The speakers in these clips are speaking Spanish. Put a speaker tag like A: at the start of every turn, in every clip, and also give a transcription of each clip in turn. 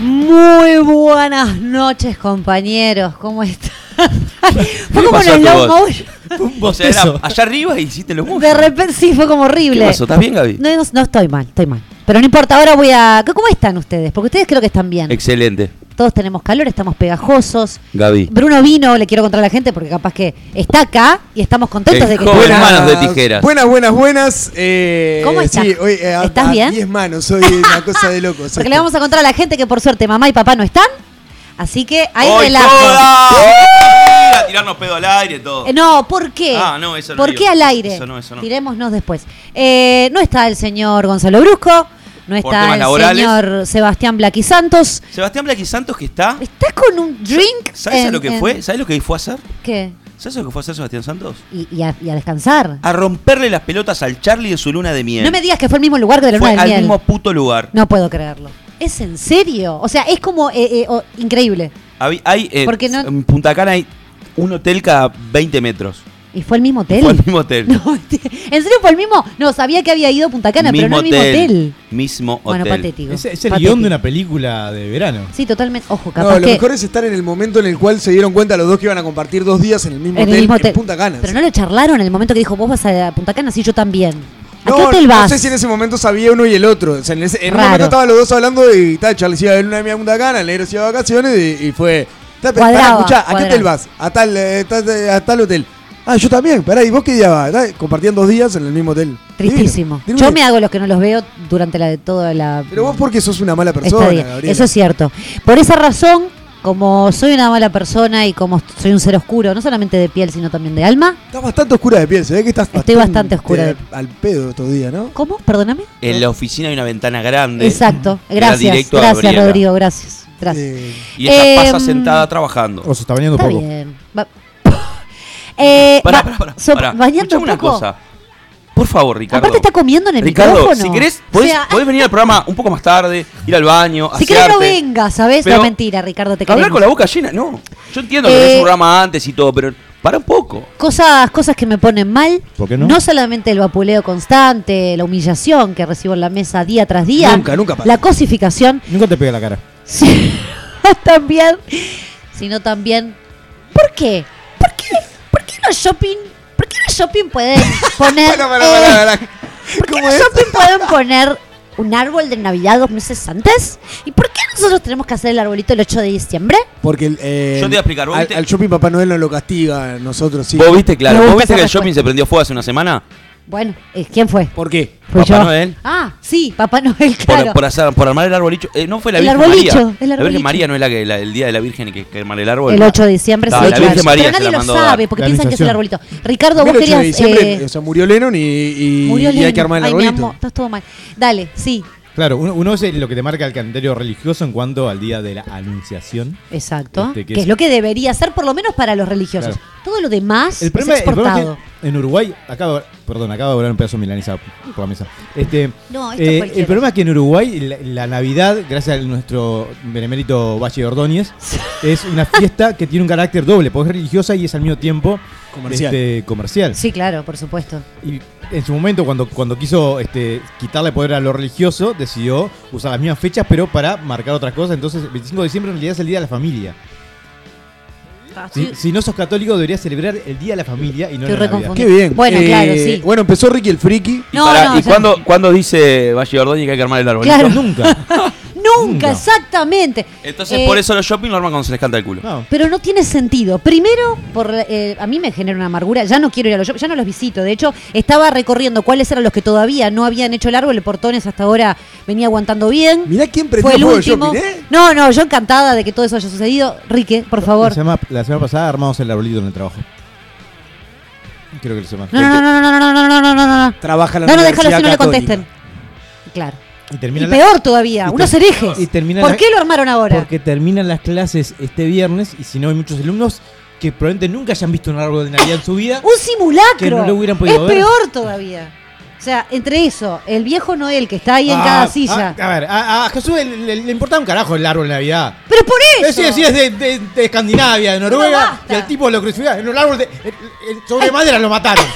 A: Muy buenas noches, compañeros. ¿Cómo están? fue como un
B: pasó a tu
A: slow
B: voz?
A: motion.
B: Vos era allá arriba y hiciste lo mucho.
A: De repente sí, fue como
B: ¿Qué
A: horrible.
B: pasó? ¿Estás bien, Gaby?
A: No, no, no, estoy mal, estoy mal. Pero no importa, ahora voy a. ¿Cómo están ustedes? Porque ustedes creo que están bien.
B: Excelente,
A: Todos tenemos calor, estamos pegajosos.
B: Gaby.
A: Bruno vino, le quiero contar a la gente porque capaz que está acá y estamos contentos
B: El
A: de que
B: joven
A: está acá.
B: manos de tijeras.
C: Buenas, buenas, buenas. eh,
A: ¿Cómo estás?
C: sí, hoy, eh, a-
A: ¿Estás
C: a
A: bien?
C: 10 manos, soy una cosa de locos.
A: Porque le vamos a contar a la gente que por suerte mamá y papá no están. Así que hay
B: ¡Hoy
A: relajo.
B: toda! A tirarnos pedo al aire y todo.
A: Eh, No, ¿por qué?
B: Ah, no, eso no
A: ¿Por
B: digo.
A: qué al aire?
B: Eso no, eso no.
A: Tirémonos después. Eh, no está el señor Gonzalo Brusco, no está
B: temas
A: el
B: laborales.
A: señor Sebastián Blaqui Santos.
B: Sebastián Blaqui Santos que está.
A: Está con un drink.
B: ¿Sabes a
A: en-
B: lo que
A: en-
B: fue? ¿Sabes lo que fue a hacer?
A: ¿Qué?
B: ¿Sabes lo que fue a hacer Sebastián Santos?
A: Y, y a, y a descansar.
B: A romperle las pelotas al Charlie en su luna de miel.
A: No me digas que fue el mismo lugar que de la
B: fue
A: luna de
B: al
A: miel.
B: mismo puto lugar.
A: No puedo creerlo. ¿Es en serio? O sea, es como eh, eh, oh, increíble.
B: Hab- Hay, eh,
A: Porque no-
B: En Punta Cana hay un hotel cada 20 metros.
A: ¿Y fue el mismo hotel?
B: Fue al mismo hotel.
A: No, ¿En serio fue el mismo? No, sabía que había ido a Punta Cana, pero no el mismo hotel.
B: Mismo hotel.
A: Bueno, patético.
D: Es, es el
A: Patético.
D: guión de una película de verano.
A: Sí, totalmente. Ojo,
C: No,
A: capaz
C: lo
A: que
C: mejor es estar en el momento en el cual se dieron cuenta los dos que iban a compartir dos días en el mismo
A: en
C: hotel
A: el mismo
C: en
A: hotel.
C: Punta Cana.
A: Pero no lo charlaron en el momento que dijo, vos vas a Punta Cana, sí, yo también. ¿A
C: No,
A: qué hotel
C: no
A: vas?
C: sé si en ese momento sabía uno y el otro. O sea, en ese- en un
A: Raro.
C: momento estaban los dos hablando y tal, Charlie se iba a ver una de mi a Punta Cana, el negro se iba a vacaciones y, y fue. "Ta, pe- pará,
A: Cuadraba,
C: escuchá, ¿a
A: cuadraba.
C: qué hotel vas? A tal, eh, ta- ta- a tal hotel. Ah, yo también, pará, ¿y vos qué día vas? Ta, Compartían dos días en el mismo hotel.
A: Tristísimo.
C: Divino, divino.
A: Yo me hago los que no los veo durante la de toda la.
C: Pero vos porque sos una mala
A: Está
C: persona,
A: bien,
C: Gabriela.
A: Eso es cierto. Por esa razón, como soy una mala persona y como soy un ser oscuro, no solamente de piel, sino también de alma.
C: Estás bastante oscura de piel, se ve que estás eh,
A: Estoy bastante oscura de-
C: al pedo estos días, ¿no?
A: ¿Cómo? Perdóname.
B: En la oficina hay una ventana grande.
A: Exacto.
B: Era
A: Gracias.
B: directo a
A: Gracias,
B: Gabriela.
A: Rodrigo. Gracias. Gracias.
C: Eh,
B: Y ella pasa
A: Em,
B: sentada trabajando.
D: O se está bañando
A: Está
D: poco.
A: bien. Va- Eh,
B: Pará,
A: va-
B: pará, pará.
A: so-
B: pará.
A: bañando
B: Escuchame
A: un
B: una
A: poco.
B: cosa. Por favor, Ricardo.
A: Aparte está comiendo en el
B: Ricardo,
A: micrófono.
B: si querés,
A: O
B: podés,
A: sea,
B: podés venir al programa un poco más tarde, ir al baño,
A: si
B: querés
A: querés no vengas, ¿sabes? No,
B: Pero-
A: mentira, Ricardo, te
B: Hablar
A: queremos.
B: con la boca llena, no. Yo entiendo
A: Eh,
B: que tenés un programa antes y todo, pero para un poco.
A: Cosas, cosas que me ponen mal.
D: ¿Por qué no?
A: solamente el vapuleo constante, la humillación que recibo en la mesa día tras día.
C: Nunca, nunca pasa.
A: La cosificación.
D: Nunca te pega la cara.
A: sí, también. Sino también. ¿Por qué? ¿Por qué? ¿Por qué los shopping? ¿Por qué los shopping pueden poner.
C: Pará, pará,
A: eh,
C: pará, pará.
A: ¿Por qué
C: ¿Cómo
A: en
C: es?
A: shopping pueden poner un árbol de Navidad dos meses antes? ¿Y por qué nosotros tenemos que hacer el arbolito el 8 de diciembre?
C: Porque el, eh,
B: Yo te voy a explicar, vos
C: al,
B: viste-
C: al shopping Papá Noel no lo castiga, nosotros sí.
B: Vos viste, claro.
A: Me
B: ¿Vos
A: gusta
B: viste
A: esa
B: que el shopping
A: respuesta.
B: se prendió fuego hace una semana?
A: Bueno, eh, ¿quién fue?
C: ¿Por qué?
A: Fui
B: Papá
A: yo.
B: Noel.
A: Ah, sí, Papá Noel,
B: Por,
A: claro.
B: por hacer- por armar el arbolicho. Eh, no fue la
A: El
B: Virgen
A: arbolicho,
B: María.
A: el
B: La Virgen
A: arbolicho.
B: María no es la que la- el día de la Virgen y que, que armar el árbol.
A: el 8 de diciembre,
B: Está,
A: sí,
B: la
A: claro.
B: Virgen María
A: Pero
B: se la
A: nadie lo
B: mandó a dar.
A: sabe, porque
D: La
A: piensan que es el arbolito.
D: administración.
A: Ricardo, vos
C: El 8 de
A: querías...
C: diciembre,
A: eh,
C: o sea, murió Lennon y, y-
A: murió
C: y hay
A: Lennon.
C: que armar el
A: Ay, mi amor,
C: arbolito.
A: estás todo mal. Dale, sí,
D: Claro, uno, uno es lo que te marca el calendario religioso en cuanto al día de la anunciación.
A: exacto.
D: Este,
A: que
D: que
A: es,
D: es-
A: lo que debería ser, por lo menos para los religiosos.
D: Claro.
A: Todo lo demás
D: El problema,
A: es
D: el problema es
A: exportado.
D: que en Uruguay, acaba, de- perdón, acaba de volar un pedazo de milanesa por la mesa. Este,
A: No, esto
D: eh,
A: es
D: el
A: cualquiera.
D: problema es que en Uruguay la, la Navidad, gracias a nuestro benemérito Valle de Ordóñez, es una fiesta que tiene un carácter doble, porque es religiosa y es al mismo tiempo
C: Comercial.
D: este, comercial.
A: Sí, claro, por supuesto.
D: Y en su momento, cuando, cuando quiso este, quitarle poder a lo religioso, decidió usar las mismas fechas, pero para marcar otras cosas. Entonces, el 25 de diciembre en realidad es el Día de la Familia. Si, si no sos católico, deberías celebrar el Día de la Familia y no
A: Ah, Estoy
D: la
A: reconfundida.
D: Navidad.
C: Qué bien.
A: Bueno,
C: Eh,
A: claro, sí.
C: Bueno, empezó Ricky el friki.
B: ¿Y,
A: No,
B: para-
A: no,
B: ¿y
A: ya-
B: cuándo, cuándo dice Valle Ordóñez que hay que armar el arbolito?
A: Claro.
D: Nunca.
A: Nunca,
D: Nunca.
A: exacamente.
B: Entonces,
A: Eh,
B: por eso los shopping lo arman cuando se les canta el culo.
D: No.
A: Pero no tiene sentido. Primero, por eh, a mí me genera una amargura. Ya no quiero ir a los shopping, ya no los visito. De hecho, estaba recorriendo cuáles eran los que todavía no habían hecho el árbol. El portones hasta ahora venía aguantando bien.
C: Mirá quién prendió
A: Fue el
C: fuego el
A: último.
C: shopping, ¿eh?
A: No, no, yo encantada de que todo eso haya sucedido. Rique, por
D: La
A: favor.
D: semana, la semana pasada armamos el arbolito en el trabajo. Creo que la semana.
A: No, no, no, no, no, no, no, no, no, no, no.
C: Trabaja en la
A: No, no, déjalo
C: Universidad
A: si no le
C: Católica.
A: contesten. Claro.
D: Y
A: Y
D: termina la-
A: peor todavía,
D: y te-
A: unos herejes.
D: y termina
A: ¿Por
D: la-
A: qué lo armaron ahora?
D: Porque terminan las clases este viernes y si no hay muchos alumnos que probablemente nunca hayan visto un árbol de Navidad en su vida.
A: Un simulacro.
D: Que no lo hubieran
A: es
D: podido ver.
A: peor todavía. O sea, entre eso, el viejo Noel que está ahí en cada
D: Ah,
A: silla.
D: ah, A, ver, a, a Jesús le, le- le importaba un carajo el árbol de Navidad.
A: Pero por
D: Eh,
A: eso.
D: Sí, sí, es de, de- de Escandinavia, de
A: No,
D: Noruega,
A: basta.
D: y al tipo lo crucificaron en un árbol de, el- el- sobre madera lo mataron.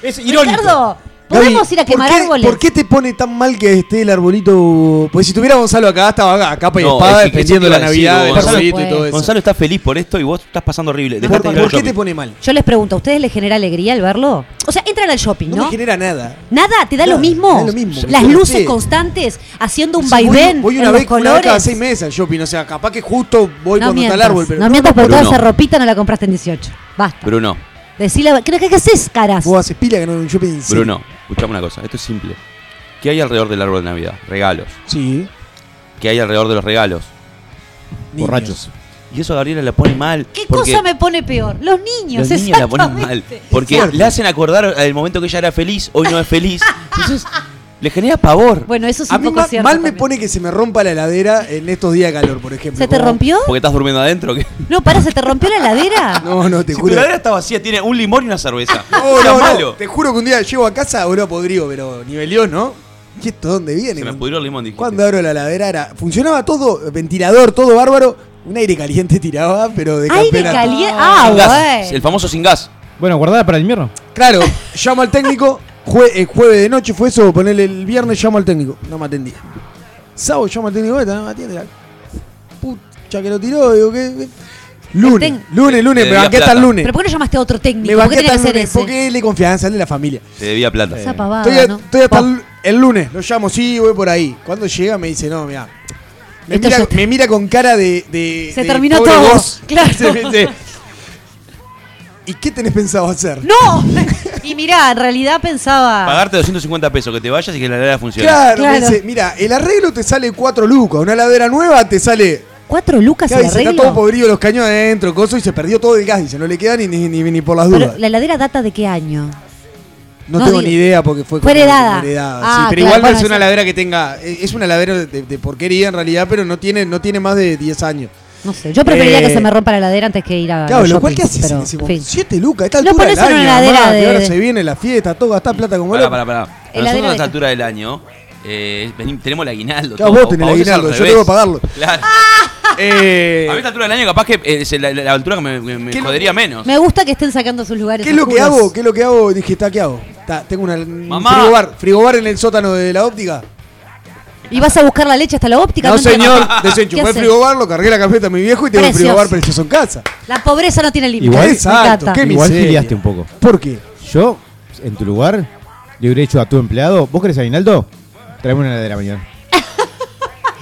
D: Es irónico.
A: Ricardo, ¿Podemos ir a quemar
C: ¿por qué,
A: árboles?
C: ¿Por qué te pone tan mal que esté el arbolito? Pues si tuviera Gonzalo acá, estaba acá, a capa y
B: No,
C: espada,
B: es que- eso
C: defendiendo
B: te
C: la
B: iba a decir,
C: Navidad, el
B: Gonzalo.
C: arbolito
A: pues.
C: y todo eso.
B: Gonzalo está feliz por esto y vos estás pasando horrible.
C: ¿Por,
B: Dejate de ir
C: por
B: al
C: qué
B: shopping.
C: te pone mal?
A: Yo les pregunto, ¿a ustedes les genera alegría al verlo? O sea, entran al shopping,
C: No,
A: ¿no?
C: me genera nada.
A: Nada, te da
C: Nada,
A: lo mismo.
C: me da lo mismo.
A: Las
C: Yo no
A: luces
C: sé.
A: constantes, haciendo un
C: Sí,
A: vaivén.
C: Voy, voy
A: en
C: una,
A: los
C: vez, una vez cada
A: colores.
C: seis meses al shopping. O sea, capaz que justo voy
A: no
C: cuando está
A: mientas,
C: el árbol. Pero
A: no, mientas por toda
B: Bruno.
A: esa ropita no la compraste en 18. Basta.
B: Bruno,
A: Decí la- ¿Qué, qué, qué haces, caras?
C: Vos haces pila que no en un shopping. sí.
B: Bruno, escuchame una cosa. Esto es simple. ¿Qué hay alrededor del árbol de Navidad? Regalos.
C: Sí.
B: ¿Qué hay alrededor de los regalos?
C: niños.
D: Borrachos.
B: Y eso a Gabriela le pone mal.
A: ¿Qué
B: porque
A: cosa me pone peor? Los niños,
B: Los niños la ponen mal.
A: exactamente.
B: Porque
C: Fuerte.
B: le hacen acordar al momento que ella era feliz, hoy no es feliz. Entonces, le genera pavor.
A: Bueno, eso es
C: A
A: un
C: mí
A: poco
C: ma-
A: cierto.
C: mal me
A: también.
C: pone que se me rompa la heladera en estos días de calor, por ejemplo.
A: ¿Se te
C: Como-
A: rompió?
B: Porque estás durmiendo adentro. ¿qué?
A: No, para, ¿se te rompió la heladera?
C: No, no, te
B: Si tu
C: juro.
B: heladera está vacía, tiene un limón y una cerveza.
C: No,
B: Está
C: no, no.
B: malo.
C: Te juro que un día llego a casa, ahora podrido, pero nivel Dios, ¿no? ¿Y esto dónde viene?
B: Se me pudrió el limón, dijiste.
C: Cuando abro la ladera era- funcionaba todo, ventilador, todo bárbaro. Un aire caliente tiraba, pero de
A: Aire
C: campera.
A: caliente. Ah,
B: Sin gas,
A: güey.
B: El famoso sin gas.
D: Bueno, guardada para el invierno.
C: Claro, llamo al técnico, jue- eh, jueves de noche fue eso, ponerle el viernes, llamo al técnico. No me atendía. Sábado llamo al técnico, esta no me atiende. la Pucha que lo tiró, digo, ¿qué? qué? Lunes,
A: El tec-
C: lunes, lunes,
B: Le
C: me
B: debía
C: banqué hasta el
B: plata.
C: lunes.
A: ¿Pero por qué no llamaste a otro técnico?
C: Me
A: ¿Por qué
C: banqué
A: tenía
C: hasta
A: que
C: el lunes,
A: ser ese?
C: porque es de confianza, es de la familia.
B: Te debía plata.
A: Esa pavada,
C: Estoy, a-
A: ¿no?
C: estoy hasta
A: Po.
C: el, el lunes, lo llamo, sí, voy por ahí. Cuando llega me dice, no, mira. Me
A: Esto
C: mira,
A: ya está.
C: me mira con cara de. de-
A: Se
C: de
A: terminó
C: pobre
A: todo.
C: vos.
A: Claro.
C: Se- se- ¿Y qué tenés pensado hacer?
A: ¡No! Y mirá, en realidad pensaba.
B: Pagarte 250 pesos, que te vayas y que la heladera funcione.
C: Claro, me
A: Claro.
C: dice, mira, el arreglo te sale cuatro lucas, una ladera nueva te sale.
A: ¿Cuatro lucas
C: Claro,
A: el
C: dice, está
A: arreglo?
C: todo podrido los cañones adentro, coso, y se perdió todo el gas, dice, no le queda ni, ni, ni- ni por las
A: Pero,
C: dudas.
A: ¿La heladera data de qué año?
C: No,
A: no
C: tengo
A: diga-
C: ni idea porque fue,
A: Fue
C: como-
A: heredada.
C: como heredada,
A: Ah,
C: sí, pero
A: claro,
C: igual
A: bueno,
C: parece una
A: sí.
C: ladera que tenga. eh, Es una ladera de, de porquería en realidad, pero no tiene, no tiene más de 10 años.
A: No sé. Yo preferiría
C: Eh,
A: que se me rompa la heladera antes que ir a.
C: Claro,
A: los
C: lo cual que
A: shoppings,
C: haces
A: pero,
C: en ese
A: en
C: momento?
A: fin.
C: Siete lucas, a esta
A: Lo
C: altura del
A: pones en
C: año,
A: una heladera
C: mamá, que
A: de-
C: ahora se viene la fiesta, todo gastar plata como
B: Pará,
C: loco.
B: pará, pará.
A: Heladera
B: Nosotros a
A: de- este.
B: esta altura del año eh, vení- tenemos el aguinaldo.
C: Claro,
B: todo.
C: vos tenés el
B: A es al
C: aguinaldo, yo
B: revés.
C: tengo que pagarlo.
B: Claro.
A: Ah.
C: Eh,
B: A mí esta altura del año capaz que eh, es la, la- la altura que me, me- me
C: ¿Qué lo-
B: jodería menos.
A: Me gusta que estén sacando sus lugares.
C: ¿Qué es lo que
A: oscuros.
C: hago? ¿Qué es lo que hago? Dije, está, ¿qué hago? Está, tengo una, un
B: Mamá.
C: frigobar, frigobar en el sótano de la óptica.
A: ¿Y vas a buscar la leche hasta la óptica?
C: No,
A: entiendo.
C: señor,
A: ¿Qué
C: desenchufé el
A: haces?
C: frigobar, lo cargué la cafeta a mi viejo y tengo
A: Precios.
C: el frigobar precioso en casa.
A: La pobreza no tiene límites.
D: Igual-
A: Me
C: Exacto,
A: encanta.
C: qué
D: Igual
C: miseria.
D: giliaste un poco.
C: ¿Por qué?
D: Yo, en tu lugar, le hubiera hecho a tu empleado, ¿vos querés aguinaldo? Traeme una heladera mañana.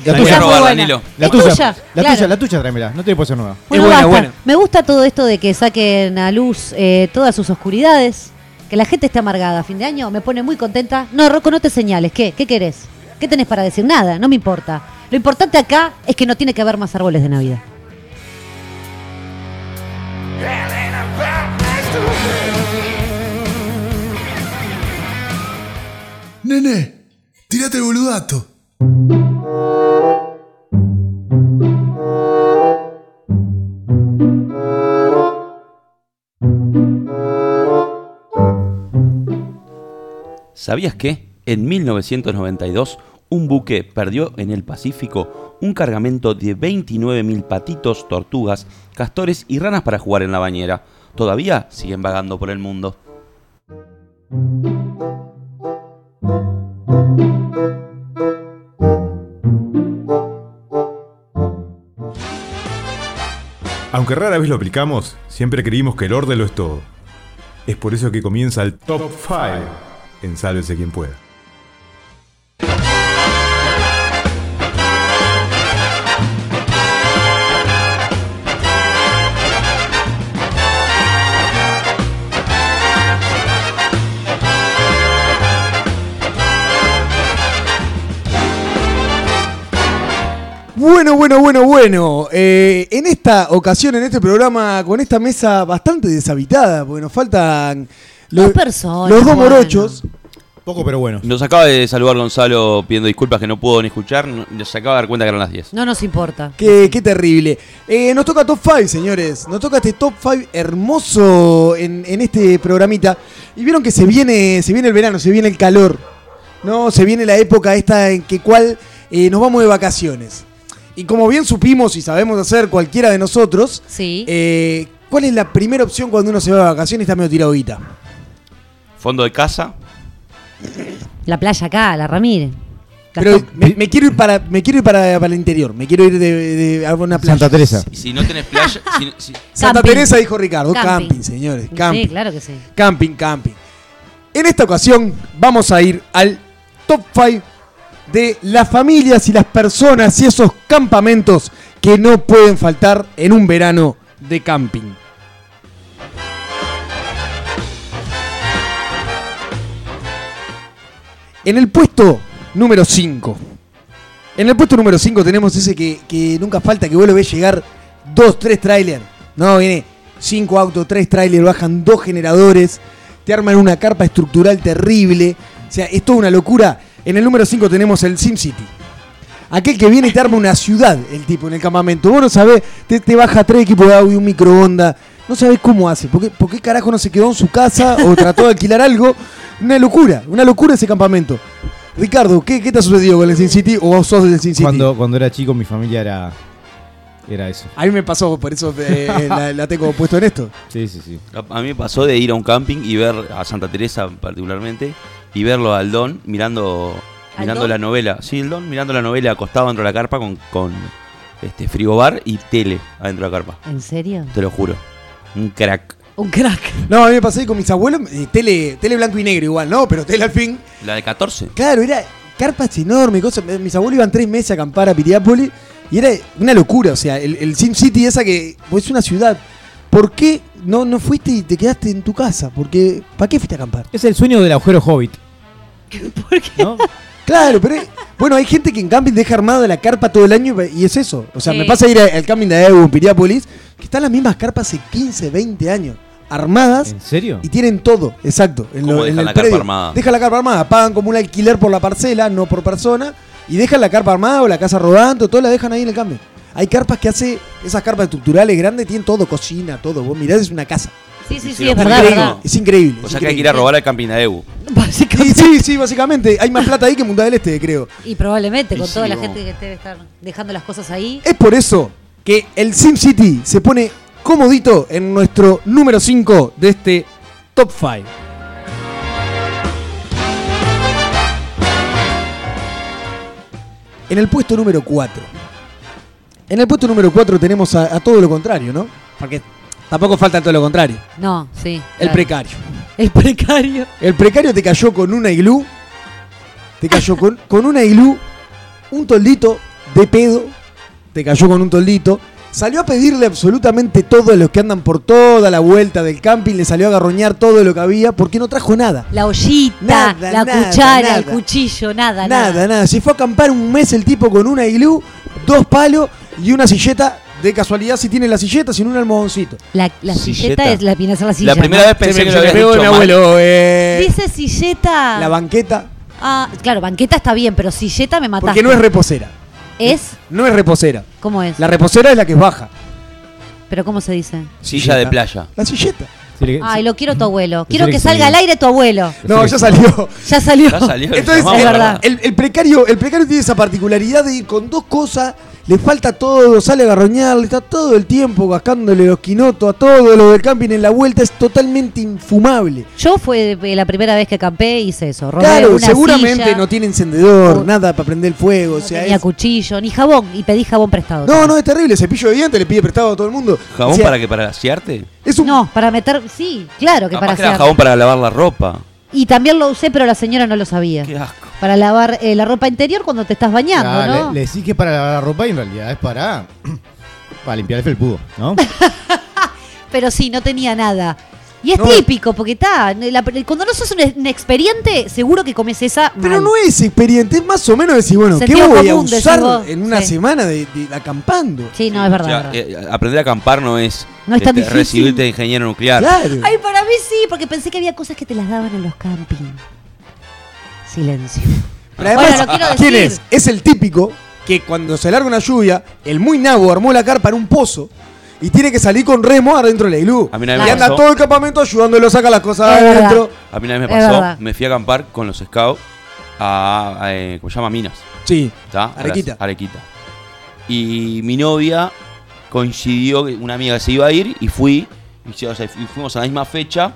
D: La
B: Esa
A: Esa
D: tuya,
A: es muy
B: robar,
A: buena.
B: Danilo.
D: la
A: Es
D: tuya, la
A: tuya,
D: tuya,
A: claro.
D: la tuya, tráemela. No te puedo hacer nueva.
A: Bueno,
C: buena,
A: basta.
C: buena.
A: Me gusta todo esto de que saquen a luz eh, todas sus oscuridades, que la gente esté amargada a fin de año, me pone muy contenta. No, Rocco, no te señales. ¿Qué? ¿Qué querés? ¿Qué tenés para decir? Nada, no me importa. Lo importante acá es que no tiene que haber más árboles de Navidad.
E: Nene, tirate el boludato.
B: ¿Sabías que? En 1992, un buque perdió en el Pacífico un cargamento de 29.000 patitos, tortugas, castores y ranas para jugar en la bañera. Todavía siguen vagando por el mundo.
F: Aunque rara vez lo aplicamos, siempre creímos que el orden lo es todo. Es por eso que comienza el Top 5 en Sálvese quien pueda.
C: Bueno, bueno, bueno, bueno. Eh, en esta ocasión, en este programa, con esta mesa bastante deshabitada, porque nos faltan los,
A: Dos personas,
C: los dos
A: bueno.
C: morochos.
D: Poco, pero bueno.
B: Nos acaba de saludar Gonzalo pidiendo disculpas que no pudo ni escuchar. Nos acaba de dar cuenta que eran las 10.
A: No nos importa.
C: Qué, qué terrible. Eh, nos toca Top 5, señores. Nos toca este Top 5 hermoso en, en este programita. Y vieron que se viene, se viene el verano, se viene el calor. No, se viene la época esta en que cual eh, nos vamos de vacaciones. Y como bien supimos y sabemos hacer cualquiera de nosotros,
A: Sí.
C: eh, ¿cuál es la primera opción cuando uno se va de vacaciones y está medio tiradita?
B: Fondo de casa,
A: La playa acá, la Ramírez.
C: Pero
A: Gastón.
C: me, me quiero ir para me quiero ir para, para el interior, me quiero ir de, de- a una playa.
D: Santa Teresa.
B: Y si no tenés playa. si- si-
C: Santa
A: Camping.
C: Teresa dijo Ricardo,
A: Camping.
C: camping, señores,
A: Sí,
C: camping.
A: claro que sí.
C: Camping, camping. En esta ocasión vamos a ir al top 5 de las familias y las personas y esos campamentos que no pueden faltar en un verano de camping. En el puesto número 5. En el puesto número 5 tenemos ese que, que nunca falta, que vos lo ves llegar dos, tres trailers. No, viene cinco autos, tres trailers, bajan dos generadores, te arman una carpa estructural terrible. O sea, es toda una locura. En el número 5 tenemos el SimCity. Aquel que viene y te arma una ciudad, el tipo, en el campamento. Vos no sabés, te, te baja tres equipos de audio, un microondas. No sabés cómo hace. ¿Por qué, por qué carajo no se quedó en su casa o trató de alquilar algo? Una locura, una locura ese campamento. Ricardo, ¿qué, qué te ha sucedido con el Sin City o vos sos del Sin City?
D: Cuando, cuando era chico mi familia era era eso.
C: A mí me pasó, por eso eh, la, la tengo puesto en esto.
D: Sí, sí, sí.
B: a mí me pasó de ir a un camping y ver a Santa Teresa particularmente y verlo al Don mirando
A: ¿Al
B: mirando
A: Don?
B: la novela. Sí, el Don mirando la novela acostado dentro de la carpa con, con este frigobar y tele adentro de la carpa.
A: ¿En serio?
B: Te lo juro. Un crack.
A: Un crack.
C: No, a mí me pasó ahí con mis abuelos, eh, tele, tele blanco y negro igual, ¿no? Pero tele al fin.
B: La de 14.
C: Claro, era carpas enormes, cosas. Eh, Mis abuelos iban tres meses a acampar a Piriápolis y era una locura, o sea, el, el Sim City esa que pues, es una ciudad. ¿Por qué no, no fuiste y te quedaste en tu casa? Porque, ¿para qué fuiste a acampar?
D: Es el sueño del agujero hobbit. ¿Por qué?
C: Claro, pero es- bueno, hay gente que en camping deja armada la carpa todo el año y y es eso. O sea,
A: Sí.
C: me pasa a ir a- al camping de Evo en Piriápolis, que están las mismas carpas hace 15, 20 años, armadas
D: ¿En serio?
C: y tienen todo, exacto. En,
B: ¿Cómo dejan
C: en
B: la carpa armada?
C: Dejan la carpa armada, pagan como un alquiler por la parcela, no por persona, y dejan la carpa armada o la casa rodando, todo la dejan ahí en el camping. Hay carpas que hace, esas carpas estructurales grandes tienen todo, cocina, todo. Vos mirás, es una casa.
A: Sí, sí,
B: Sí,
A: sí,
B: lo
A: es verdad, es
B: juro.
C: increíble,
A: verdad.
C: es increíble.
B: O
C: es
B: sea que hay que ir
C: increíble.
B: a robar al camping de Ebu.
C: Sí, sí, sí, básicamente. Hay más plata ahí que en Punta del Este, creo.
A: Y probablemente
B: Y
A: con
B: sí,
A: toda la
B: vamos.
A: gente que debe estar dejando las cosas ahí.
C: Es por eso que el SimCity se pone comodito en nuestro número 5 de este top 5. En el puesto número 4. En el puesto número 4 tenemos a, a todo lo contrario, ¿no? Porque tampoco falta todo lo contrario.
A: No, sí.
C: El
A: claro.
C: precario.
A: El precario.
C: El precario te cayó con una iglú. Te cayó con, con una iglú. Un toldito de pedo. Te cayó con un toldito. Salió a pedirle absolutamente todo a los que andan por toda la vuelta del camping. Le salió a garroñar todo lo que había porque no trajo nada.
A: La ollita,
C: Nada,
A: la
C: nada,
A: cuchara, el
C: nada.
A: cuchillo, nada, nada.
C: Nada, nada, Se fue a acampar un mes el tipo con una iglú, dos palos y una silleta. De casualidad, si tiene la silleta, sin un almohadoncito.
A: La, la silleta,
B: Silleta.
A: es la pina la silla.
B: La primera
A: ¿no?
B: vez pensé
C: Se
B: que
C: me-
B: lo
C: se me
B: habías
C: pegó de
B: dicho
C: mi
B: mal.
C: abuelo, eh,
A: Dice silleta.
C: La banqueta.
A: ah, claro, banqueta está bien, pero silleta me mataste.
C: Porque no es reposera.
A: ¿Es?
C: No es reposera.
A: ¿Cómo es?
C: La reposera es la que baja.
A: ¿Pero cómo se dice?
B: Silla de playa.
C: La silleta.
D: Sí, le-
A: Ay,
D: sí.
A: lo quiero tu abuelo. Quiero
D: Sí,
A: que
D: sí.
A: salga al aire tu abuelo.
C: No, ya salió.
A: Ya salió.
B: Ya salió. lo
C: Entonces,
B: llamamos,
A: es
C: el,
A: verdad.
C: el- el precario, el precario tiene esa particularidad de ir con dos cosas, le falta todo, sale a garroñar, le está todo el tiempo gastándole los quinotos a todo lo del camping en la vuelta, es totalmente infumable.
A: Yo fue eh, la primera vez que acampé hice eso. Robé
C: claro,
A: una
C: seguramente
A: silla,
C: no tiene encendedor,
A: No.
C: nada para prender el fuego,
A: no
C: o sea,
A: tenía
C: es-
A: cuchillo, ni jabón, y pedí jabón prestado.
C: No, no, es terrible, cepillo de dientes le pide prestado a todo el mundo.
B: ¿Jabón
C: O sea,
B: para que para gasearte?
C: es un
A: No, para meter. Sí, claro que
B: Capaz
A: para
B: que era
A: hacer.
B: jabón para lavar la ropa.
A: Y también lo usé, pero la señora no lo sabía.
B: Qué asco.
A: Para lavar eh, la ropa interior cuando te estás bañando,
D: Ah,
A: ¿no?
D: le, le decís que es para lavar la ropa y en realidad es para para limpiar el felpudo, ¿no?
A: Pero sí, no tenía nada. Y es
C: No.
A: típico, porque está. la- Cuando no sos un, un experiente, seguro que comes esa.
C: Pero
A: mal.
C: no es experiente, es más o menos decir, bueno, ¿qué
A: Sentido
C: voy a
A: común, decís
C: usar
A: vos.
C: en una
A: Sí.
C: semana de, de- acampando?
A: Sí, no, es verdad.
B: O sea,
A: es verdad.
B: eh, aprender a acampar no es, este,
A: No es tan difícil.
B: recibirte de ingeniero nuclear.
C: Claro.
A: Ay, para mí sí, porque pensé que había cosas que te las daban en los campings. Silencio.
C: Pero además,
A: Bueno, lo quiero decir.
C: ¿quién es? Es el típico que cuando se larga una lluvia, el muy nabo armó la carpa en un pozo y tiene que salir con remo adentro de la iglú.
B: A mí una
A: vez
C: Y
A: me
C: anda
B: pasó.
C: todo el campamento ayudándolo a sacar las cosas
A: Es verdad.
C: adentro.
B: A mí una vez me
A: Es
B: pasó,
A: verdad.
B: me fui a acampar con los scouts a, a, eh, ¿cómo se llama? Minas.
C: Sí.
B: ¿tá? A las-
C: Arequita.
B: Arequita. Y mi novia coincidió, que una amiga se iba a ir y fui. Y, o sea, fu- fuimos a la misma fecha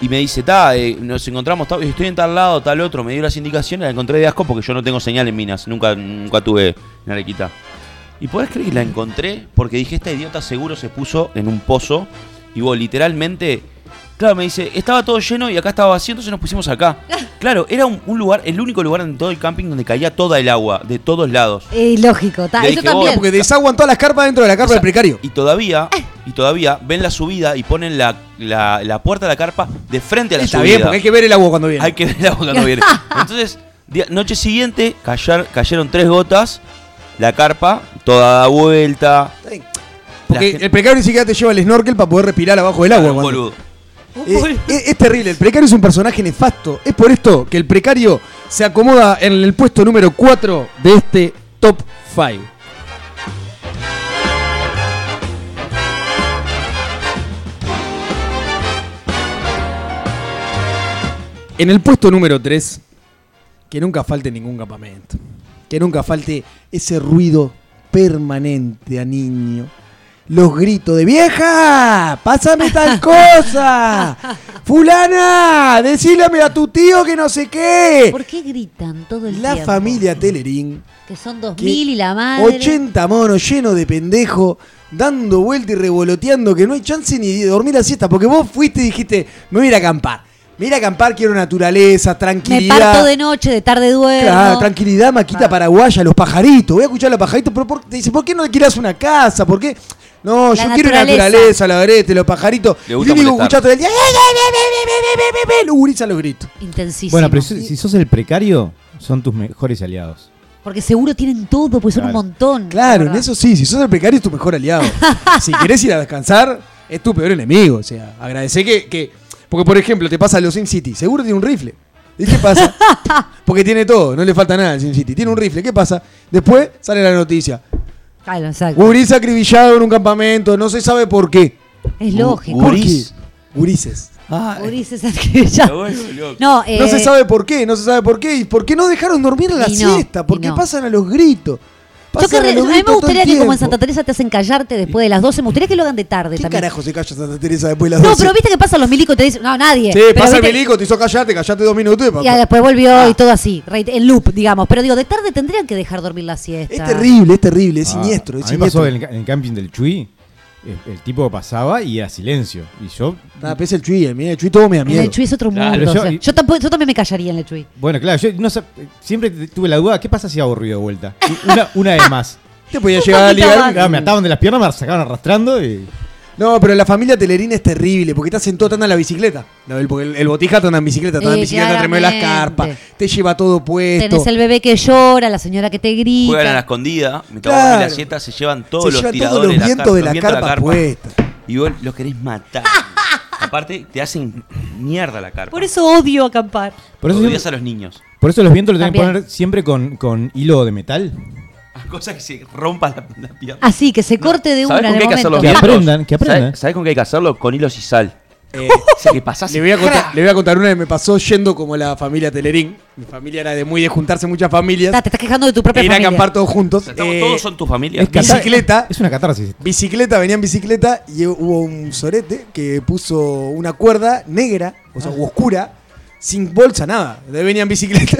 B: Y me dice, ta, eh, nos encontramos, ta- estoy en tal lado, tal otro. Me dio las indicaciones, la encontré de asco porque yo no tengo señal en Minas. Nunca, nunca tuve en Arequita. Y podés creer que la encontré porque dije, esta idiota seguro se puso en un pozo. Y vos, literalmente, claro, me dice, estaba todo lleno y acá estaba vacío, entonces nos pusimos acá. Claro, era un, un lugar, el único lugar en todo el camping donde caía toda el agua, de todos lados.
A: Eh, lógico, ta,
B: Le
A: eso
B: dije, "Oh,
A: también.
C: Porque desaguan todas las carpas dentro de la carpa del precario.
B: Y todavía, y todavía ven la subida y ponen la, la, la puerta de la carpa de frente a la
C: Está
B: subida.
C: bien, porque hay que ver el agua cuando viene.
B: Hay que ver la boca no viene. Entonces, día- noche siguiente callar- cayeron tres gotas, la carpa, toda da vuelta.
C: Está bien. Porque
B: La gente-
C: el precario ni siquiera te lleva el snorkel para poder respirar abajo del agua.
B: un
C: cuando-
B: boludo.
C: Eh, es, es terrible, el precario es un personaje nefasto. Es por esto que el precario se acomoda en el puesto número 4 de este top 5. En el puesto número 3, que nunca falte ningún campamento. Que nunca falte ese ruido permanente a niño. Los gritos de vieja, pásame tal cosa. Fulana, decílame a tu tío que no sé qué.
A: ¿Por qué gritan todo el
C: La
A: tiempo?
C: familia Telerín,
A: Que son
C: que
A: 2000 y la madre.
C: 80 monos llenos de pendejo, dando vuelta y revoloteando, que no hay chance ni de dormir la siesta, porque vos fuiste y dijiste, me voy a ir a acampar. Me voy a ir a acampar, quiero naturaleza,
A: Me
C: tranquilidad.
A: parto de noche, de tarde duermo.
C: Claro, tranquilidad, maquita
A: Claro. Ah.
C: paraguaya, los pajaritos. Voy a escuchar a los pajaritos, pero por- te dice, ¿por qué no alquilás una casa? ¿Por qué? No,
A: La
C: yo quiero la
A: naturaleza.
C: naturaleza, la verete, los pajaritos.
B: Le
C: Y
B: gusta
C: único que
B: molestar.
C: escuchás todo el día, ¡eh, eh, eh, eh, eh, eh, eh, eh! Lo gurizan los gritos.
A: Intensísimo.
D: Bueno, pero si, si sos el precario, son tus mejores aliados.
A: Porque seguro tienen todo, pues son
D: Claro.
A: un montón.
C: Claro,
A: la
C: en
A: verdad.
C: eso sí, si sos el precario es tu mejor aliado. si querés ir a descansar, es tu peor enemigo. O sea, agradecé que, que- Porque, por ejemplo, te pasa a los Sin City, seguro tiene un rifle. ¿Y qué pasa? Porque tiene todo, no le falta nada al Sin City. Tiene un rifle, ¿qué pasa? Después sale la noticia.
A: Claro, exacto.
C: Gurís acribillado en un campamento, no se sabe por qué.
A: Es
C: uh,
B: Gu-
A: lógico.
B: gu-
C: ¿Por
B: Gurís.
C: qué? Gurises.
A: Ulises Arquilla.
B: Me vuelvo loco.
A: No, eh,
C: No se sabe por qué, no se sabe por qué. ¿Y por qué no dejaron dormir la
A: Y no,
C: siesta?
A: y
C: Porque
A: no.
C: pasan a los gritos.
A: Yo que
C: Pasan
A: re- a
C: los
A: mí me
C: gritos todo el
A: gustaría que como en
C: tiempo.
A: Santa Teresa te hacen callarte después de las 12, me gustaría que lo hagan de tarde
C: ¿Qué
A: también.
C: carajo se calla Santa Teresa después de las
A: no,
C: 12?
A: pero viste que pasan los milicos y te dicen, no, nadie.
C: Sí,
A: Pero
C: pasa el
A: viste-
C: milico, Ah. te hizo callarte, callate dos minutos. y pa-
A: Y después volvió y todo así, re- en loop, digamos. Pero digo, de tarde tendrían que dejar dormir la siesta.
C: Es terrible, es terrible, es
D: Ah,
C: siniestro. Es
D: a mí me pasó
C: siniestro.
D: en el, ca- en el camping del Chuy, el, el tipo pasaba y era silencio. Y yo,
C: Nah, pero es el Chuy, el, el Chuy todo me da
A: En
C: miedo.
A: el Chuy es otro
B: Claro,
A: mundo.
D: yo-
A: o sea, yo, tampoco, yo también me callaría en el Chuy.
D: bueno, claro, yo no sé, siempre te- tuve la duda, ¿qué pasa si hago ruido de vuelta? Y Una, una vez más.
C: Te podía llegar a ligar.
D: Claro, me ataban de las piernas, me sacaban arrastrando y...
C: No, pero la familia Telerín es terrible, porque te hacen todo, te andan en la bicicleta. No, el, porque el, el botijato anda en bicicleta, te anda en
A: Eh,
C: bicicleta, te mueve las
A: claramente.
C: carpas, te lleva todo puesto.
A: Tenés el bebé que llora, la señora que te grita.
B: Juegan a la escondida, me
C: Claro.
B: cago en la siesta, se llevan todos
C: Se
B: los
C: llevan todos
B: tiradores,
C: los
B: la
C: vientos
B: carpa-
C: de la
B: los vientos
C: carpa puesta.
B: Y vos los querés matar. Aparte, te hacen mierda la carpa.
A: Por eso odio acampar.
D: Por eso,
B: Odias a
D: siempre-
B: los niños.
D: por eso los vientos los tienen que
A: También.
D: poner siempre con, con hilo de metal.
B: Cosa que se rompa la, la pierna.
A: Así, que se corte Ah, de una
B: ¿Sabes
A: en
B: con
A: el
B: qué hay que
A: momento.
B: hacerlo?
D: Que aprendan, que aprendan. eh.
B: ¿Sabes, con qué hay que hacerlo? Con hilos y sal.
C: Eh,
B: Ese que pasás y
C: le, voy a
B: ¡cra!
C: contar, le voy a contar una que me pasó yendo como la familia Telerín. Mi familia era de muy de juntarse muchas familias.
A: Ta, te estás quejando de tu propia
C: e ir a
A: familia.
C: acampar todos juntos.
B: Estamos-
C: Eh,
B: todos son tu familia.
D: Es catar-
C: bicicleta.
D: Es una catarsis.
C: Bicicleta, venía en bicicleta y hubo un sorete que puso una cuerda negra, o sea,
A: Ah.
C: u oscura, sin bolsa, nada. De venía en bicicleta.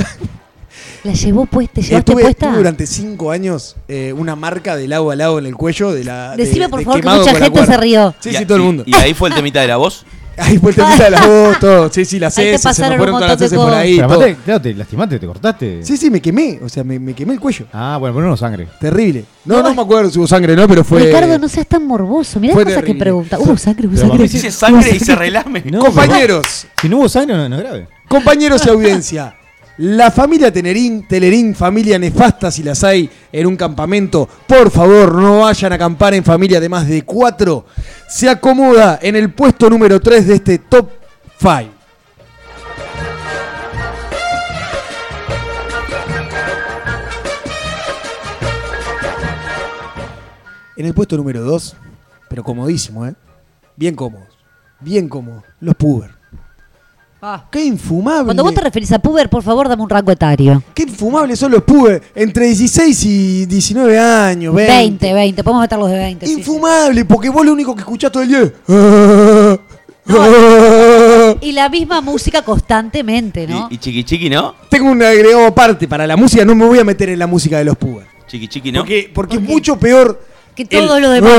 A: La llevó puesta, te llevaste
C: Estuve,
A: puesta.
C: tuve durante cinco años eh, una marca de lado a lado en el cuello de la. de-
A: Decime,
C: de
A: por favor, que
C: quemado
A: mucha
C: con la
A: gente
C: cuerda.
A: se rió.
C: Sí,
B: Y-
C: sí, todo el
B: y-
C: mundo.
B: Y, ahí fue el temita de la voz.
C: Ahí fue el temita de la voz, todo. Sí, sí, las
A: Ahí te
C: heces, se me
A: pasaron
C: fueron
A: un
C: todas las
A: montón de
C: heces por ahí.
D: Pero
C: todo.
D: aparte, claro, te lastimaste, te cortaste.
C: Sí, sí, me quemé. O sea, me, me quemé el cuello.
D: Ah, bueno, pero no sangre.
C: Terrible. No, no, me acuerdo si hubo sangre, ¿no? Pero fue.
A: Ricardo, no seas tan morboso. Mirá
C: fue
A: las cosas que
C: terrible.
A: pregunta. Hubo sangre, hubo
D: Pero
A: sangre.
D: vos
B: Dice
A: Hubo
B: sangre y se relame.
D: No,
C: Compañeros.
D: Si no hubo sangre, no, no es grave.
C: Compañeros y audiencia, la familia Tenerín, Telerín, familia nefasta si las hay en un campamento, por favor no vayan a acampar en familia de más de cuatro. Se acomoda en el puesto número 3 de este top 5. En el puesto número 2, pero comodísimo, ¿eh? Bien cómodos, bien cómodos, los puber.
A: Ah.
C: ¡Qué infumable!
A: Cuando vos te referís a puber, por favor, dame un rango etario.
C: Qué infumables son los pubes entre 16 y 19 años, 20.
A: 20, 20. Podemos meter los de 20. sí, sí.
C: "Ah, Infumable, porque vos lo único que escuchás todo el día es...
A: Y la misma música constantemente, ¿no?
B: Y, y Chiqui Chiqui, ¿no?
C: Tengo un agregado aparte para la música, no me voy a meter en la música de los púas.
B: Chiqui Chiqui, ¿no?
C: Porque, porque
A: ¿Por
C: es
A: qué?
C: mucho peor
A: que todo
C: el- "Ah,
A: lo demás.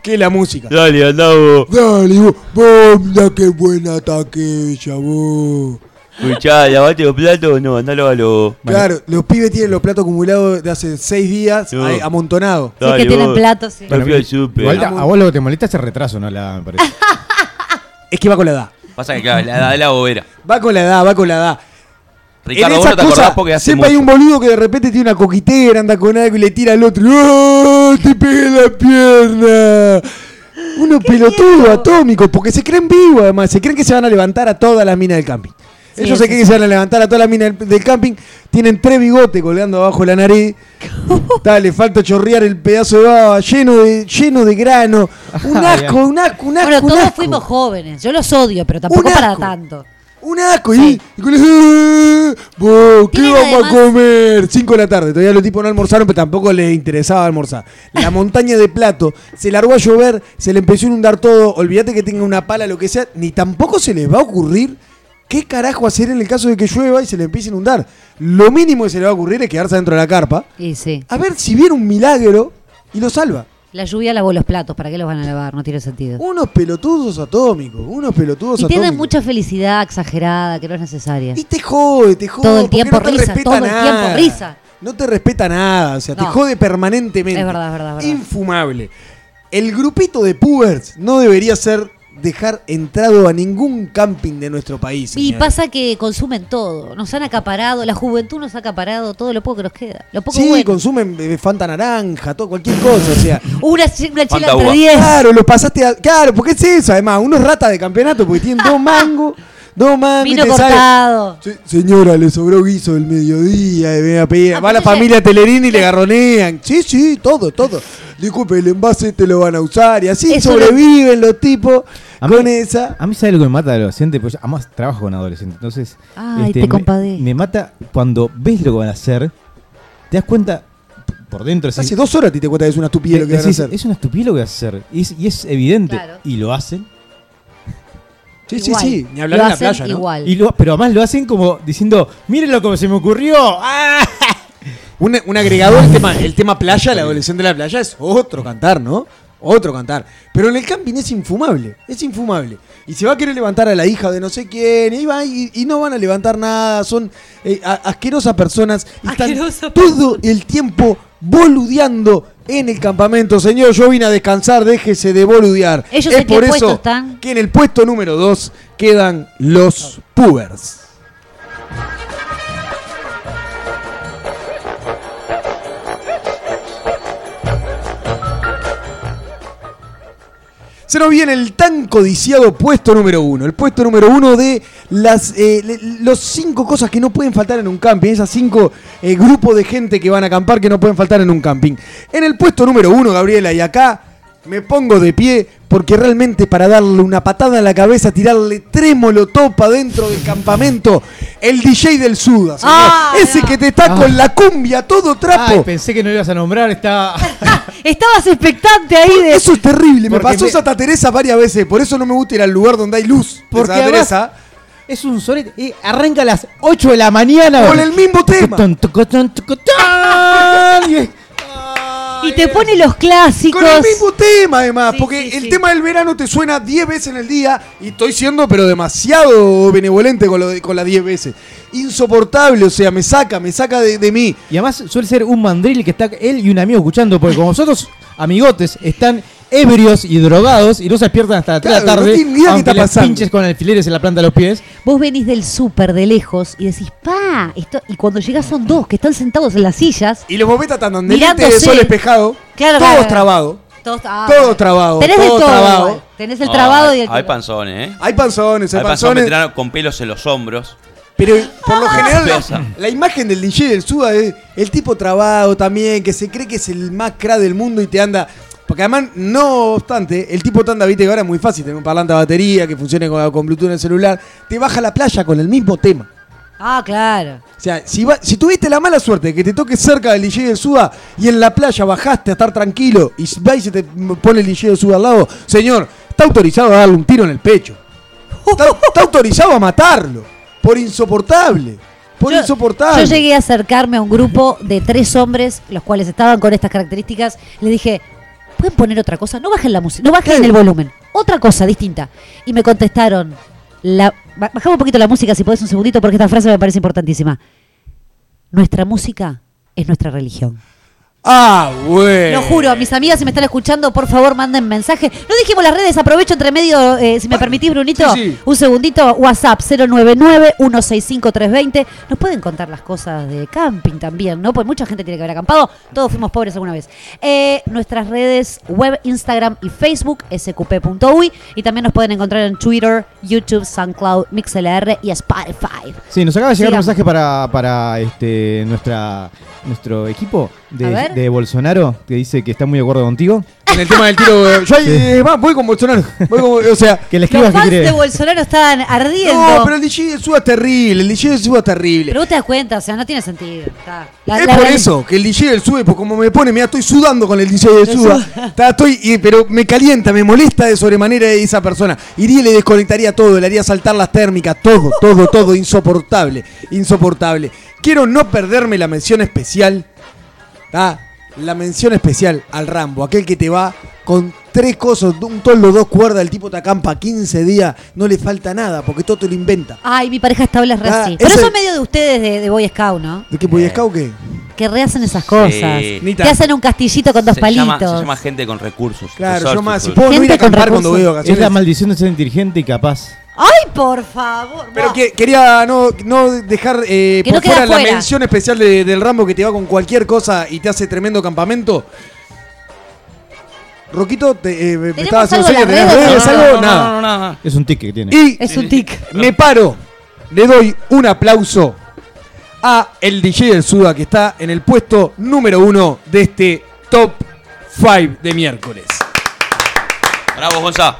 C: que la música.
B: Dale, andá vos.
E: Dale, vos, vos, mirá qué buena taquilla, vos.
B: Escuchá, lavate los platos. No, andá, lávalo.
C: Claro, los pibes tienen los platos acumulados de hace seis días
B: No.
C: ahí, amontonados.
A: Sí, que tienen platos, sí.
B: Me fui al súper.
D: Igual te- a vos lo que te molesta es el retraso, ¿no? La, me parece.
C: Es que va con la edad.
B: Pasa que, claro, la edad de la bobera.
C: Va con la edad, va con la edad.
B: Ricardo,
C: en
B: vos no
C: esas
B: te acordás
C: cosas,
B: porque hace
C: siempre hay
B: mucho.
C: un boludo que de repente tiene una coquitera, anda con algo y le tira al otro. ¡Ah, ¡Te pegué en la pierna! Uno pelotudo, atómico, porque se creen vivos además, se creen que se van a levantar a todas las minas del camping.
A: Sí,
C: Ellos
A: eso
C: se creen que se van a levantar a todas las minas del- del camping, tienen tres bigotes colgando abajo la nariz. Dale, le falta chorrear el pedazo de baba lleno de, lleno de grano. Un asco, un asco, un asco.
A: Bueno,
C: un
A: todos
C: asco.
A: fuimos jóvenes. Yo los odio, pero tampoco
C: Un
A: para
C: asco.
A: tanto.
C: Un asco, y, y con el- ¡Eh! Vos, ¿Qué
A: Tienen
C: vamos a
A: además-
C: comer? 5 de la tarde, todavía los tipos no almorzaron, pero tampoco les interesaba almorzar. La montaña de plato, se largó a llover, se le empezó a inundar todo, olvídate que tenga una pala, lo que sea, ni tampoco se les va a ocurrir qué carajo hacer en el caso de que llueva y se le empiece a inundar. Lo mínimo que se le va a ocurrir es quedarse dentro de la carpa,
A: Y sí.
C: a ver si viene un milagro y lo salva.
A: La lluvia lavó los platos, ¿para qué los van a lavar? No tiene sentido.
C: Unos pelotudos atómicos, unos pelotudos
A: Y
C: atómicos.
A: tienen mucha felicidad exagerada que no es necesaria.
C: Y te jode, te jode.
A: Todo el
C: porque
A: tiempo
C: no te
A: risa,
C: respeta
A: todo el
C: nada.
A: tiempo risa.
C: No te respeta nada, o sea, te
A: No.
C: jode permanentemente.
A: Es verdad, es verdad, es verdad.
C: Infumable. El grupito de pubers no debería ser dejar entrado a ningún camping de nuestro país.
A: Y
C: señores.
A: pasa que consumen todo, nos han acaparado, la juventud nos ha acaparado todo lo poco que nos queda, lo poco
C: Sí,
A: bueno.
C: consumen eh, Fanta naranja, todo, cualquier cosa, o sea.
A: Una, chi- una chila
B: Fanta
A: entre
B: uva.
A: 10.
C: Claro, lo pasaste a- Claro, porque es eso, además, unos ratas de campeonato, porque tienen dos mangos, dos mangos y
A: Vino
C: te sale-
A: cortado.
C: Se- señora, le sobró guiso del mediodía, y venía a pedir.
A: Ah,
C: Va la
A: pero ya-
C: familia Telerini y le garronean. Sí, sí, todo, todo. Disculpe, el envase te lo van a usar y así
A: Eso
C: sobreviven los tipos
D: A mí-
C: con esa.
D: A mí sabe lo que me mata de adolescente, porque yo además trabajo con adolescentes, entonces... este,
A: Ay, te
D: me-
A: compadezco.
D: Me, mata cuando ves lo que van a hacer, te das cuenta p- por dentro... decís-
C: Hace dos horas a ti te cuenta que es una
A: Eh,
C: estupidez lo que van a
D: decís,
C: hacer.
D: Es una estupidez lo que vas a hacer, y es, y es evidente,
A: Claro.
D: y lo hacen.
C: Sí, sí,
A: Igual.
C: sí. Ni hablar
A: Lo
C: en la
A: hacen
C: playa, ¿no?
A: igual.
D: Y lo- pero además lo hacen como diciendo, mírenlo como se me ocurrió. ¡Ah!
C: Un, un agregador, el tema, el tema playa, la adolescente de la playa es otro cantar, ¿no? Otro cantar. Pero en el camping es infumable, es infumable. Y se va a querer levantar a la hija de no sé quién, y, va, y, y no van a levantar nada, son eh, a- asquerosas personas. Y están
A: Asquerosas
C: todo el tiempo boludeando en el campamento. Señor, yo vine a descansar, déjese de boludear.
A: Ellos
C: es
A: en qué
C: por
A: puesto
C: eso
A: están?
C: que en el puesto número 2 quedan los pubers. Se nos viene el tan codiciado puesto número uno. El puesto número uno de las eh, le- los cinco cosas que no pueden faltar en un camping. Esas cinco eh, grupos de gente que van a acampar que no pueden faltar en un camping. En el puesto número uno, Gabriela, y acá me pongo de pie porque realmente para darle una patada en la cabeza, tirarle tres molotopa dentro del campamento, el DJ del Suda. señor.
A: Ah,
C: Ese
A: no.
C: que te está con la cumbia, todo
D: Ay,
C: trapo.
D: pensé que no ibas a nombrar, está...
A: Estabas expectante ahí de
C: Eso es terrible, me
D: Porque
C: pasó
D: me-
C: Santa Teresa varias veces, por eso no me gusta ir al lugar donde hay luz. de
D: Porque
C: Santa
D: además-
C: Teresa.
D: Es un solete. y arranca a las 8 de la mañana.
C: Con el mismo tema.
D: Tucután, tucután, tucután. Y es-
A: y te pone los clásicos.
C: Con el mismo tema, además,
A: Sí,
C: porque
A: sí,
C: el
A: sí.
C: tema del verano te suena 10 veces en el día y estoy siendo, pero demasiado benevolente con, lo de- con las 10 veces. Insoportable, o sea, me saca, me saca de, de mí.
D: Y además suele ser un mandril que está él y un amigo escuchando, porque como nosotros, amigotes, están ebrios y drogados y no se despiertan hasta las 3 de la
C: Claro, no
D: tarde,
C: tienen idea qué
D: aunque
C: está
D: les
C: pasando.
D: pinches con alfileres en la planta de los pies.
A: Vos venís del súper de lejos y decís, pa, esto... y cuando llegás son dos que están sentados en las sillas.
C: Y los bobetas tan donde de
A: Mirándose.
C: sol espejado, todos
A: Claro, claro, claro.
C: trabados.
A: Todos, ah,
C: Todos
A: bueno.
C: trabados,
A: Tenés de
C: todos
A: todo
C: trabados.
A: igual. Tenés el
B: No,
A: trabado
B: hay-
A: y el.
B: Ah, Hay panzones, ¿eh?
C: Hay panzones, hay,
B: Hay panzón
C: panzones.
B: veterano con pelos en los hombros.
C: Pero por lo general
B: Pesa.
C: la, la imagen del DJ del Suda es el tipo trabado también, que se cree que es el más cra del mundo y te anda. Porque además, no obstante, el tipo te anda, viste que ahora es muy fácil tener un parlante de batería que funcione con, con Bluetooth en el celular. Te baja a la playa con el mismo tema.
A: Ah, claro.
C: O sea, si, va- si tuviste la mala suerte de que te toque cerca del DJ del Suda y en la playa bajaste a estar tranquilo y va y se te pone el DJ del Suda al lado, señor, está autorizado a darle un tiro en el pecho. Está, está autorizado a matarlo. Por insoportable. Por
A: Yo-
C: insoportable.
A: Yo llegué a acercarme a un grupo de tres hombres, los cuales estaban con estas características. Le dije, ¿pueden poner otra cosa? No bajen la música, no bajen
C: Claro.
A: el volumen. Otra cosa distinta. Y me contestaron, la, ba- bajame un poquito la música si podés un segundito, porque esta frase me parece importantísima. Nuestra música es nuestra religión.
C: Ah, bueno.
A: Lo juro, mis amigas, si me están escuchando, por favor, manden mensaje. No dijimos las redes, aprovecho entre medio, eh, si me permitís, Brunito,
C: sí, sí.
A: un segundito, WhatsApp 099-165-320. Nos pueden contar las cosas de camping también, ¿no? Pues mucha gente tiene que haber acampado, todos fuimos pobres alguna vez. Eh, nuestras redes web, Instagram y Facebook, sqp.uy, y también nos pueden encontrar en Twitter, YouTube, SoundCloud, MixLR y Spotify.
D: Sí, nos acaba de llegar un
A: Sigamos.
D: mensaje para, para este, nuestra, nuestro equipo
A: A
D: de,
A: ver.
D: de Bolsonaro que dice que está muy de acuerdo contigo.
C: En el tema del tiro. eh, Yo ahí, eh, va, voy con Bolsonaro. Voy con- o sea.
D: Que le
A: Los
D: escribas que
A: fans
D: quiere.
A: de Bolsonaro estaban ardiendo.
C: No, pero el DJ de Suba es terrible. El DJ de Suba es terrible.
A: Pero vos te das cuenta, o sea, no tiene sentido. Está. La-
C: es
A: la
C: por
A: reali-
C: eso que el DJ del sube, porque como me pone, mira, estoy sudando con el DJ del
A: Del
C: suba.
A: Suba.
C: Está, estoy, y- pero me calienta, me molesta de sobremanera esa persona. Iría y le desconectaría todo, le haría saltar las térmicas, todo, todo, todo, insoportable, insoportable. Quiero no perderme la mención especial. ¿tá? La mención especial al Rambo, aquel que te va con tres cosas, un toldo, dos cuerdas, el tipo te acampa 15 días, no le falta nada, porque todo te lo inventa.
A: Ay, mi pareja está hablas re
C: Ah,
A: así. Pero
C: ese-
A: eso es medio de ustedes de, de Boy Scout, ¿no?
C: ¿De qué voy a o qué?
A: Que rehacen esas cosas.
B: Ni
A: Que hacen un castillito con dos
B: se
A: palitos.
B: Llama, se llama gente con recursos.
C: Claro,
B: resources,
C: yo más, si
B: resources.
C: puedo no ir a
A: Gente con
C: acampar cuando
A: recursos.
C: veo
D: Es
C: vacaciones.
D: la maldición de ser inteligente y capaz.
A: Ay, por favor.
C: Pero
A: no.
C: que- quería no, no dejar eh,
A: Que
C: por
A: no queda
C: fuera, la
A: fuera.
C: mención especial de- del Rambo que te va con cualquier cosa y te hace tremendo campamento. Roquito, te, eh, me
A: ¿Tenemos
C: estaba haciendo
A: algo en
C: señas,
A: las
C: ¿tenés
A: redes?
C: redes,
A: No,
C: algo?
B: No,
C: Nada.
B: no, no, no, no.
D: Es un tic que tiene.
C: Y
A: Es un tic.
C: me paro, le doy un aplauso a el DJ del Suda que está en el puesto número uno de este top 5 de miércoles.
B: Bravo, Gonza.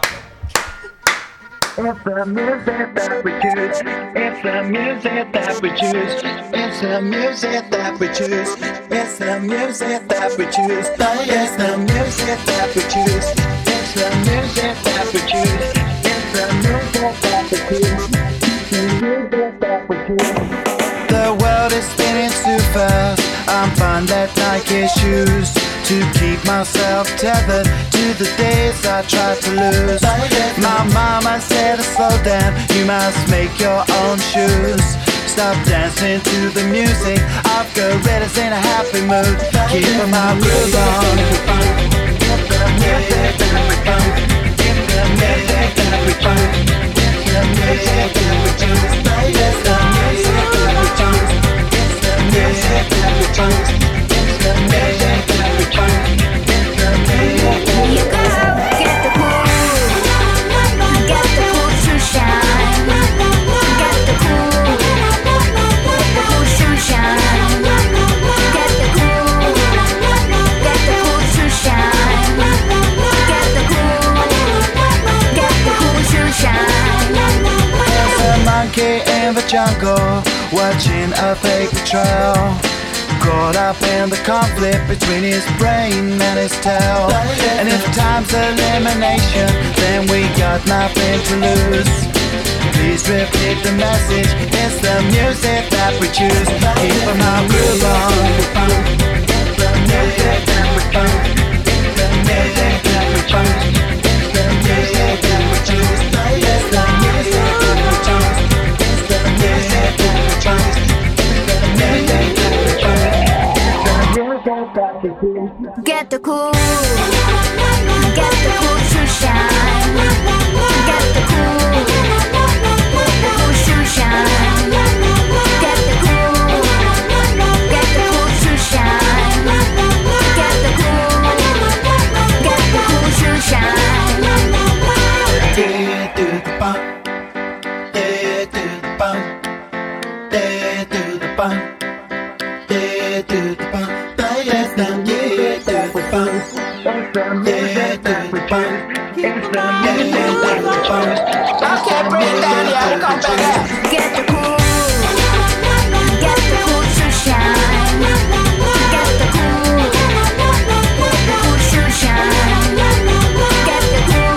G: It's the music that we choose. It's the music that we choose. It's the music that we choose. It's the music that we choose. It's the music that we choose. It's the music that we choose. It's the music that we choose. It's the music that we choose. The world is spinning too fast. I'm fine that Nike shoes to keep myself tethered to the days I tried to lose. My mama said slow down, you must make your own shoes. Stop dancing to the music. I've got riddles in a happy mood. Keep my groove on. Get the music that we funk. Get the music that we funk. Get the music that we choose. Get the music that we choose. It's the music that we choose. It's the music that we choose. It's the music that we choose.
H: Get the cool, get the cool sunshine. Get the cool, get the cool sunshine. Get the cool, get the cool sunshine. Get the cool, get the cool sunshine.
G: There's a monkey in the jungle watching a fake patrol. Caught up in the conflict between his brain and his tail. And if time's elimination, then we got nothing to lose. Please repeat the message. It's the music that we choose. Keep our groove on. It's the music that we choose. It's the music that we choose. It's the music that we choose. It's the music that we choose. It's the music that we choose. It's the music that we choose. It's the music that we choose.
H: Get the cool, get the cool sunshine. Get the cool, get the cool sunshine. Get the cool, get the cool sunshine. Get the cool, get the cool sunshine.
G: Day to the bump. Day to the bump. Day to the bump. Day to the bump. That's the music that we bump. Day to the bump. It's the music that we bump. Okay, bring it down here. I'll come back up.
H: Get the cool, get the cool sunshine. Get the cool, get the cool sunshine. Get the cool, get the cool sunshine.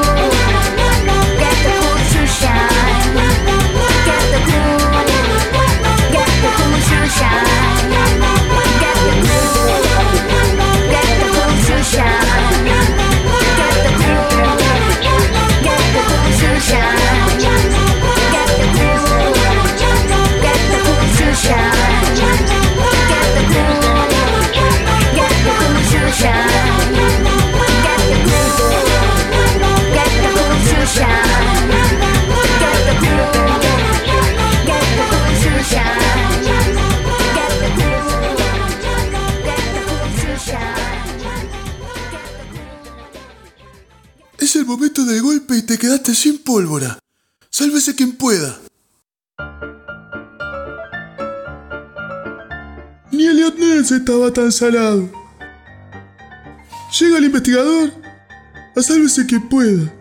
E: Es el momento del golpe y te quedaste sin pólvora. Sálvese quien pueda. Ni Elliot Ness estaba tan salado. Llega el investigador. A sálvese quien pueda.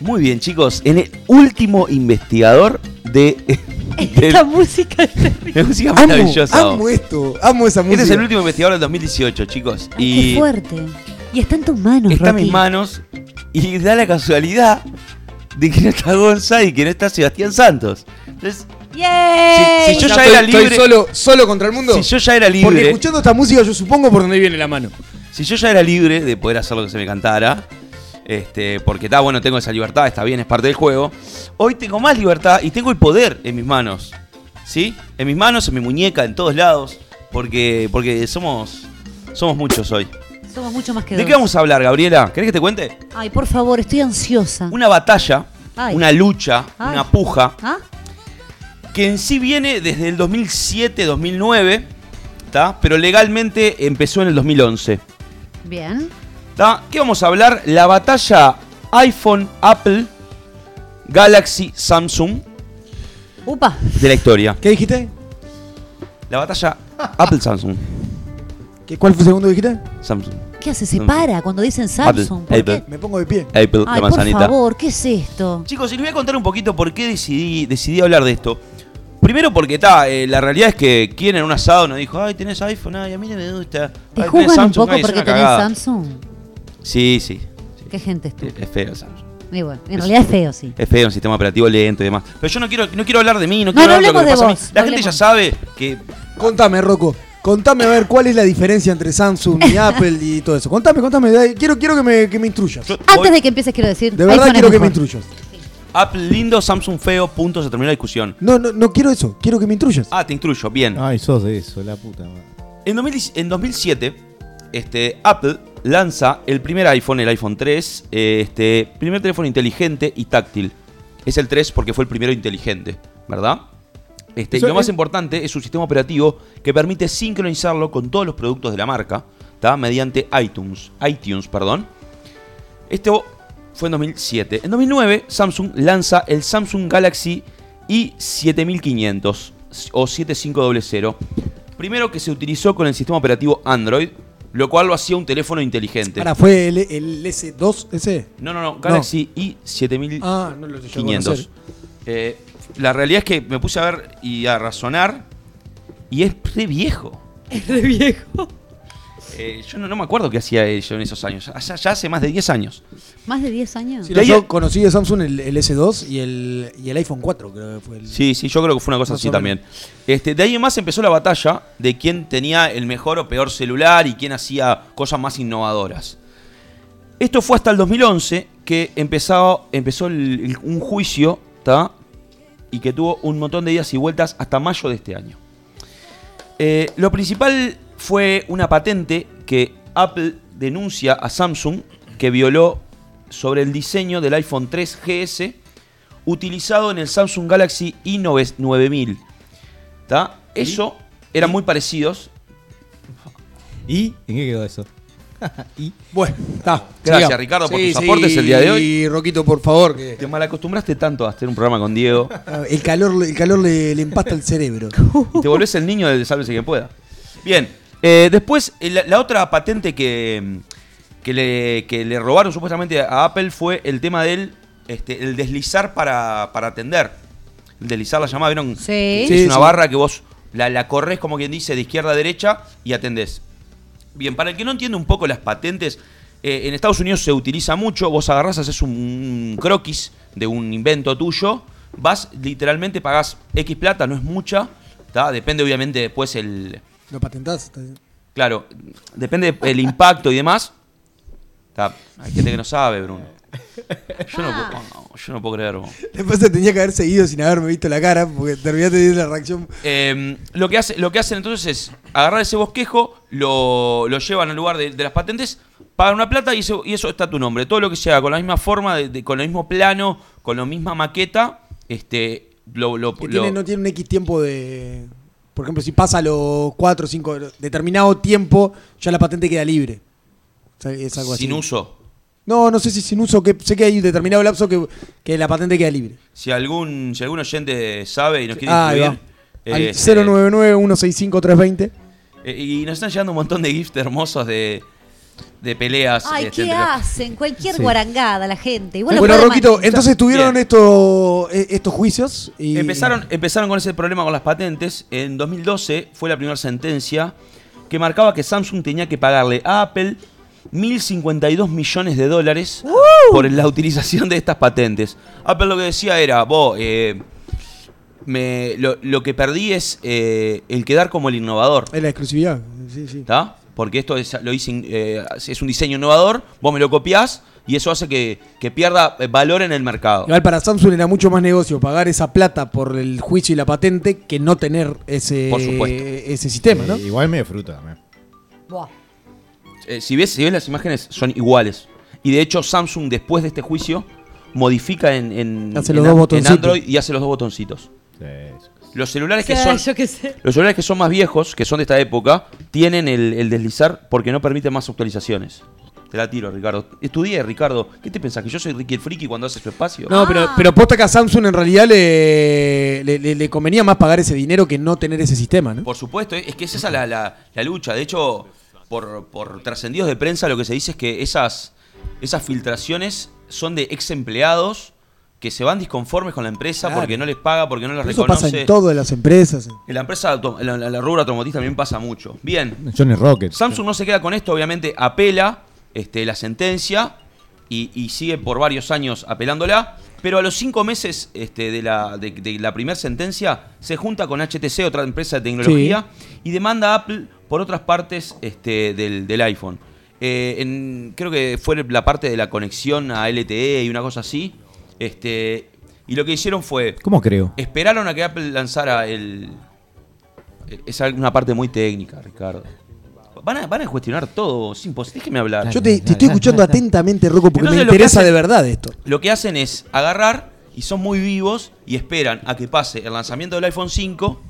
B: Muy bien, chicos. En el último investigador de. de-
A: Esta música es terrible.
B: de música
C: Amo,
B: maravillosa.
C: amo esto, amo esa música.
B: Este es el último investigador del 2018, chicos.
A: Ay,
B: Y
A: qué fuerte. Y está en tus manos,
B: está en mis
A: Rocky.
B: manos. Y da la casualidad de que no está Gonza y que no está Sebastián Santos. Entonces,
A: ¡Yay!
B: Si- si yo
I: Ya
B: ya
I: estoy-
B: era
I: estoy
B: libre.
I: solo, solo contra el mundo.
B: si yo ya era
C: Porque
B: libre.
C: escuchando esta música yo supongo por dónde viene la mano.
B: Si yo ya era libre de poder hacer lo que se me cantara. Este, porque está bueno, tengo esa libertad, está bien, es parte del juego. Hoy tengo más libertad y tengo el poder en mis manos. ¿Sí? En mis manos, en mi muñeca, en todos lados. Porque. Porque somos. Somos muchos hoy.
A: Somos mucho más que
B: ¿De
A: dos.
B: qué vamos a hablar, Gabriela? ¿Querés que te cuente?
A: Ay, por favor, estoy ansiosa.
B: Una batalla,
A: Ah. Ay.
B: una lucha,
A: Ay.
B: una puja,
A: ¿Ah?
B: que en sí viene desde el 2007-2009, ¿tá? pero legalmente empezó en el 2011.
A: Bien.
B: ¿tá? ¿Qué vamos a hablar? La batalla iPhone, Apple, Galaxy, Samsung
A: Upa.
B: de la historia.
C: ¿Qué dijiste?
B: La batalla Apple, Samsung.
C: ¿Qué- ¿Cuál fue el segundo que dijiste?
B: Samsung.
A: ¿Qué hace? Se para cuando dicen Samsung. ¿Por
B: Mm. Apple.
A: qué?
C: Me pongo de pie.
B: Apple, la
A: Ay, por
B: manzanita.
A: favor, ¿qué es esto?
B: Chicos, y les voy a contar un poquito por qué decidí, decidí hablar de esto. Primero porque está, eh, la realidad es que quien en un asado nos dijo, ay, tenés iPhone, ay, a mí no me gusta.
A: ¿Te
B: Ay, tenés
A: juzgan un
B: Samsung,
A: poco
B: ay, es
A: porque
B: una
A: tenés
B: cagada".
A: Samsung?
B: Sí, sí.
A: ¿Qué gente es tú?
B: Es feo Samsung.
A: Y bueno, en realidad es feo, sí.
B: Es feo, un sistema operativo lento y demás. Pero yo no quiero, no quiero hablar de mí,
A: No,
B: no, quiero
A: no
B: hablar lo que me
A: hablemos de
B: pasa a mí.
A: vos,
B: La
A: no
B: gente ya
A: hablemos.
B: sabe que
C: Contame, Rocco. Contame a ver cuál es la diferencia entre Samsung y Apple y todo eso. Contame, contame. dai, Quiero, quiero que, me, que me instruyas.
B: yo
C: De
A: Antes
B: voy-
A: de que empieces quiero decir,
C: verdad
A: iPhone es
C: quiero que me
A: mejor.
C: instruyas.
B: Apple lindo, Samsung feo, punto, se terminó la discusión.
C: No, no, no quiero eso. Quiero que me instruyas.
B: Ah, te instruyo, bien.
D: Ay, sos de eso, la puta madre.
B: En, 2000 en 2007, este, Apple lanza el primer iPhone, el iPhone 3, eh, este, primer teléfono inteligente y táctil. Es el 3 porque fue el primero inteligente, ¿verdad? Este, y
D: Eso
B: lo más
D: es-
B: importante es su sistema operativo que permite sincronizarlo con todos los productos de la marca, ¿tá? mediante iTunes, iTunes, perdón. Esto fue en 2007. En 2009, Samsung lanza el Samsung Galaxy i7500 o 7500. Primero que se utilizó con el sistema operativo Android, lo cual lo hacía un teléfono inteligente.
C: Ahora, ¿fue el, el S2 ese?
B: No, no, no, Galaxy i7500.
C: Ah, no lo llegué a
B: 500.
C: conocer.
B: Eh, la realidad es que me puse a ver y a razonar y es re viejo. Es re viejo. yo no, no me acuerdo qué hacía yo en esos años. Ya, ya hace más de 10 años.
A: Más de 10 años.
C: Sí, no,
B: De ahí-
C: yo conocí de Samsung el, el S2 y el, y el iPhone 4, creo que fue el.
B: Sí, sí, yo creo que fue una cosa
C: Más
B: así
C: o menos.
B: también. Este, de ahí en más empezó la batalla de quién tenía el mejor o peor celular y quién hacía cosas más innovadoras. Esto fue hasta el 2011 que empezó, empezó el- el- un juicio ¿tá? y que tuvo un montón de idas y vueltas hasta mayo de este año. Eh, lo principal fue una patente que Apple denuncia a Samsung que violó sobre el diseño del iPhone 3 GS utilizado en el Samsung Galaxy i9000. ¿Tá? Eso eran muy parecidos.
D: ¿Y? ¿En qué quedó eso? ¿Y?
C: Bueno, está.
B: Gracias,
C: sigamos.
B: Ricardo, por tus aportes el día de hoy.
C: Y Roquito, por favor. que-
B: Te malacostumbraste tanto a hacer un programa con Diego.
C: Ah, El calor, el calor le, le empasta el cerebro.
B: Y te volvés el niño del Sálvese quien pueda. Bien. eh, después, eh, la, la otra patente que, mm, que, le, que le robaron supuestamente a Apple fue el tema del este, el deslizar para, para atender. El deslizar la llamada, ¿vieron?
A: Sí.
B: Que
C: Sí,
B: Es una
C: sí.
B: barra que vos la, la corres, como quien dice, de izquierda a derecha y atendés. Bien, para el que no entiende un poco las patentes, eh, en Estados Unidos se utiliza mucho. Vos agarrás, haces un, un croquis de un invento tuyo, vas, literalmente pagás X plata, no es mucha, ¿tá? depende obviamente después el.
C: ¿Lo patentás? Está bien.
B: Claro, depende del impacto y demás. Está, hay gente que no sabe, Bruno. Yo no puedo, no, yo no puedo creerlo.
C: Después te tenía que haber seguido sin haberme visto la cara, porque terminaste de la reacción.
B: Eh, lo, que hace- lo que hacen entonces es agarrar ese bosquejo, lo, lo llevan al lugar de, de las patentes, pagan una plata y, eso- y eso está tu nombre. Todo lo que se haga con la misma forma, de- de- con el mismo plano, con la misma maqueta, este, lo, lo-
C: Que
B: lo-
C: tiene- no tiene un X tiempo de. Por ejemplo, si pasa los 4 o 5 determinado tiempo, ya la patente queda libre. O sea, es algo así.
B: sin uso.
C: No, no sé si sin uso, que sé que hay un determinado lapso que, que la patente queda libre.
B: Si algún, si algún oyente sabe y nos quiere
C: Ah, ahí
B: incluir.
C: va. Al
B: eh,
C: 099-165-320.
B: eh, y nos están llegando un montón de gifs hermosos de, de peleas.
A: Ay,
B: este,
A: ¿qué
B: entre los-
A: hacen? Cualquier
D: Sí.
A: guarangada la gente. Igual lo
C: Bueno,
A: pueden
C: Roquito,
A: manejar.
C: entonces tuvieron
B: Bien.
C: estos, eh, estos juicios y.
B: Empezaron, empezaron con ese problema con las patentes. En 2012 fue la primera sentencia que marcaba que Samsung tenía que pagarle a Apple 1.052 millones de dólares por la utilización de estas patentes. Apple lo que decía era, vos, eh, me- lo, lo que perdí es eh, el quedar como el innovador.
C: Es la exclusividad. Sí, sí.
B: ¿Está? Porque esto es, lo hice, in- eh, es un diseño innovador, vos me lo copiás y eso hace que, que pierda eh, valor en el mercado.
C: Igual para Samsung era mucho más negocio pagar esa plata por el juicio y la patente que no tener ese,
B: Por supuesto.
C: ese sistema, ¿no?
D: Eh, igual medio fruta también.
A: Buah.
B: Eh, si, ves, si ves las imágenes, son iguales. Y de hecho, Samsung, después de este juicio, modifica en, en-
C: Hace
B: en
C: los
B: a-
C: dos
B: en
C: botoncitos.
B: Android y hace los dos botoncitos. Los celulares que
A: O sea,
B: son.
A: yo qué sé.
B: Los celulares que son más viejos, que son de esta época, tienen el, el deslizar porque no permite más actualizaciones. Te la tiro, Ricardo. Estudié, Ricardo. ¿Qué te pensás? ¿Que yo soy Ricky el Friki cuando hace su espacio?
C: No, pero, pero posta que a Samsung en realidad le, le- le- le convenía más pagar ese dinero que no tener ese sistema, ¿no?
B: Por supuesto, es que es esa la, la- la lucha. De hecho, por, por trascendidos de prensa, lo que se dice es que esas, esas filtraciones son de ex empleados que se van disconformes con la empresa
C: Claro.
B: porque no les paga, porque no les
C: Pero eso
B: reconoce.
C: pasa en todas las empresas.
B: En la empresa, auto- en la, en la rubro automotriz también pasa mucho. Bien,
D: Johnny Rocket.
B: Samsung no se queda con esto, obviamente apela este, la sentencia y, y sigue por varios años apelándola. Pero a los cinco meses este, de la, de, de la primera sentencia se junta con HTC, otra empresa de tecnología, y demanda a Apple por otras partes este, del, del iPhone. Eh, en- creo que fue la parte de la conexión a LTE y una cosa así. Este, y lo que hicieron fue
D: ¿Cómo creo?
B: Esperaron a que Apple lanzara el. Es una parte muy técnica, Ricardo. Van a, van a cuestionar todo, es imposible. Déjeme hablar.
C: Yo te, te estoy escuchando atentamente, Rocco, porque
B: Entonces,
C: me
B: lo que
C: interesa
B: hace-
C: de verdad esto.
B: Lo que hacen es agarrar y son muy vivos y esperan a que pase el lanzamiento del iPhone 5.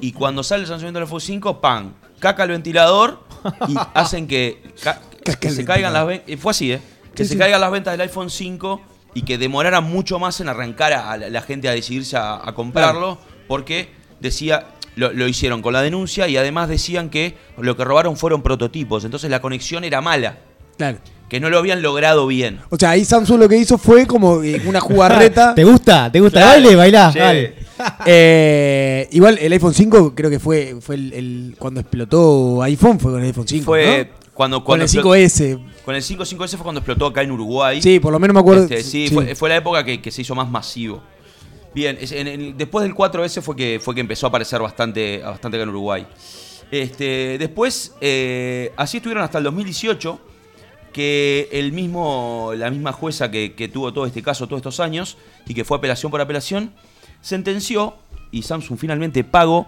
B: Y cuando sale el lanzamiento del iPhone 5, ¡pam! Caca el ventilador y hacen que, ca-
C: Caca
B: que
C: el
B: se caigan las ventas. Fue así, ¿eh? Que
C: Sí,
B: se
C: sí.
B: caigan las ventas del iPhone 5 y que demorara mucho más en arrancar a, a la, la gente a decidirse a, a comprarlo. Porque decía. Lo, lo hicieron con la denuncia y además decían que lo que robaron fueron prototipos. Entonces la conexión era mala.
C: Claro.
B: Que no lo habían logrado bien.
C: O sea, ahí Samsung lo que hizo fue como eh, una jugarreta.
D: ¿Te gusta? ¿Te gusta?
B: Claro.
D: Dale, bailá.
B: Sí.
D: Dale.
C: Eh, igual el iPhone 5 creo que fue, fue el, el- cuando explotó iPhone, fue con el iPhone 5.
B: Fue
C: ¿no?
B: cuando, cuando
C: con el
B: explotó-
C: 5S.
B: Con el 5.5S fue cuando explotó acá en Uruguay.
C: Sí, por lo menos me acuerdo.
B: Este, sí,
C: sí.
B: Fue, fue la época que, que se hizo más masivo. Bien, es- en- en- después del 4S fue que, fue que empezó a aparecer bastante, bastante acá en Uruguay. Este, después, eh, así estuvieron hasta el 2018, que el mismo, la misma jueza que, que tuvo todo este caso todos estos años y que fue apelación por apelación, sentenció y Samsung finalmente pagó.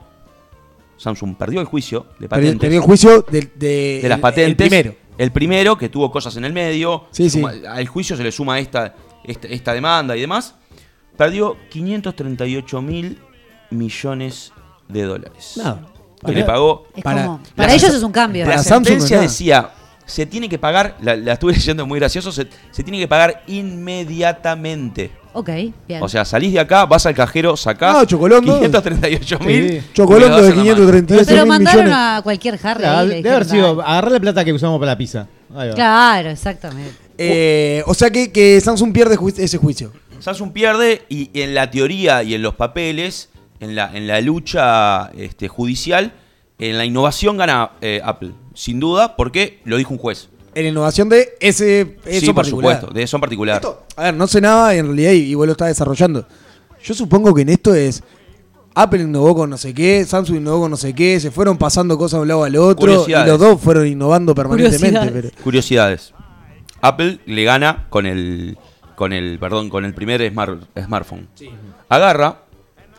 B: Samsung perdió el juicio de patentes
C: Perdió, perdió el juicio de, de-
B: de las
C: el-
B: patentes.
C: El primero.
B: El primero, que tuvo cosas en el medio.
C: Sí,
B: suma-
C: sí.
B: Al juicio se le suma esta, esta, esta demanda y demás. Perdió 538 mil millones de dólares.
C: Nada.
B: Que le pagó.
A: Es
C: Para-
A: como-
C: la-
A: para ellos es un cambio.
C: para
B: la
A: ¿no?
C: Samsung
B: sentencia
C: no es
B: decía, se tiene que pagar, la, la estuve leyendo muy gracioso, se, se tiene que pagar inmediatamente.
A: Ok, bien.
B: O sea, salís de acá, vas al cajero, sacás
C: Ah, Chocolondo.
B: 538 mil.
D: Sí.
C: Chocolondo de 532
A: Pero
C: mil
A: mandaron
C: millones.
A: a cualquier Harry. ahí,
D: Claro,
A: le
D: Debe haber
A: dijeron,
D: sido,
A: "Dale".
D: agarrar la plata que usamos para la pizza. Ahí va.
A: Claro, exactamente.
C: Eh, o sea que, que Samsung pierde ju- ese juicio.
B: Samsung pierde y en la teoría y en los papeles, en la, en la lucha este, judicial, en la innovación gana eh, Apple. Sin duda, porque lo dijo un juez.
C: En innovación de ese eso
B: sí, por
C: particular.
B: supuesto, de eso en particular.
C: Esto, a ver, no sé nada en realidad y, y vos lo estás desarrollando. Yo supongo que en esto es. Apple innovó con no sé qué, Samsung innovó con no sé qué, se fueron pasando cosas de un lado al otro y
B: Curiosidades.
C: los dos fueron innovando permanentemente. Pero,
A: Curiosidades.
B: Curiosidades. Apple le gana con el con el perdón, con el primer smart- smartphone. Agarra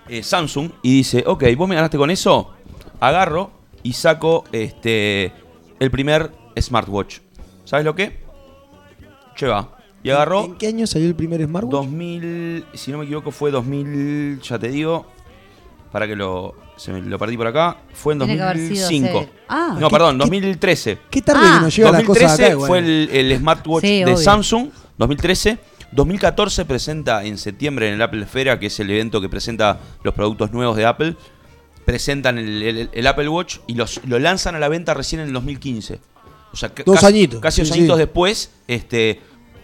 B: eh, Samsung y dice, ok, vos me ganaste con eso, agarro y saco este el primer smartwatch. ¿Sabes lo que? Che va. Y agarró
C: ¿En qué año salió el primer smartwatch?
B: 2000, si no me equivoco fue 2000, ya te digo, para que lo se me- lo perdí por acá, fue en
A: Tiene que haber sido
B: 2005.
A: hace- Ah.
B: no,
C: ¿Qué-
B: perdón,
C: qué-
B: 2013.
C: Qué tarde
A: Ah.
C: que nos llegan las cosas
B: 2013
C: acá. igual.
B: fue el, el smartwatch
A: Sí,
B: de
A: obvio.
B: Samsung, 2013. 2014 presenta en septiembre en el Apple Esfera, que es el evento que presenta los productos nuevos de Apple. Presentan el, el- el Apple Watch y los, lo lanzan a la venta recién en el 2015. O sea, ca-
C: Dos
B: casi,
C: añitos,
B: Casi dos
C: sí,
B: añitos
C: sí.
B: después, este,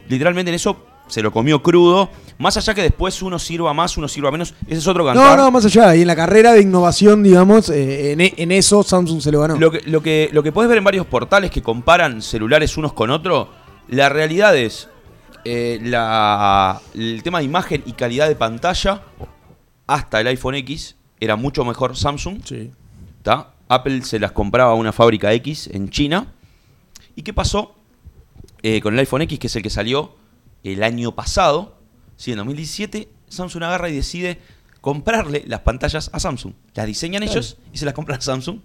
B: literalmente en eso se lo comió crudo. Más allá que después uno sirva más, uno sirva menos, ese es otro
C: No,
B: cantar.
C: no, más allá. Y en la carrera de innovación, digamos, eh, en, e- en eso Samsung se lo ganó.
B: Lo que, lo, que, lo que podés ver en varios portales que comparan celulares unos con otros, la realidad es eh, la- el tema de imagen y calidad de pantalla, hasta el iPhone X era mucho mejor Samsung.
C: Sí.
B: ¿tá? Apple se las compraba a una fábrica X en China. ¿Y qué pasó eh, con el iPhone X, que es el que salió el año pasado? Sí, en 2017, Samsung agarra y decide comprarle las pantallas a Samsung. Las diseñan ellos y se las compran a Samsung.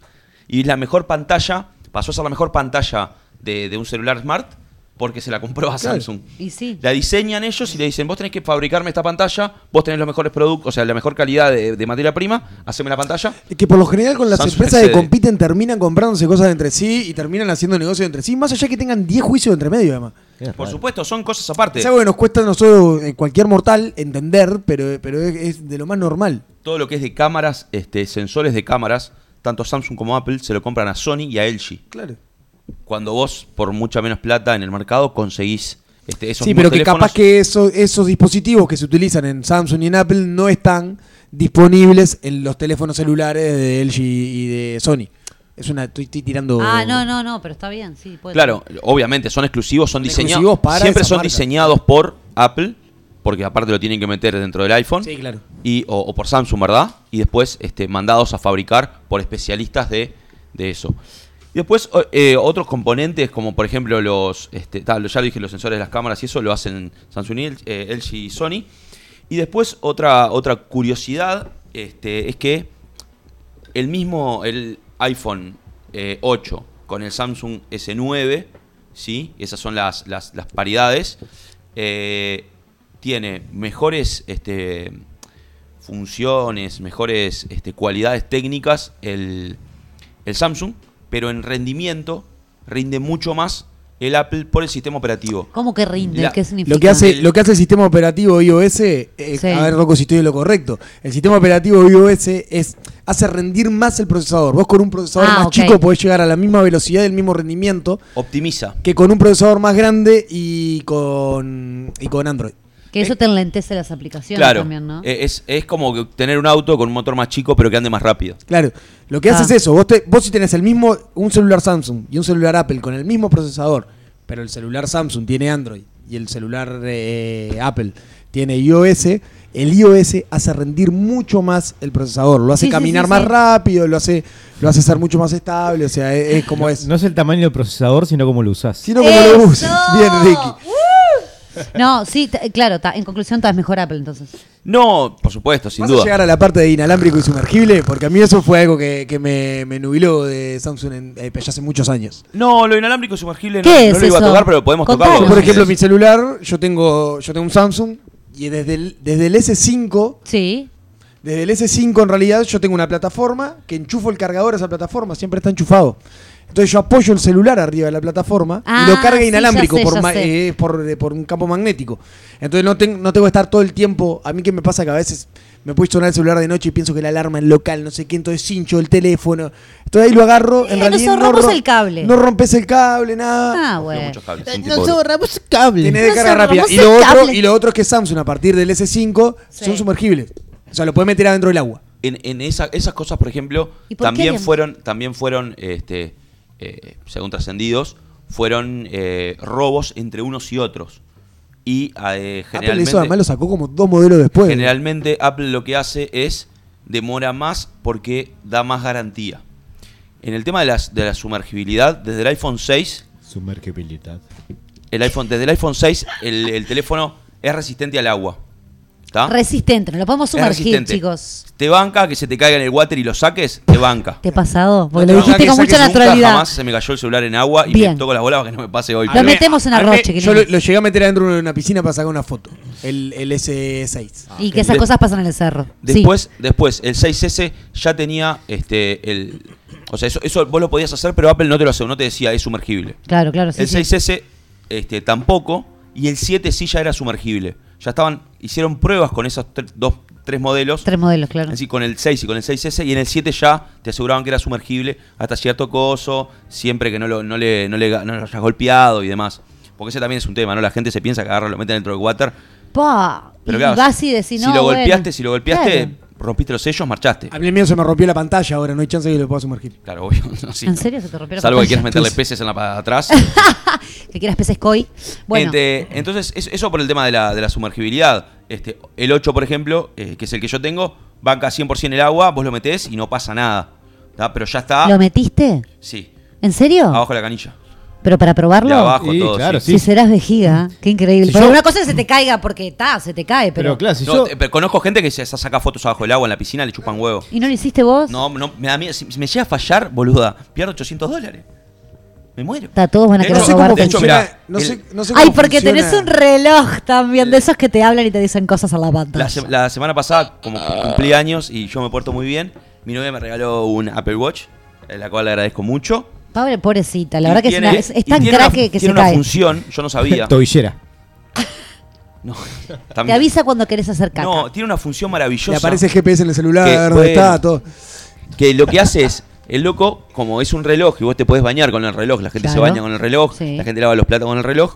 B: Y la mejor pantalla, pasó a ser la mejor pantalla de, de un celular smart porque se la compró a
C: Claro.
B: Samsung.
A: Y sí.
B: La diseñan ellos y le dicen, vos tenés que fabricarme esta pantalla, vos tenés los mejores productos, o sea, la mejor calidad de, de materia prima, haceme la pantalla.
C: Que por lo general con las
B: Samsung
C: empresas que
B: excede.
C: compiten terminan comprándose cosas entre sí y terminan haciendo negocios entre sí, más allá que tengan 10 juicios entre medio, además.
B: Por supuesto, son cosas aparte.
C: Es algo que nos cuesta a nosotros, eh, cualquier mortal, entender, pero, pero es, es de lo más normal.
B: todo lo que es de cámaras, este, sensores de cámaras, tanto Samsung como Apple se lo compran a Sony y a LG.
C: Claro.
B: Cuando vos, por mucha menos plata en el mercado, conseguís este, esos
C: Sí,
B: mismos
C: pero que
B: teléfonos.
C: capaz que eso- esos dispositivos que se utilizan en Samsung y en Apple no están disponibles en los teléfonos celulares de LG y de Sony. Es una, estoy, estoy tirando.
A: Ah, no, no, no, pero está bien, sí. puede
B: Claro, obviamente, son exclusivos, son diseñados.
C: Exclusivos para
B: Siempre
C: esa
B: son
C: marca.
B: diseñados por Apple, porque aparte lo tienen que meter dentro del iPhone.
C: Sí, claro.
B: y, o, o por Samsung, ¿verdad? Y después este, mandados a fabricar por especialistas de, de eso. Y después o- eh, otros componentes, como por ejemplo los, este, ta, lo- ya lo dije, los sensores de las cámaras y eso, lo hacen Samsung, y el- eh, LG y Sony. Y después otra, otra curiosidad este, es que el mismo el iPhone eh, 8 con el Samsung S9, ¿sí? Esas son las, las, las paridades. eh, tiene mejores este, funciones, mejores este, cualidades técnicas el, el Samsung, pero en rendimiento rinde mucho más el Apple por el sistema operativo.
A: ¿Cómo que rinde?
B: La-
A: ¿Qué significa?
C: Lo que, hace, lo que hace el sistema operativo iOS, eh,
A: Sí.
C: a ver Rocco si estoy en lo correcto, el sistema operativo iOS es, hace rendir más el procesador. Vos con un procesador
A: Ah,
C: más
A: ok.
C: chico podés llegar a la misma velocidad y el mismo rendimiento
B: Optimiza.
C: que con un procesador más grande y con, y con Android.
A: Que eso te enlentece las aplicaciones
B: Claro,
A: también, ¿no?
B: eh, es, es como que tener un auto con un motor más chico pero que ande más rápido.
C: Claro, lo que
A: Ah.
C: haces es eso, vos, te- vos si tenés el mismo, un celular Samsung y un celular Apple con el mismo procesador, pero el celular Samsung tiene Android y el celular eh, Apple tiene iOS, el iOS hace rendir mucho más el procesador, lo hace
A: Sí, sí,
C: caminar
A: sí,
C: más
A: sí.
C: rápido, lo hace, lo hace ser mucho más estable, o sea, es, es como es.
D: No es el tamaño del procesador, sino como lo usás.
C: Sino como lo
A: ¡Eso!
C: uses. Bien, Ricky.
A: No, sí, ta- claro, ta- en conclusión, estás mejor Apple entonces.
B: No, por supuesto, sin
C: Vamos a
B: duda.
C: llegar a la parte de inalámbrico y sumergible, porque a mí eso fue algo que, que me, me nubiló de Samsung en- eh, ya hace muchos años.
B: No, lo inalámbrico y sumergible no,
A: ¿Qué
B: no
A: es
B: lo iba a
A: eso?
B: tocar, pero podemos
A: Contalo.
B: tocarlo.
C: Yo, por
A: Sí,
C: ejemplo, mi celular, yo tengo, yo tengo un Samsung y desde el, desde el S5,
A: Sí.
C: desde el S5 en realidad yo tengo una plataforma que enchufo el cargador a esa plataforma, siempre está enchufado. Entonces yo apoyo el celular arriba de la plataforma
A: Ah,
C: y lo carga
A: sí,
C: inalámbrico
A: ya sé,
C: por,
A: ya
C: ma-
A: sé.
C: eh, por, eh, por un campo magnético. Entonces no, ten- no tengo que estar todo el tiempo. A mí que me pasa que a veces me puede sonar el celular de noche y pienso que la alarma es local, no sé qué, entonces hincho el teléfono. Entonces ahí lo agarro. En
A: Eh,
C: realidad
A: nos
C: no
A: ahorramos
C: rom-
A: el cable.
C: No rompes el cable, nada.
A: Ah,
B: Tengo
A: bueno.
B: muchos cables, un tipo
D: Nos
B: de-
D: ahorramos cable.
C: Tiene de
A: No
C: carga
A: se
C: rápida.
A: rompe
C: Y lo,
A: el
C: otro,
A: cable.
C: y lo otro es que Samsung, a partir del S5, son
A: Sí.
C: sumergibles. O sea, lo puede meter adentro del agua.
B: en, en esa- esas cosas, por ejemplo,
A: ¿Y por qué
B: también
A: haríamos?
B: fueron, también fueron este, eh, según trascendidos, fueron eh, robos entre unos y otros. Y
C: Apple
B: eh,
C: eso
B: generalmente,
C: además lo sacó como dos modelos después.
B: generalmente Apple lo que hace es demora más porque da más garantía. En el tema de, las, de la sumergibilidad, desde el iPhone 6,
D: Sumergibilidad.
B: el iPhone, desde el iPhone 6, el, el teléfono es resistente al agua. ¿Está?
A: Resistente, no lo podemos
B: ¿ah? Es
A: sumergir,
B: resistente.
A: chicos.
B: Te banca que se te caiga en el water y lo saques, te banca.
A: Te he pasado, porque
B: No
A: lo
B: te banca
A: dijiste
B: que
A: con mucha
B: saques nunca,
A: naturalidad.
B: Jamás se me cayó el celular en agua y
A: Bien.
B: me toco las bolas para que no me pase hoy.
A: Lo
B: pero-
A: me- metemos en
C: a mí
A: arroz, chiquilín.
C: Yo lo, lo llegué a meter adentro de una piscina para sacar una foto. El, el S6.
A: Y que esas
B: De-
A: cosas pasan en el cerro. Sí.
B: Después, después, el 6S ya tenía este el. O sea, eso, eso vos lo podías hacer, pero Apple no te lo aseguró, no te decía, es sumergible.
A: Claro, claro, sí,
B: el
A: sí.
B: 6S este, tampoco, y el 7 sí ya era sumergible. Ya estaban, hicieron pruebas con esos tre- dos, tres modelos.
A: Tres modelos, claro.
B: Así con el 6 y con el 6S, y en el 7 ya te aseguraban que era sumergible hasta cierto coso, siempre que no, lo, no, le, no, le, ga- no lo hayas golpeado y demás. Porque ese también es un tema, ¿no? La gente se piensa que agarra, lo mete dentro del water.
A: Pa,
B: Pero
A: y
B: claro,
A: vas y decís, no,
B: si lo
A: bueno.
B: golpeaste, si lo golpeaste,
A: Claro.
B: rompiste los sellos, marchaste.
C: A mí el mío se me rompió la pantalla ahora, no hay chance que lo pueda sumergir.
B: Claro, obvio. no, sí,
A: ¿En
B: no.
A: serio se te rompió la
B: Salvo
A: pantalla?
B: que quieras meterle
C: Sí.
B: peces en la pa- atrás.
A: Que quieras peces koi. Bueno,
B: Este, entonces, es- eso por el tema de la, de la sumergibilidad. Este, el 8, por ejemplo, eh, que es el que yo tengo, banca 100% el agua, vos lo metés y no pasa nada. ¿tá? Pero ya está.
A: ¿lo metiste?
B: Sí,
A: ¿En serio?
B: ah. abajo de la canilla.
A: ¿Pero para
B: De
A: probarlo?
B: abajo,
D: Sí,
B: todo.
D: claro,
B: sí.
A: Si serás vejiga, qué increíble.
D: Si
A: Pero
D: yo-
A: una cosa es que se te caiga porque está, se te cae, pero.
D: Pero claro, si
B: No,
D: yo.
B: eh, pero conozco gente que se se saca fotos abajo del agua en la piscina, le chupan huevo.
A: ¿Y no lo hiciste vos?
B: No, no, me da miedo. Si si me llega a fallar, boluda, pierdo 800 dólares. Me muero.
A: Ta, todos van a
B: De
C: No
A: querer
B: hecho-
C: sé cómo
A: robarte.
B: de hecho,
C: funciona.
B: mirá,
C: no,
B: el-
C: sé, no sé
A: Ay,
C: cómo
A: porque
C: funciona.
A: tenés un reloj también, de esos que te hablan y te dicen cosas a la
B: La,
A: pantalla.
B: se- la semana pasada, como cu- cumplí años y yo me porto muy bien, mi novia me regaló un Apple Watch, eh, la cual le agradezco mucho.
A: Pobre, pobrecita, la
B: Y
A: verdad que es,
B: tiene-
A: una- es- es
B: y
A: tan
B: tiene
A: crack
B: una-
A: que, que
B: tiene
A: se
B: una
A: cae.
B: función, yo no sabía.
D: Tobillera.
B: No,
A: Te
B: también-
A: avisa cuando querés hacer caca.
B: No, tiene una función maravillosa.
C: Le aparece el GPS en el celular,
B: Que,
C: dónde
B: bueno.
C: está, todo.
B: Que lo que hace es, el loco, como es un reloj y vos te podés bañar con el reloj, la gente se
A: Claro.
B: baña con el reloj,
A: Sí.
B: la gente lava los platos con el reloj,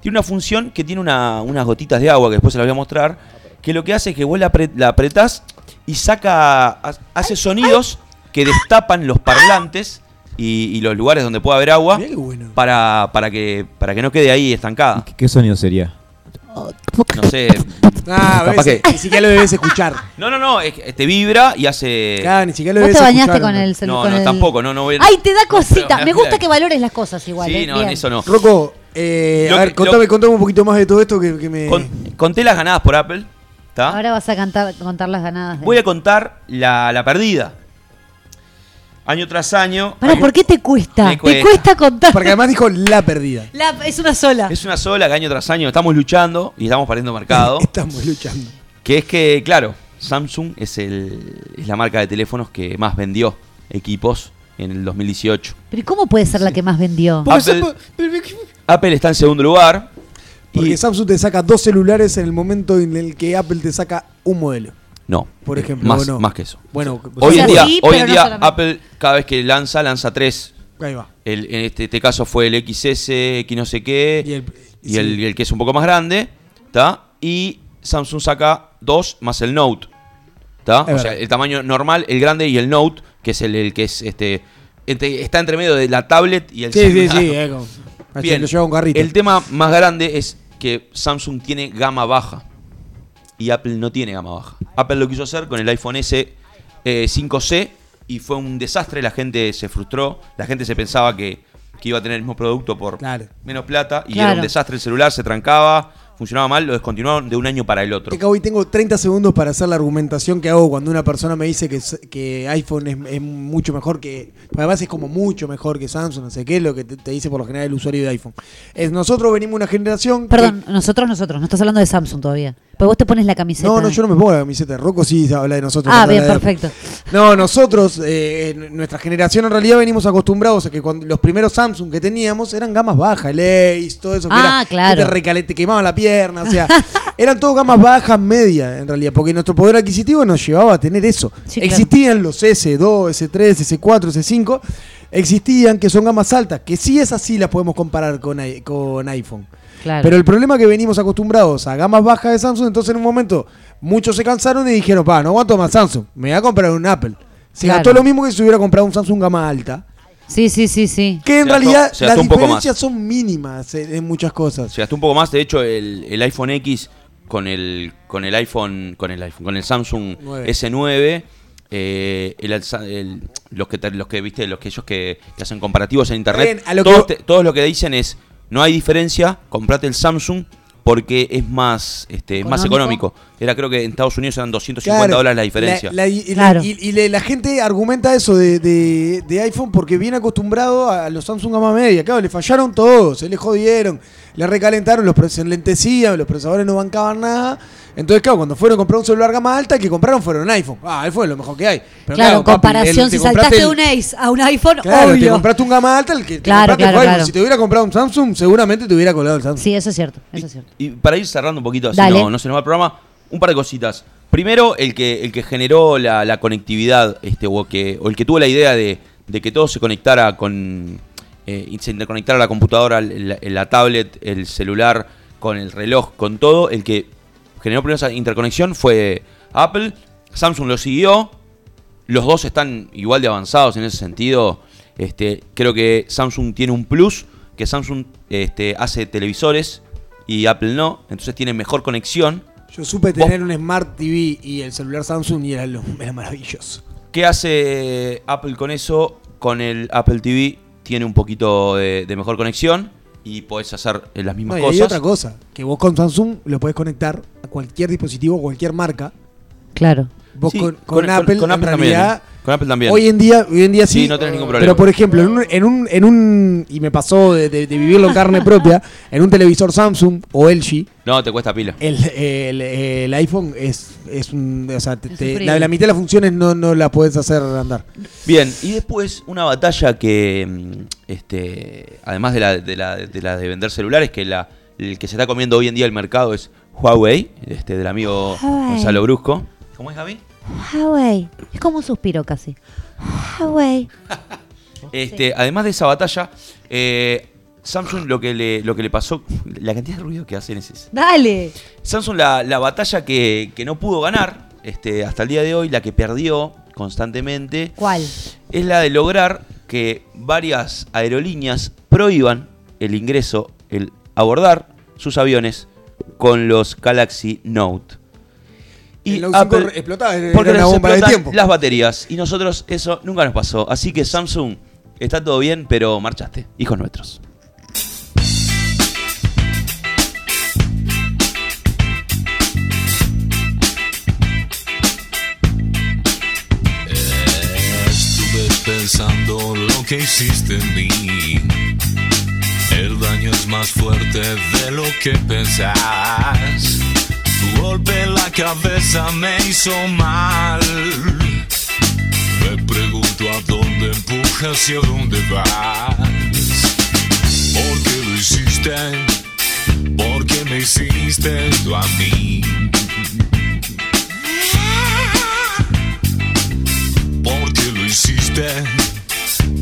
B: tiene una función que tiene una- unas gotitas de agua que después se las voy a mostrar, que lo que hace es que vos la, apre- la apretás y saca, ha- hace sonidos que destapan los parlantes y, y los lugares donde pueda haber agua
C: Mirá qué bueno.
B: para, para, que, para que no quede ahí
A: Ah.
B: estancada.
D: ¿Qué, qué sonido sería?
B: No sé.
C: Ah,
B: Capaz
C: ves,
B: que-
C: ni siquiera lo debes escuchar.
B: No, no, no, es que te vibra y hace...
C: Claro, ni siquiera lo
A: Vos
C: debes
A: te bañaste
C: escuchar,
A: con
C: hombre.
A: el celu-
B: No,
A: con
B: no,
A: el-
B: tampoco, no, no voy-
A: Ay, te da
B: no, pero-
A: cosita. Me gusta que valores las cosas igual.
B: Sí,
A: eh,
B: no, en
A: bien.
B: eso no.
C: Rocco, eh,
B: Lo-
C: a ver,
B: lo-
C: contame, contame un poquito más de todo esto que, que me.
B: Con- conté las ganadas por Apple. ¿tá?
A: Ahora vas a cantar, contar las ganadas. de-
B: Voy a contar la, la perdida. Año tras año.
A: Pará,
B: hay un-
A: ¿por qué te cuesta?
B: Me
A: Te cuesta contar.
C: Porque además dijo la perdida.
A: La- es una sola.
B: Es una sola que año tras año estamos luchando y estamos perdiendo mercado.
C: Estamos luchando.
B: que es que, claro, Samsung es, el, es la marca de teléfonos que más vendió equipos en el 2018.
A: Pero ¿y cómo puede ser la que más vendió?
B: Apple, Apple está en segundo lugar.
C: Porque
B: Y,
C: Samsung te saca dos celulares en el momento en el que Apple te saca un modelo.
B: no,
C: Por
B: eh,
C: ejemplo,
B: más,
C: ¿o no?
B: más que eso.
C: Bueno, pues,
B: Hoy en
A: sea,
B: día,
A: sí,
B: hoy
A: pero
B: en
A: no
B: día
A: solamente.
B: Apple cada vez que lanza, lanza tres.
C: ahí va.
B: El- en este, este caso fue el XS, X no sé qué,
C: Y el-
B: y
C: sí.
B: el- y el que es un poco más grande, ¿tá? Y Samsung saca dos más el Note, ¿tá? O
C: verdad.
B: sea, el tamaño normal, el grande y el Note, que es el, el que es este... entre- está entre medio de la tablet y el
C: Sí, sí,
B: celular.
C: sí. eh, con-
B: Bien.
C: Lo lleva un carrito.
B: El tema más grande es que Samsung tiene gama baja y Apple no tiene gama baja. Apple lo quiso hacer con el iPhone S eh, 5C y fue un desastre. La gente se frustró, la gente se pensaba que, que iba a tener el mismo producto por
C: Claro.
B: menos plata y era
A: Claro.
B: un desastre. El celular se trancaba, funcionaba mal, lo descontinuaron de un año para el otro.
C: Acá hoy tengo 30 segundos para hacer la argumentación que hago cuando una persona me dice que, s- que iPhone es, es mucho mejor que. pues, Además, es como mucho mejor que Samsung, no sé qué, lo que te, te dice por lo general el usuario de iPhone. Es, nosotros venimos de una generación. que-
A: Perdón, nosotros, nosotros. No estás hablando de Samsung todavía. Pues vos te pones la camiseta.
C: no, no, yo no me pongo la camiseta. Rocco sí habla de nosotros.
A: Ah,
C: cuando
A: bien,
C: habla de Apple.
A: perfecto.
C: No, nosotros, eh, n- nuestra generación en realidad venimos acostumbrados a que cuando los primeros Samsung que teníamos eran gamas bajas, el Ace, todo eso. que
A: Ah,
C: era-
A: claro.
C: que Te, recale- te quemaban la pierna, o sea, eran todo gamas bajas, media en realidad, porque nuestro poder adquisitivo nos llevaba a tener eso.
A: Sí, claro.
C: Existían los S2, S3, S4, S5, existían que son gamas altas, que sí es así las podemos comparar con, i- con iPhone.
A: Claro.
C: Pero el problema es que venimos acostumbrados a gamas bajas de Samsung, entonces en un momento muchos se cansaron y dijeron, pa, no aguanto más Samsung, me voy a comprar un Apple. Se
A: Claro.
C: gastó lo mismo que si se hubiera comprado un Samsung gama alta.
A: Sí, sí, sí, sí.
C: Que en
B: Se gastó-
C: realidad
B: se
C: las
B: gastó un poco más.
C: diferencias son mínimas eh, en muchas cosas.
B: Se gastó un poco más, de hecho el, el iPhone X con el con el iPhone con el iPhone con el Samsung
C: Nueve.
B: S9 eh, el alza- el- los que te- los que viste, los que ellos que, que hacen comparativos en internet,
C: Bien, a lo que
B: todos,
C: vos-
B: te- todos lo que dicen es no hay diferencia, comprate el Samsung porque es más este es más
A: Económico.
B: económico. Era creo que en Estados Unidos eran 250
C: Claro,
B: dólares la diferencia.
C: la- y, y-
A: Claro.
C: y- y le- la gente argumenta eso de, de- de iPhone porque viene acostumbrado a los Samsung gama media. Claro, le fallaron todos, se le jodieron, le recalentaron, los procesadores lentecían, los procesadores no bancaban nada. Entonces, claro, cuando fueron a comprar un celular gama alta, el que compraron fueron un iPhone. Ah, iPhone es lo mejor que hay. Pero
A: claro, en
C: papi,
A: comparación,
C: el- te
A: si
C: compraste
A: saltaste de
C: el-
A: un Ace a un iPhone,
C: Claro, te
A: obvio.
C: compraste un gama alta, el que te
A: Claro,
C: compraste
A: claro,
C: fue iPhone.
A: claro.
C: Si te hubiera comprado un Samsung, seguramente te hubiera colado el Samsung.
A: Sí, eso es cierto, eso es cierto.
B: Y para ir cerrando un poquito, así
A: Dale.
B: no, no se nos va el programa, un par de cositas. Primero, el que, el que generó la, la conectividad, este, o, que, o el que tuvo la idea de, de que todo se conectara con. eh, y se interconectara la computadora, la, la tablet, el celular, con el reloj, con todo. El que generó primero esa interconexión fue Apple. Samsung lo siguió. Los dos están igual de avanzados en ese sentido. Este, creo que Samsung tiene un plus, que Samsung este, hace televisores y Apple no, entonces tiene mejor conexión.
C: Yo supe
B: Vos-
C: tener un Smart TV y el celular Samsung y era, lo- era maravilloso.
B: ¿Qué hace eh, Apple con eso? Con el Apple TV tiene un poquito de, de mejor conexión y podés hacer eh, las mismas
C: No, y
B: cosas.
C: hay otra cosa, que vos con Samsung lo podés conectar a cualquier dispositivo, cualquier marca.
A: Claro.
C: Vos
B: Sí,
C: con, con Apple,
B: con
C: en
B: Apple
C: realidad,
B: también. Con Apple también.
C: hoy en día, hoy en día sí.
B: Sí, no tenés ningún problema.
C: Pero por ejemplo, en un, en un, en un- y me pasó de, de- de vivirlo en carne propia, en un televisor Samsung o LG,
B: no, te cuesta pila.
C: el, el- el iPhone es, es un, o sea, te-
A: Es
C: te-
A: sufrible.
C: la, la mitad de las funciones no, no las podés hacer andar.
B: Bien, y después una batalla que, mm, este, además de la de, la- de la de vender celulares, que la, el que se está comiendo hoy en día el mercado es Huawei, este, del amigo
A: Huawei.
B: Gonzalo Brusco. ¿Cómo es, Gaby?
A: Huawei. Es como un suspiro casi. Huawei.
B: Este, Además de esa batalla, eh, Samsung lo que, le, lo que le pasó, la cantidad de ruido que hacen es esa.
A: Dale.
B: Samsung la, la batalla que, que no pudo ganar este, hasta el día de hoy, la que perdió constantemente,
A: ¿Cuál?
B: es la de lograr que varias aerolíneas prohíban el ingreso, el abordar sus aviones con los Galaxy Note.
C: El Note 5 re- explotaba, era
B: porque
C: una
B: les
C: bomba de
B: explotan
C: tiempo.
B: las baterías y nosotros eso nunca nos pasó. Así que Samsung, está todo bien, pero marchaste, hijos nuestros.
I: Estuve pensando lo que hiciste en mí. El daño es más fuerte de lo que pensás. Tu golpe en la cabeza me hizo mal. Me pregunto a dónde empujas y a dónde vas. ¿Por qué lo hiciste? ¿Por qué me hiciste esto a mí? ¿Por qué lo hiciste?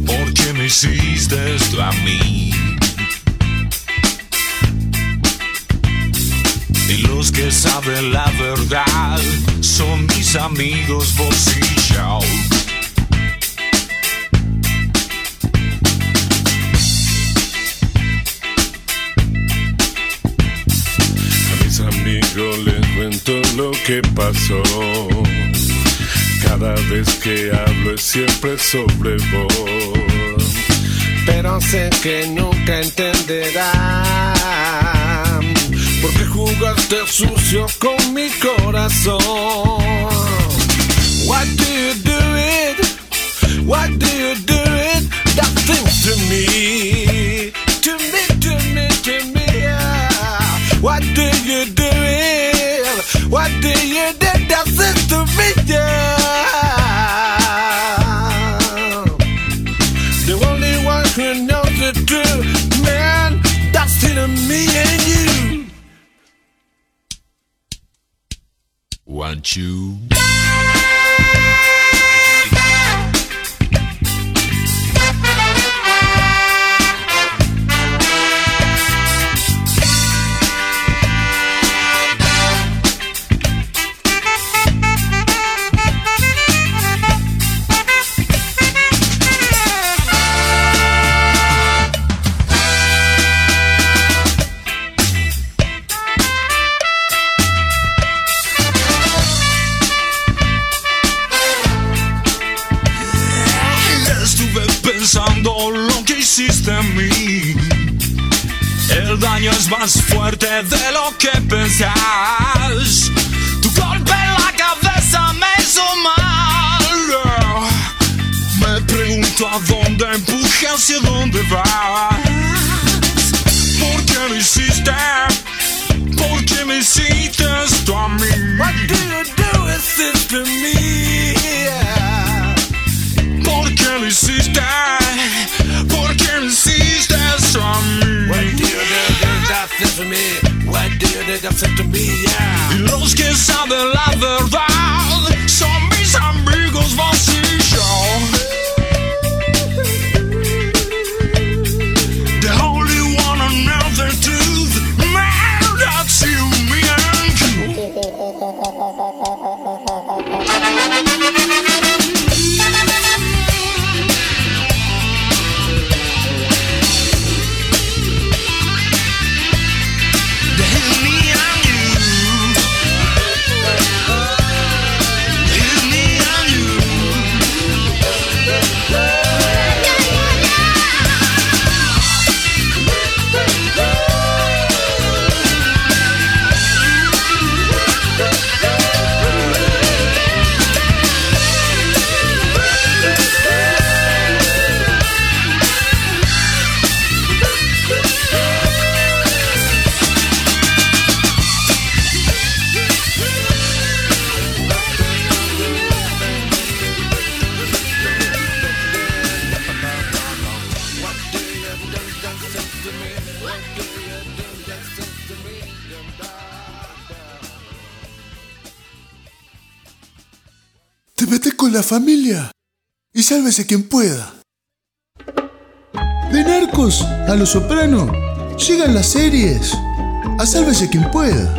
I: ¿Por qué me hiciste esto a mí? Y los que saben la verdad son mis amigos, vos y yo.
J: A mis amigos les cuento lo que pasó. Cada vez que hablo es siempre sobre vos. Pero sé que nunca entenderán por qué jugaste sucio con mi corazón. Why do you do it? Why do you do it? That thing to me, to me, to me, to me. yeah. Why do you do it? Why do you do that thing to me? Yeah. The only one who knows the truth, man, that's in me and you.
I: One, two.
H: Thank
J: hiciste en mí. El daño es más fuerte de lo que pensás. Tu golpe en la cabeza me hizo mal. Me pregunto a dónde empujas y a dónde vas. ¿Por qué lo hiciste? ¿Por qué me hiciste esto a mí? What do you do with this to me? ¿Por qué lo hiciste? ¿Por qué lo hiciste esto a mí? What do you do this to me? What do you do this to me? Los que saben la verdad son mis amigos, vos y yo. The only one on earth that truth Man, that's you, me and you The hell me and you Hell me and you
E: Te metes con la familia y sálvese quien pueda. De narcos a los soprano llegan las series a sálvese quien pueda.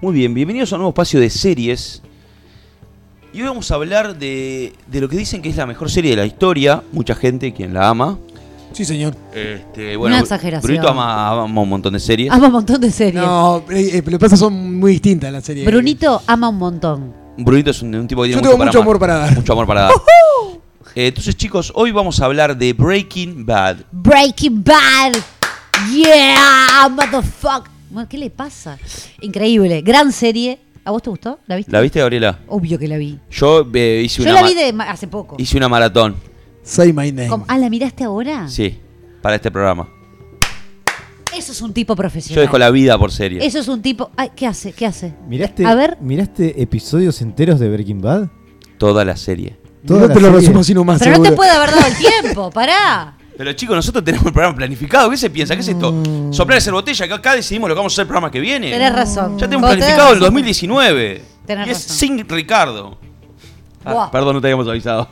B: Muy bien, bienvenidos a un nuevo espacio de series. Y hoy vamos a hablar de, de lo que dicen que es la mejor serie de la historia. Mucha gente quien la ama.
C: Sí, señor.
B: Este, bueno,
A: Una exageración. Ah.
B: Brunito ama, ama un montón de series.
A: Ama un montón de series.
C: No, eh, eh, pero lo que pasa son muy distintas las series.
A: Brunito ama un montón.
B: Brunito es un, un tipo que tiene
C: Yo tengo
B: para
C: mucho
B: amar.
C: amor para dar.
B: Mucho amor para dar. Eh, entonces, chicos, hoy vamos a hablar de Breaking Bad.
A: Breaking Bad. Yeah, motherfucker. Bueno, ¿Qué le pasa? Increíble. Gran serie. ¿A vos te gustó? ¿La viste?
B: ¿La viste, Gabriela?
A: Obvio que la vi.
B: Yo eh, hice,
A: Yo
B: una
A: la
B: ma-
A: vi de ma- hace poco.
B: hice una maratón,
C: Say my name.
A: ¿Cómo? Ah, ¿la miraste ahora?
B: sí, para este programa.
A: Eso es un tipo profesional.
B: Yo dejo la vida por serie.
A: Eso es un tipo. Ay, ¿Qué hace? ¿Qué hace?
D: ¿Miraste,
A: A ver.
D: ¿Miraste episodios enteros de Breaking Bad?
B: Toda la serie.
C: No
D: la
C: te lo
D: serie.
C: resumo así nomás,
A: Pero no te
C: seguro.
A: puede haber dado el tiempo, pará.
B: Pero chicos, nosotros tenemos el programa planificado. ¿Qué se piensa? ¿Qué es esto? Soplar esa botella, que acá decidimos lo que vamos a hacer el programa que viene.
A: Mm. Tenés razón.
B: Ya
A: Vos
B: tenemos
A: tenés
B: planificado el
A: razón.
B: 2019.
A: Tenés
B: y es
A: razón.
B: sin Ricardo. Ah,
A: Buah.
B: perdón, no te habíamos avisado.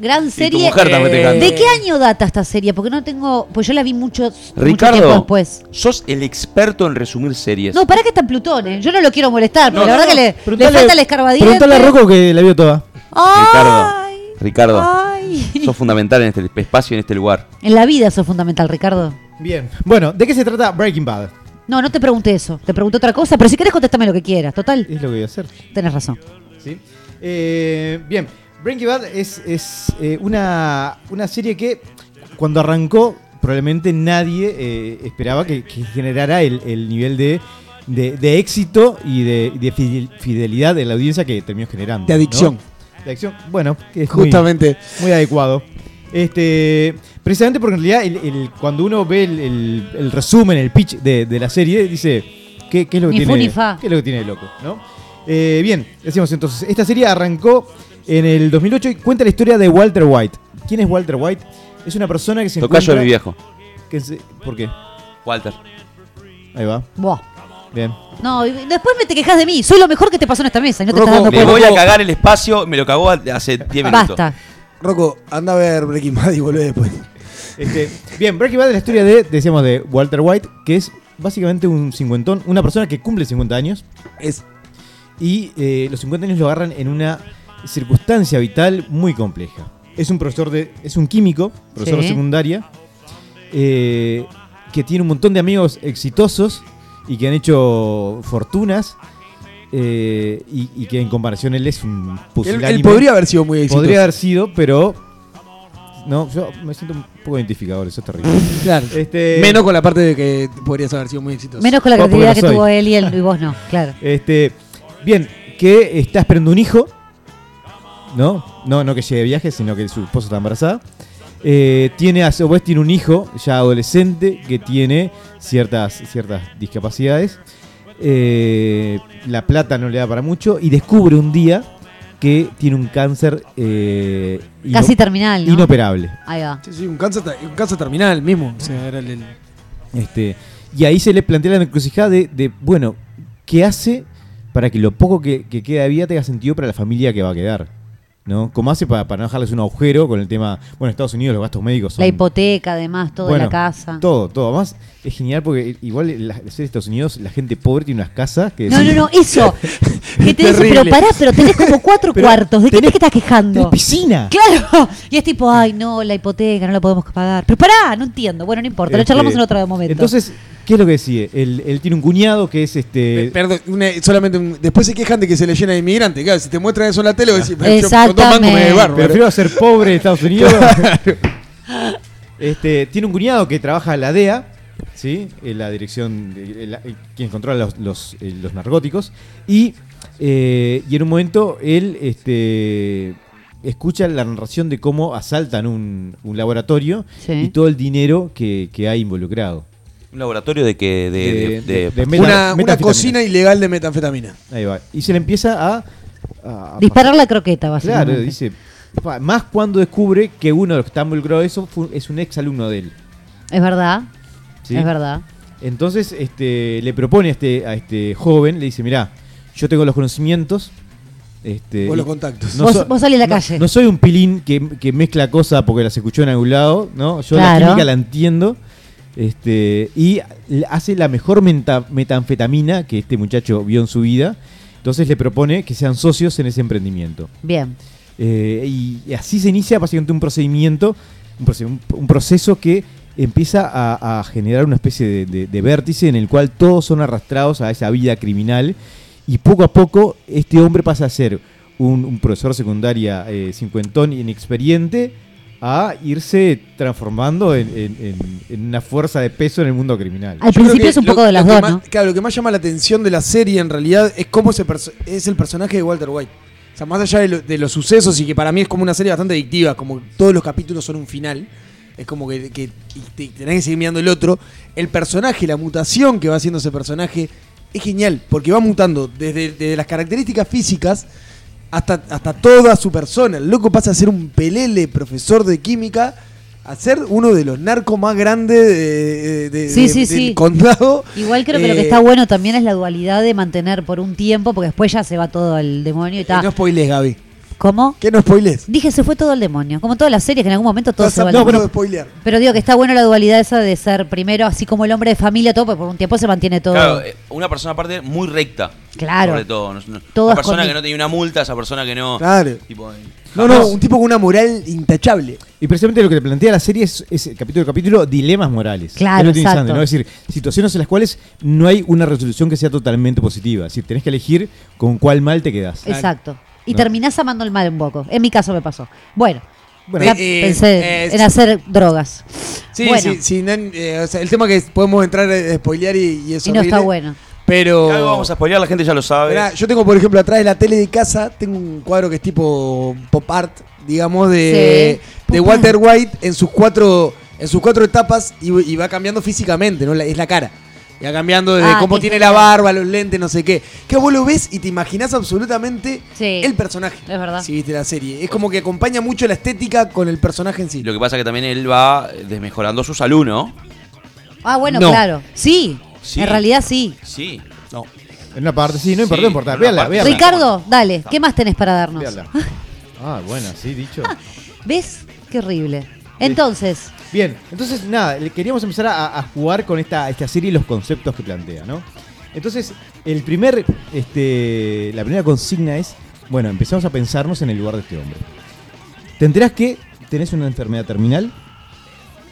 A: Gran serie. eh,
B: mujer está festejando.
A: ¿De qué año data esta serie? Porque no tengo. Pues yo la vi mucho, mucho tiempo
B: Ricardo,
A: después.
B: sos el experto en resumir series.
A: No, pará que están Plutones. eh. Yo no lo quiero molestar,
B: No,
A: porque la
B: no,
A: verdad que
B: no.
A: le, le falta el escarbadiente.
D: Preguntale a Rocco que la vio toda.
A: Ay,
B: Ricardo,
A: Ah,
B: Ricardo,
A: ay.
B: sos fundamental en este espacio y en este lugar.
A: En la vida eso es fundamental, Ricardo.
D: Bien. Bueno, ¿de qué se trata Breaking Bad?
A: No, no te pregunté eso. Te pregunté otra cosa, pero si querés contestame lo que quieras. Total,
D: Es lo que voy a hacer.
A: tenés razón.
D: ¿sí? Eh, bien, Breaking Bad es, es, eh, una, una serie que cuando arrancó probablemente nadie eh, esperaba que, que generara el, el nivel de, de- de éxito y de, y de fidel- fidelidad de la audiencia que terminó generando.
C: De adicción.
D: ¿no? De adicción, bueno, que es muy-
C: Justamente.
D: muy adecuado. Este, Precisamente porque en realidad el- el- cuando uno ve el, el- el resumen, el pitch de, de la serie, dice, ¿qué, qué es lo que
A: Ni fu
D: tiene?
A: ni fa.
D: ¿Qué es lo que tiene de loco? ¿no? Eh, bien, decimos entonces, esta serie arrancó en el 2008 y cuenta la historia de Walter White. ¿Quién es Walter White? Es una persona que se
B: Tocayo de mi
D: encuentra...
B: viejo.
D: que se- ¿Por qué?
B: Walter.
D: Ahí va.
A: Buah.
D: Bien.
A: No, y después me te quejas de mí. Soy lo mejor que te pasó en esta mesa y no te estás dando
B: Le
A: cuenta.
B: voy a cagar el espacio, me lo cagó hace 10 minutos.
A: Basta.
C: Rocco, anda a ver Breaking Bad y volvé después.
D: Este, bien, Breaking Bad es la historia de, decíamos, de Walter White, que es básicamente un cincuentón, una persona que cumple 50 años.
C: Es.
D: Y eh, los 50 años lo agarran en una circunstancia vital muy compleja. Es un profesor de. es un químico, profesor de
A: Sí.
D: secundaria, eh, que tiene un montón de amigos exitosos y que han hecho fortunas. eh, y, y que en comparación él es un
C: Él,
D: pusilánime.
C: él podría haber sido muy exitoso.
D: Podría haber sido, pero. No, yo me siento un poco identificado, eso es terrible.
C: Claro.
D: Este,
C: Menos con la parte de que podrías haber sido muy exitoso.
A: Menos con la
D: Vos porque
A: creatividad
D: no
A: que
D: soy.
A: tuvo él y, él y vos no, claro.
D: Este, bien, que está esperando un hijo. ¿No? No, no que llegue de viaje, sino que su esposa está embarazada. Eh, tiene, a su vez tiene un hijo ya adolescente que tiene ciertas, ciertas discapacidades. Eh, la plata no le da para mucho y descubre un día que tiene un cáncer eh, ino-
A: Casi terminal, ¿no?
D: inoperable.
A: Ahí va.
C: Sí, sí, un cáncer, ta- un cáncer terminal mismo. O sea, era el- el,
D: Este, y ahí se le plantea la encrucijada de, de, bueno, ¿qué hace para que lo poco que, que queda de vida tenga sentido para la familia que va a quedar? ¿No? ¿Cómo hace para, para no dejarles un agujero con el tema, bueno, en Estados Unidos los gastos médicos son...
A: La hipoteca, además, todo de
D: Bueno,
A: la casa.
D: Todo, todo. Además, es genial porque igual en la- en Estados Unidos la gente pobre tiene unas casas que...
A: No,
D: son-
A: no, no, eso. Que te dice,
C: Terrible.
A: pero pará, pero tenés como cuatro
D: Pero
A: cuartos. ¿De qué te
D: tenés-
A: estás
D: Tenés
A: quejando?
D: piscina.
A: Claro. Y es tipo, ay, no, la hipoteca, no la podemos pagar. Pero pará, no entiendo. Bueno, no importa, lo
D: Este,
A: charlamos en otro momento.
D: Entonces, ¿qué es lo que decide? Él, él tiene un cuñado que es este...
C: Pe- Perdón, una- solamente un- después se quejan de que se le llena de inmigrante. Claro, si te muestran eso en la tele, vos decís, "Pero yo con dos mangos me
A: Exactamente.
C: bárbaro".
D: Prefiero ser pobre en Estados Unidos. este, tiene un cuñado que trabaja en la DEA, ¿sí? En la dirección, de- en la- en quien controla los, los, eh, los narcóticos. Y, eh, y en un momento él este, escucha la narración de cómo asaltan un, un laboratorio
A: Sí.
D: y todo el dinero que, que hay involucrado. Eh,
B: Un laboratorio de que. De, de- de-
D: de meta-
C: Una, una
D: metanfetamina.
C: cocina ilegal de metanfetamina.
D: Ahí va. Y se le empieza a- a, a
A: Disparar la croqueta,
D: Claro,
A: básicamente.
D: dice. "Pa", Más cuando descubre que uno de los que está involucrado en eso fue- es un ex alumno de él.
A: Es verdad,
D: ¿sí?
A: es verdad.
D: Entonces este, le propone a este, a este joven, le dice, mirá, yo tengo los conocimientos. Este,
C: Vos
D: y
C: los contactos.
A: Vos- vos salís a la
D: no-
A: calle.
D: No soy un pilín que, que mezcla cosas porque las escuchó en algún lado, ¿no? Yo
A: Claro.
D: la química la entiendo. Este, y l- hace la mejor menta- metanfetamina que este muchacho vio en su vida. Entonces le propone que sean socios en ese emprendimiento.
A: Bien.
D: Eh, y, y así se inicia básicamente un procedimiento, un, proce- un- un proceso que empieza a, a generar una especie de, de- de vértice en el cual todos son arrastrados a esa vida criminal y poco a poco este hombre pasa a ser un, un profesor secundaria eh, cincuentón inexperiente a irse transformando en, en- en- en una fuerza de peso en el mundo criminal.
A: Al
C: Yo creo
A: principio
C: que
A: es un
C: lo-
A: poco de
C: lo
A: las
C: que
A: dos,
C: más-
A: ¿no?
C: Claro, lo que más llama la atención de la serie en realidad es cómo se perso- es el personaje de Walter White. O sea, más allá de, lo- de los sucesos y que para mí es como una serie bastante adictiva, como que todos los capítulos son un final. Es como que, que- y te- tenés que seguir mirando el otro. El personaje, la mutación que va haciendo ese personaje es genial, porque va mutando desde, desde las características físicas hasta, hasta toda su persona. El loco pasa a ser un pelele profesor de química a ser uno de los narcos más grandes de, de- de-
A: Sí,
C: de-
A: sí,
C: del
A: sí.
C: condado.
A: Igual creo que lo que
C: Eh,
A: está bueno también es la dualidad de mantener por un tiempo, porque después ya se va todo al demonio y
C: Que no
A: está.
C: spoilees, Gaby.
A: ¿Cómo?
C: Que no spoilees.
A: Dije, se fue todo al demonio. Como todas las series, que en algún momento todo
C: Estás
A: se
C: a
A: va al
C: punto
A: demonio.
C: de spoilear.
A: Pero digo que está bueno la dualidad esa de ser primero, así como el hombre de familia, todo, porque por un tiempo se mantiene todo.
B: Claro, eh, una persona aparte muy recta.
A: Claro.
B: Sobre todo. no- no-
A: Todo
B: una persona
A: escondido.
B: que no tenía una multa, esa persona que no.
C: Claro.
B: tipo, eh,
C: No, no, un tipo con una moral intachable.
D: Y precisamente lo que te plantea la serie es, es capítulo a capítulo dilemas morales.
A: Claro,
D: Es lo que tiene
A: exacto.
D: Sandra, ¿no? Es decir, situaciones en las cuales no hay una resolución que sea totalmente positiva. Es decir, tenés que elegir con cuál mal te quedás.
C: eh,
A: Exacto. Y
D: No.
A: terminás amando el mal un poco. En mi caso me pasó. Bueno,
D: Bueno,
A: ya
C: eh,
A: pensé
C: eh,
A: en
C: sí.
A: hacer drogas.
C: Sí,
A: bueno,
C: sí, sí, nan- eh, o sea, el tema que es- podemos entrar a spoilear y, y es
A: y no
C: horrible,
A: está bueno.
C: Pero.
B: Algo vamos a spoilear, la gente ya lo sabe.
C: Mirá, yo tengo, por ejemplo, atrás de la tele de casa, tengo un cuadro que es tipo pop art, digamos, de,
A: Sí.
C: de
A: Pop
C: Walter White en sus cuatro, en sus cuatro etapas y, y va cambiando físicamente, ¿no? La- es la cara. Y va cambiando desde
A: Ah,
C: cómo
A: qué
C: tiene
A: genial.
C: la barba, los lentes, no sé qué. Que vos lo ves y te imaginás absolutamente
A: Sí.
C: el personaje.
A: Es verdad.
C: Si viste la serie. Es como que acompaña mucho la estética con el personaje en sí.
B: Lo que pasa es que también él va desmejorando su salud, ¿no?
A: Ah, bueno,
C: No.
A: claro. Sí,
B: Sí.
A: en realidad sí.
B: Sí.
C: No.
D: En una parte, sí, no importa,
B: Sí,
D: no importa.
B: en una
D: Véala,
B: parte.
D: véala.
A: Ricardo, dale, ¿qué más tenés para darnos?
D: Véala. Ah, bueno, sí, dicho.
A: ¿Ves? Qué horrible. Entonces,
D: Bien, entonces nada, le- queríamos empezar a, a jugar con esta, esta serie y los conceptos que plantea, ¿no? Entonces, el primer, este, la primera consigna es, bueno, empezamos a pensarnos en el lugar de este hombre. Te enterás que tenés una enfermedad terminal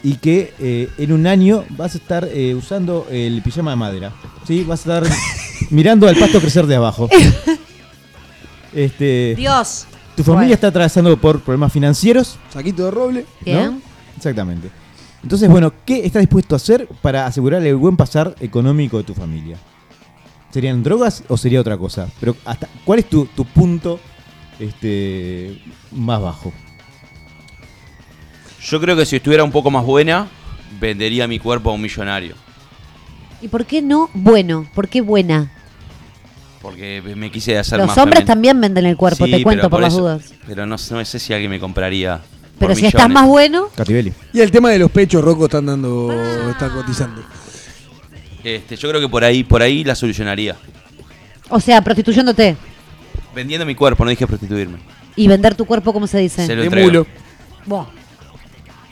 D: y que eh, en un año vas a estar eh, usando el pijama de madera, ¿sí? Vas a estar mirando al pasto crecer de abajo. Este,
A: Dios.
D: tu familia
A: Bueno.
D: está atravesando por problemas financieros,
C: Saquito de roble.
A: Bien.
D: ¿no? Exactamente. Entonces, bueno, ¿qué estás dispuesto a hacer para asegurar el buen pasar económico de tu familia? ¿Serían drogas o sería otra cosa? Pero hasta, ¿cuál es tu, tu punto este, más bajo?
B: Yo creo que si estuviera un poco más buena, vendería mi cuerpo a un millonario.
A: ¿Y por qué no bueno? ¿Por qué buena?
B: Porque me quise hacer
A: Los
B: más.
A: hombres
B: femen-
A: también venden el cuerpo,
B: Sí,
A: te cuento
B: pero
A: por, las
B: eso-
A: dudas.
B: Pero no, no sé si alguien me compraría. por
A: Pero si
B: millones.
A: estás más bueno,
D: Cativelli.
C: Y el tema de los pechos, Rocco, están dando.
A: Ah.
C: Está cotizando.
B: Este, yo creo que por ahí, por ahí la solucionaría.
A: o sea, prostituyéndote
B: Vendiendo mi cuerpo, no dije prostituirme.
A: y vender tu cuerpo, ¿cómo se dice?
B: Se lo
C: De
B: entrego.
C: mulo.
A: Buah.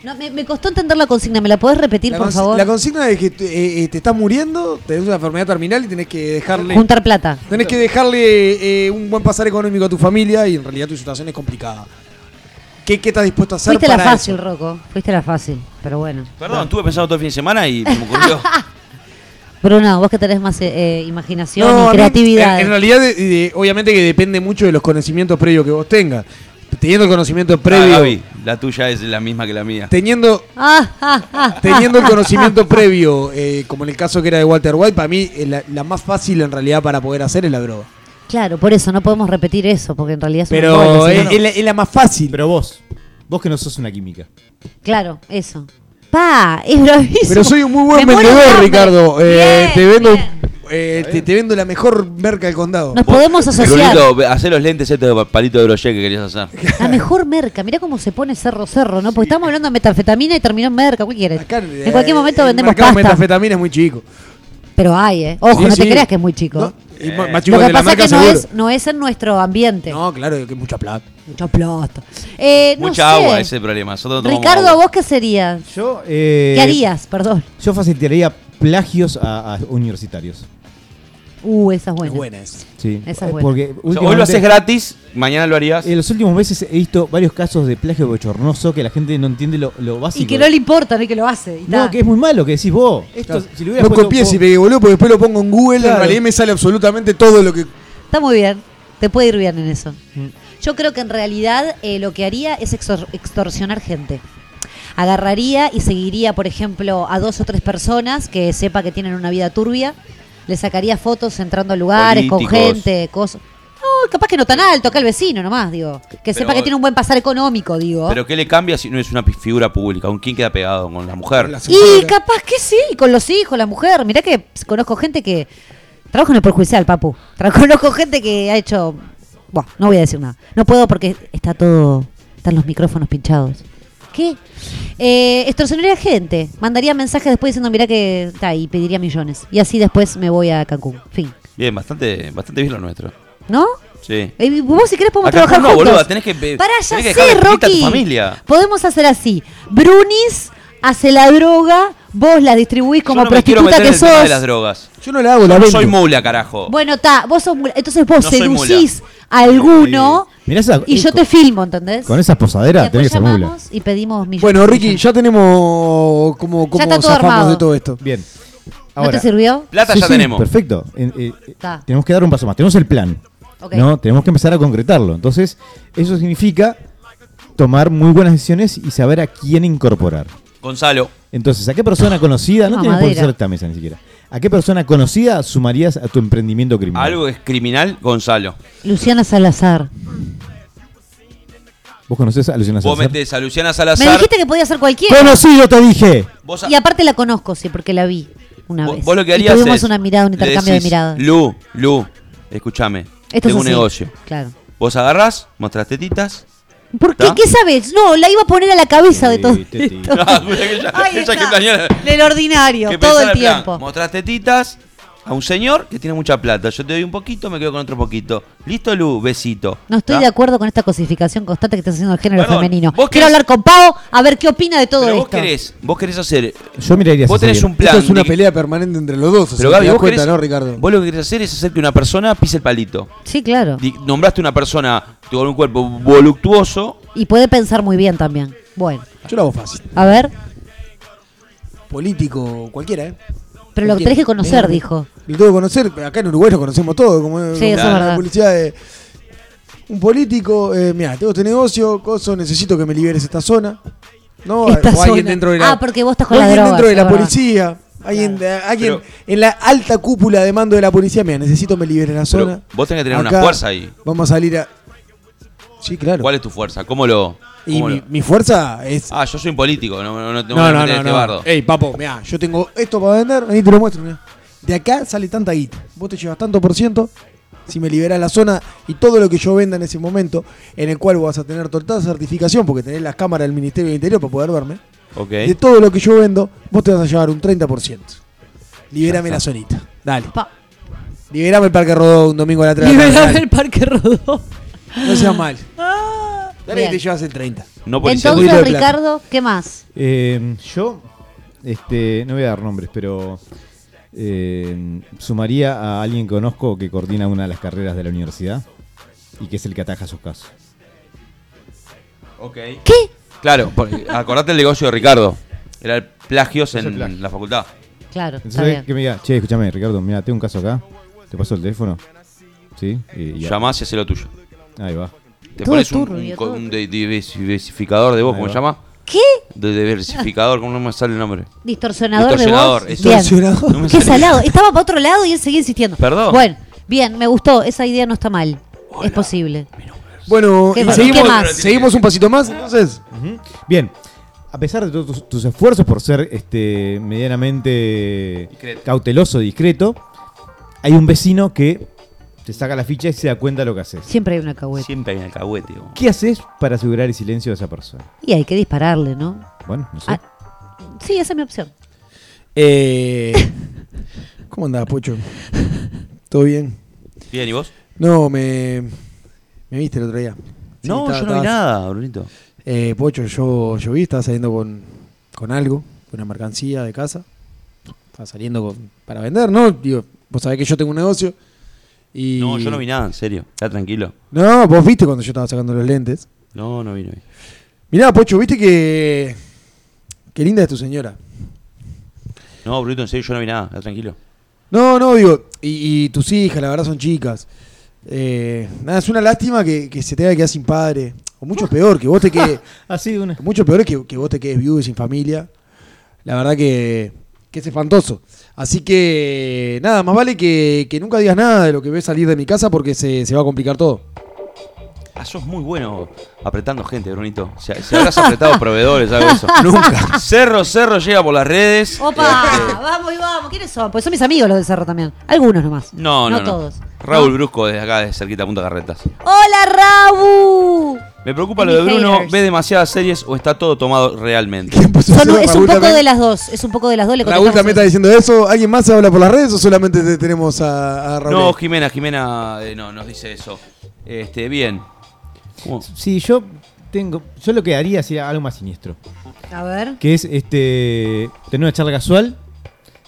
A: No, me, me costó entender la consigna, ¿me la podés repetir,
C: La,
A: por
C: consi-
A: favor?
C: la consigna es que eh, eh, te estás muriendo, tenés una enfermedad terminal y tenés que dejarle.
A: Juntar plata.
C: Tenés que dejarle eh, un buen pasar económico a tu familia y en realidad tu situación es complicada. ¿Qué, qué estás dispuesto a hacer
A: Fuiste la
C: para
A: fácil,
C: eso?
A: Rocco. Fuiste la fácil, pero bueno.
B: Perdón, estuve pensando todo el fin de semana y se me ocurrió. Ah,
A: Bruno, vos que tenés más eh, eh, imaginación
C: No, a
A: y
C: mí,
A: creatividad.
C: En, en realidad, de- de- obviamente que depende mucho de los conocimientos previos que vos tengas. Teniendo el conocimiento
B: Ah,
C: previo,
B: Gaby, la tuya es la misma que la mía.
C: teniendo
A: Ah, ah, ah,
C: Teniendo el conocimiento previo, eh, como en el caso que era de Walter White, para mí eh, la, la más fácil en realidad para poder hacer es la droga.
A: Claro, por eso no podemos repetir eso, porque en realidad es un
C: Pero
A: embole,
C: es,
A: señor.
C: es la, es la más fácil.
D: Pero vos, vos que no sos una química.
A: Claro, eso. Pa, es bravísimo.
C: Pero soy un muy buen
A: Me muero de
C: vendedor,
A: hambre.
C: Ricardo. Eh,
A: Bien,
C: te vendo
A: bien.
C: eh, te, te vendo la mejor merca del condado.
A: Nos podemos asociar. Eh,
B: Brunito, ve- hacé los lentes estos de palito de broche que querías hacer.
A: La mejor merca. Mirá cómo se pone cerro cerro, ¿no? Porque estamos hablando de metanfetamina y terminó en merca. ¿Cuál quieres?
C: Acá,
A: en cualquier momento
C: eh,
A: vendemos
C: El mercado
A: pasta.
C: metafetamina es muy chico.
A: Pero hay, ¿eh? Ojo,
C: Sí,
A: no te
C: sí.
A: creas que es muy chico.
C: No,
B: Eh.
C: y más- más chico
A: Lo
C: el
A: que
C: de la
A: pasa es
C: marca
A: que no
C: seguro.
A: es, este. no es en nuestro ambiente.
C: No, claro, que mucha plata.
A: Mucha plata. Eh, no
B: Mucha
A: sé.
B: agua, ese es el problema. Nosotros tomamos
A: Ricardo, ¿a
B: agua.
A: vos qué serías?
D: Yo, eh,
A: ¿Qué harías? Perdón.
D: Yo facilitaría plagios a, a universitarios.
A: Uh, esa es buena.
C: Es buena esa.
D: Sí.
A: Esa es
D: Eh,
A: buena.
D: Porque
B: O sea, hoy lo
D: últimamente-
B: haces gratis, mañana lo harías.
D: en los últimos meses he visto varios casos de plagio bochornoso que la gente no entiende lo, lo básico.
A: Y que no le importa, no y que lo hace. y
D: No,
A: ta.
D: que es muy malo que decís vos. Esto,
C: Claro.
D: si lo hubieras
C: No
D: puesto
C: copies
D: vos-
C: y pegué, boludo, porque después lo pongo en Google.
D: Claro.
C: En realidad me sale absolutamente todo lo que.
A: Está muy bien. Te puede ir bien en eso. Yo creo que en realidad eh, lo que haría es extor- extorsionar gente. Agarraría y seguiría, por ejemplo, a dos o tres personas que sepa que tienen una vida turbia. Le sacaría fotos entrando a lugares, con
B: Políticos.
A: gente, cosas. No, capaz que no tan alto, acá el vecino nomás, digo. Que sepa que tiene un buen pasar económico, digo.
B: Pero ¿qué le cambia si no es una pi- figura pública? ¿Con quién queda pegado? ¿Con la mujer?
C: Las-
A: Y capaz que sí, con los hijos, la mujer. Mirá que ps, conozco gente que. Trabajo en el perjudicial, papu. Tra- Conozco gente que ha hecho. Bueno, no voy a decir nada. No puedo porque está todo. Están los micrófonos pinchados. ¿Qué? Eh, extorsionaría gente. Mandaría mensajes después diciendo, mirá que. Ta, y pediría millones. Y así después me voy a Cancún. Fin.
B: Bien, bastante, bastante bien lo nuestro.
A: ¿no?
B: Sí.
A: Eh, vos si querés podemos
B: Acá
A: trabajar
B: no,
A: juntos.
B: boluda, tenés que pe-
A: Pará, ya
B: tenés que
A: sé,
B: dejar de
A: Rocky.
B: a tu familia.
A: Podemos hacer así. Brunis hace la droga, vos la distribuís como
B: Yo no me quiero
A: prostituta
B: meter en
A: que
B: el tema de las
A: sos.
B: drogas.
C: Yo no la hago, la
B: Yo no
C: vendo.
B: soy mula, carajo.
A: Bueno, ta, vos sos mula. Entonces vos
B: No soy
A: seducís a alguno
D: Mirá esa-
A: y yo te filmo, ¿entendés?
D: Con esa posadera
A: Y
D: tenés
A: después
D: que ser mula.
A: llamamos y pedimos millones.
C: Bueno, Ricky, ya tenemos como, como
A: está todo
C: zafamos
A: armado.
C: de todo esto.
D: Bien.
A: ¿No te sirvió?
B: Plata
D: Sí,
B: ya
D: sí,
B: tenemos.
D: Perfecto. En- eh, eh,
A: Está.
D: tenemos que dar un paso más. Tenemos el plan.
A: Ok.
D: ¿no? Tenemos que empezar a concretarlo. Entonces, eso significa tomar muy buenas decisiones y saber a quién incorporar.
B: Gonzalo.
D: Entonces, ¿a qué persona conocida? No
B: Una
D: tienes por qué
B: madera.
D: ser esta mesa ni siquiera. ¿A qué persona conocida sumarías a tu emprendimiento criminal?
B: Algo que es criminal, Gonzalo.
A: Luciana Salazar.
D: ¿Vos conocés a Luciana
B: Vos
D: Salazar?
B: metés a Luciana
A: Me
B: Salazar.
A: dijiste que podía ser cualquiera.
D: ¡Conocido, te dije!
B: Vos,
A: Y aparte la conozco, sí, porque la vi una vez.
B: vos lo que
A: Y
B: harías
A: tuvimos
B: es,
A: una mirada, un
B: le
A: intercambio de
B: decís,
A: miradas.
B: Lu, Lu, escúchame.
A: es
B: Tengo un
A: así,
B: negocio.
A: claro.
B: Vos agarrás, mostrás tetitas.
A: ¿Por qué?
B: ¿Está?
A: ¿Qué sabes? No, la iba a poner a la cabeza de todo. esto.
B: Ah, mira que ella- ella que planeara-
A: Del ordinario,
B: que
A: todo
B: pensara
A: el
B: plan,
A: tiempo.
B: Mostrás tetitas a un señor que tiene mucha plata. Yo te doy un poquito, me quedo con otro poquito. Listo, Lu, besito.
A: No estoy
B: ¿Está?
A: de acuerdo con esta cosificación constante que estás haciendo del género
B: Perdón,
A: femenino.
B: vos
A: Quiero
B: querés-
A: hablar con Pau a ver qué opina de todo
B: Pero vos
A: esto.
B: querés, vos querés hacer.
D: Yo miraría
B: Vos tenés un plan.
C: Esto es una
B: de que-
C: pelea permanente entre los dos. o sea,
B: Pero
C: te
B: Gaby,
C: das
B: vos,
C: cuenta,
B: querés-
C: ¿no, Ricardo?
B: vos lo que querés hacer es hacer que una persona pise el palito.
A: Sí, claro.
B: Di- Nombraste una persona con un cuerpo voluptuoso.
A: Y puede pensar muy bien también. Bueno,
C: Yo lo hago fácil.
A: a ver,
C: Político, cualquiera, ¿eh?
A: pero lo que tenés que conocer, dijo.
C: Lo tengo que conocer. Acá en Uruguay lo conocemos todo. Como,
A: Sí,
C: como
A: eso es
C: la
A: verdad.
C: publicidad de- Un político, eh, mira, tengo este negocio, coso, necesito que me liberes esta zona. ¿No?
A: Esta
C: o alguien
A: zona.
C: dentro de la.
A: Ah, porque vos estás con
C: o
A: las
C: alguien
A: drogas,
C: dentro de
A: es
C: la
A: verdad.
C: policía. Alguien, eh, alguien en la alta cúpula de mando de la policía, mira, necesito me liberes la
B: Pero
C: zona.
B: vos tenés que tener una
C: Acá
B: fuerza ahí.
C: Vamos a salir a. Sí, claro.
B: ¿Cuál es tu fuerza? ¿Cómo lo.?
C: Y
B: cómo
C: mi,
B: lo-
C: mi fuerza es.
B: Ah, yo soy un político, no, no, no, te voy
C: No,
B: a
C: no,
B: meter
C: no,
B: en
C: no.
B: este
C: Eh,
B: bardo.
C: Ey, papo, mira, yo tengo esto para vender, vení te lo muestro, mirá. De acá sale tanta guita. Vos te llevas tanto por ciento. Si me liberás la zona y todo lo que yo venda en ese momento, en el cual vas a tener total certificación, porque tenés las cámaras del Ministerio del Interior para poder verme,
B: Ok.
C: de todo lo que yo vendo, vos te vas a llevar un 30%. Liberame
B: Ya
C: la
B: está.
C: zonita. Dale. Liberame el Parque Rodó un domingo a la tarde.
A: Liberame
C: Dale.
A: el Parque Rodó.
C: No seas mal. Dale
A: Ah, Bien.
C: que te llevas el 30.
B: No
A: Entonces, Ricardo, ¿qué más?
D: Eh, yo, este, no voy a dar nombres, pero eh, sumaría a alguien que conozco que coordina una de las carreras de la universidad y que es el que ataja sus casos.
B: Ok. ¿Qué? Claro, porque acordate el negocio de Ricardo. Era el plagios en la facultad.
A: Claro, está
D: Entonces,
A: bien.
D: que me diga, che, escúchame, Ricardo, mira, tengo un caso acá, te paso el teléfono. ¿Sí? Y, y-
B: Llamás y hacé lo tuyo.
D: Ahí va.
B: Te
D: Todo
B: pones un,
D: turbio,
B: un co- un de- diversificador de voz,
D: Ahí
B: ¿cómo se
D: va.
B: llama?
A: ¿Qué?
B: De diversificador, ¿cómo no me sale el nombre?
A: Distorsionador,
B: Distorsionador,
A: de voz.
B: eso.
A: Bien.
B: Distorsionador. No me
A: Qué
B: sale.
A: salado. Estaba para otro lado y él seguía insistiendo.
B: Perdón.
A: Bueno, bien, me gustó. Esa idea no está mal. Es posible.
C: Bueno,
A: ¿Qué
C: y
A: más?
C: seguimos,
A: ¿Qué más?
C: seguimos un pasito más, entonces.
D: Bien, a pesar de todos tus, tus esfuerzos por ser este, medianamente cauteloso, discreto, hay un vecino que te saca la ficha y se da cuenta de lo que haces.
A: Siempre hay una cagüeta.
B: Siempre hay un alcahuete. vos.
D: ¿Qué haces para asegurar el silencio de esa persona?
A: Y hay que dispararle, ¿no?
D: Bueno, no sé.
A: Sí, esa es mi opción.
C: Eh, ¿Cómo andás, Pocho? ¿Todo bien?
B: Bien, ¿y vos?
C: No, me. Me viste el otro día. Sí,
B: no,
C: estaba-
B: yo no vi
C: estabas-
B: nada, Brunito.
C: Eh, Pocho, yo, yo vi, estaba saliendo con, con algo, con una mercancía de casa. Estaba saliendo con- para vender, ¿no? Digo, vos sabés que yo tengo un negocio. Y...
B: No, yo no vi nada, en serio. Está tranquilo.
C: No, vos viste cuando yo estaba sacando los lentes.
B: No, no vi, no vi.
C: Mirá, Pocho, viste que. Qué linda es tu señora.
B: No, Brunito, en serio, yo no vi nada. Está tranquilo.
C: No, no, digo, y, y tus hijas, la verdad, son chicas. Eh, nada, es una lástima que, que se te haya quedado sin padre. O mucho peor, que vos te quedes.
D: Así ah, de una.
C: Mucho peor es que, que vos te quedes viudo y sin familia. La verdad que, que es espantoso. Así que, nada, más vale que, que nunca digas nada de lo que ves salir de mi casa porque se, se va a complicar todo.
B: Ah, sos muy bueno apretando gente, Brunito. Si, si habrás apretado proveedores, algo de eso. Nunca. Cerro, cerro llega por las redes. Eh. Este,
A: Opa, vamos y vamos. ¿Quiénes son? Pues son mis amigos los del cerro también. Algunos nomás.
B: No, no, no.
A: todos.
B: Raúl Brusco, desde acá, de cerquita, Punta Carretas.
A: ¡Hola, Rabu!
B: Me preocupa
A: And
B: lo de
A: the
B: Bruno.
A: haters.
B: ¿Ve demasiadas series o está todo tomado realmente?
A: Son- es un
C: Raúl
A: poco
C: también.
A: de las dos. Es un poco de las dos. Le
C: Raúl
A: contestamos
C: también está diciendo eso. ¿Alguien más se habla por las redes o solamente te- tenemos a, a Raúl?
B: No, Jimena, Jimena eh, no, nos dice eso. Este, bien.
D: Sí, yo tengo. Yo lo que haría sería algo más siniestro.
A: A ver.
D: Que es este. Tener una charla casual.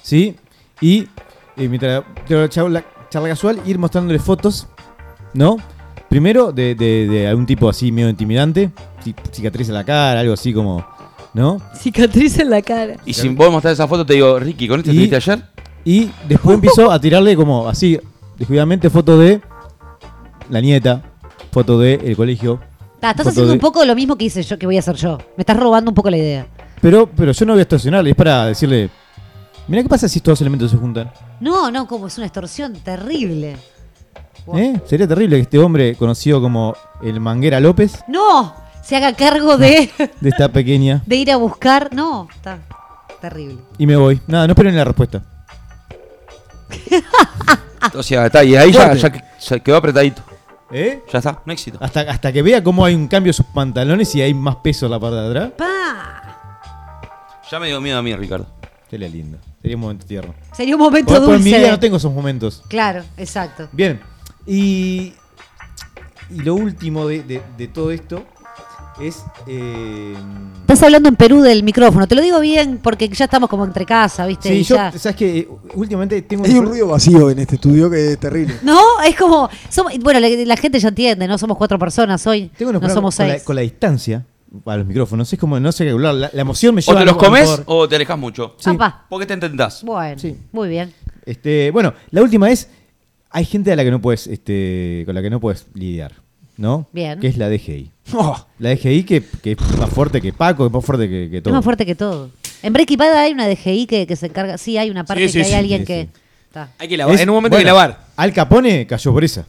D: ¿Sí? Y. eh, mientras tengo la charla, charla casual, ir mostrándole fotos. ¿No? Primero de, de- de algún tipo así medio intimidante. ci- Cicatriz en la cara, algo así como. ¿No?
A: Cicatriz en la cara.
B: Y si vos mostrás esa foto, te digo, Ricky, ¿con este estuviste ayer?
D: Y después empiezo a tirarle como así, descuidadamente, fotos de la nieta, foto de el colegio.
A: Ta, estás
D: foto
A: haciendo
D: de-
A: un poco lo mismo que hice yo, que voy a hacer yo. Me estás robando un poco la idea.
D: Pero, pero yo no voy a extorsionarle, es para decirle. Mira qué pasa si estos dos elementos se juntan.
A: No, no, como es una extorsión terrible.
D: ¿Eh? Sería terrible que este hombre, conocido como el Manguera López,
A: No, se haga cargo de,
D: de esta pequeña.
A: de ir a buscar. No, está terrible.
D: Y me voy. Nada, no esperen la respuesta.
B: O sea, está, y ahí ya,
D: Fuerte.
B: ya que- ya quedó apretadito.
D: ¿Eh?
B: Ya está, un éxito.
D: Hasta, hasta que vea cómo hay un cambio en sus pantalones y hay más peso en la parte de atrás.
A: Pa.
B: Ya me dio miedo a mí, Ricardo.
D: Sería lindo. Sería un momento tierno.
A: Sería un momento
D: Por, por pues, mi
A: dulce.
D: vida
A: de-
D: no tengo esos momentos.
A: Claro, exacto.
D: Bien. Y, y lo último de, de- de todo esto es. eh,
A: Estás hablando en Perú del micrófono. Te lo digo bien porque ya estamos como entre casa, ¿viste?
D: sí,
A: Y
D: yo,
A: ya-
D: sabes que últimamente tengo
C: Hay un ruido vacío en este estudio que es terrible.
A: No, es como. somos- bueno, la, la gente ya entiende, ¿no? Somos cuatro personas hoy.
D: Tengo unos
A: no
D: problemas
A: somos
D: con la-
A: seis.
D: con la distancia a los micrófonos. Es como no sé regular. La, la emoción me lleva.
B: O te los
D: a lo mejor-
B: comes o te alejas mucho.
D: Sí.
A: Apa.
B: ¿Por qué te entendás?
A: Ah, Bueno,
D: Sí.
A: muy bien.
D: Este, bueno, la última es. Hay gente a la que no puedes, este, con la que no puedes lidiar, ¿no?
A: Bien.
D: Que es la DGI.
C: Oh,
D: La DGI que, que es más fuerte que Paco, que es más fuerte que, que todo.
A: Es más fuerte que todo. En Breaking Bad hay una DGI que, que se encarga. Sí, hay una parte
K: Sí, sí,
A: que hay
K: sí,
A: alguien
D: sí,
A: que.
D: sí.
A: Está.
K: Hay que lavar.
D: Es-
K: en un momento hay que
D: bueno,
K: lavar.
D: Al Capone cayó por esa.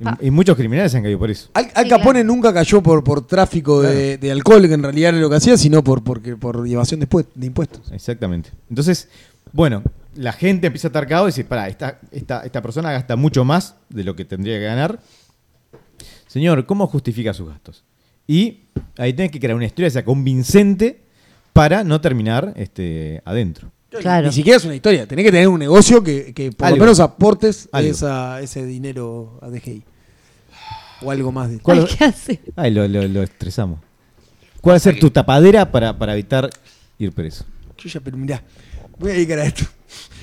D: Y-
A: Ah.
D: Y, muchos criminales han caído por eso.
C: Al, Al
A: Sí,
C: Capone
A: claro.
C: nunca cayó por, por tráfico de, de alcohol, que en realidad era lo que hacía, sino por, porque, por evasión de, expu- de impuestos.
D: Exactamente. Entonces, bueno, la gente empieza a estar cagado y dice, pará, esta, esta, esta persona gasta mucho más de lo que tendría que ganar. Señor, ¿cómo justifica sus gastos? Y ahí tenés que crear una historia, o sea, convincente para no terminar este, adentro.
A: Claro.
C: Ni siquiera es una historia. Tenés que tener un negocio que, que por
D: Algo.
C: lo menos aportes
D: Algo.
C: esa- ese dinero a DGI. O algo más de.
D: ¿Cuál-
A: Ay, ¿qué hace?
D: Ay, lo, lo- lo estresamos. ¿Cuál va a ser tu tapadera para, para evitar ir preso?
C: Yo ya, pero mirá, voy a dedicar a esto.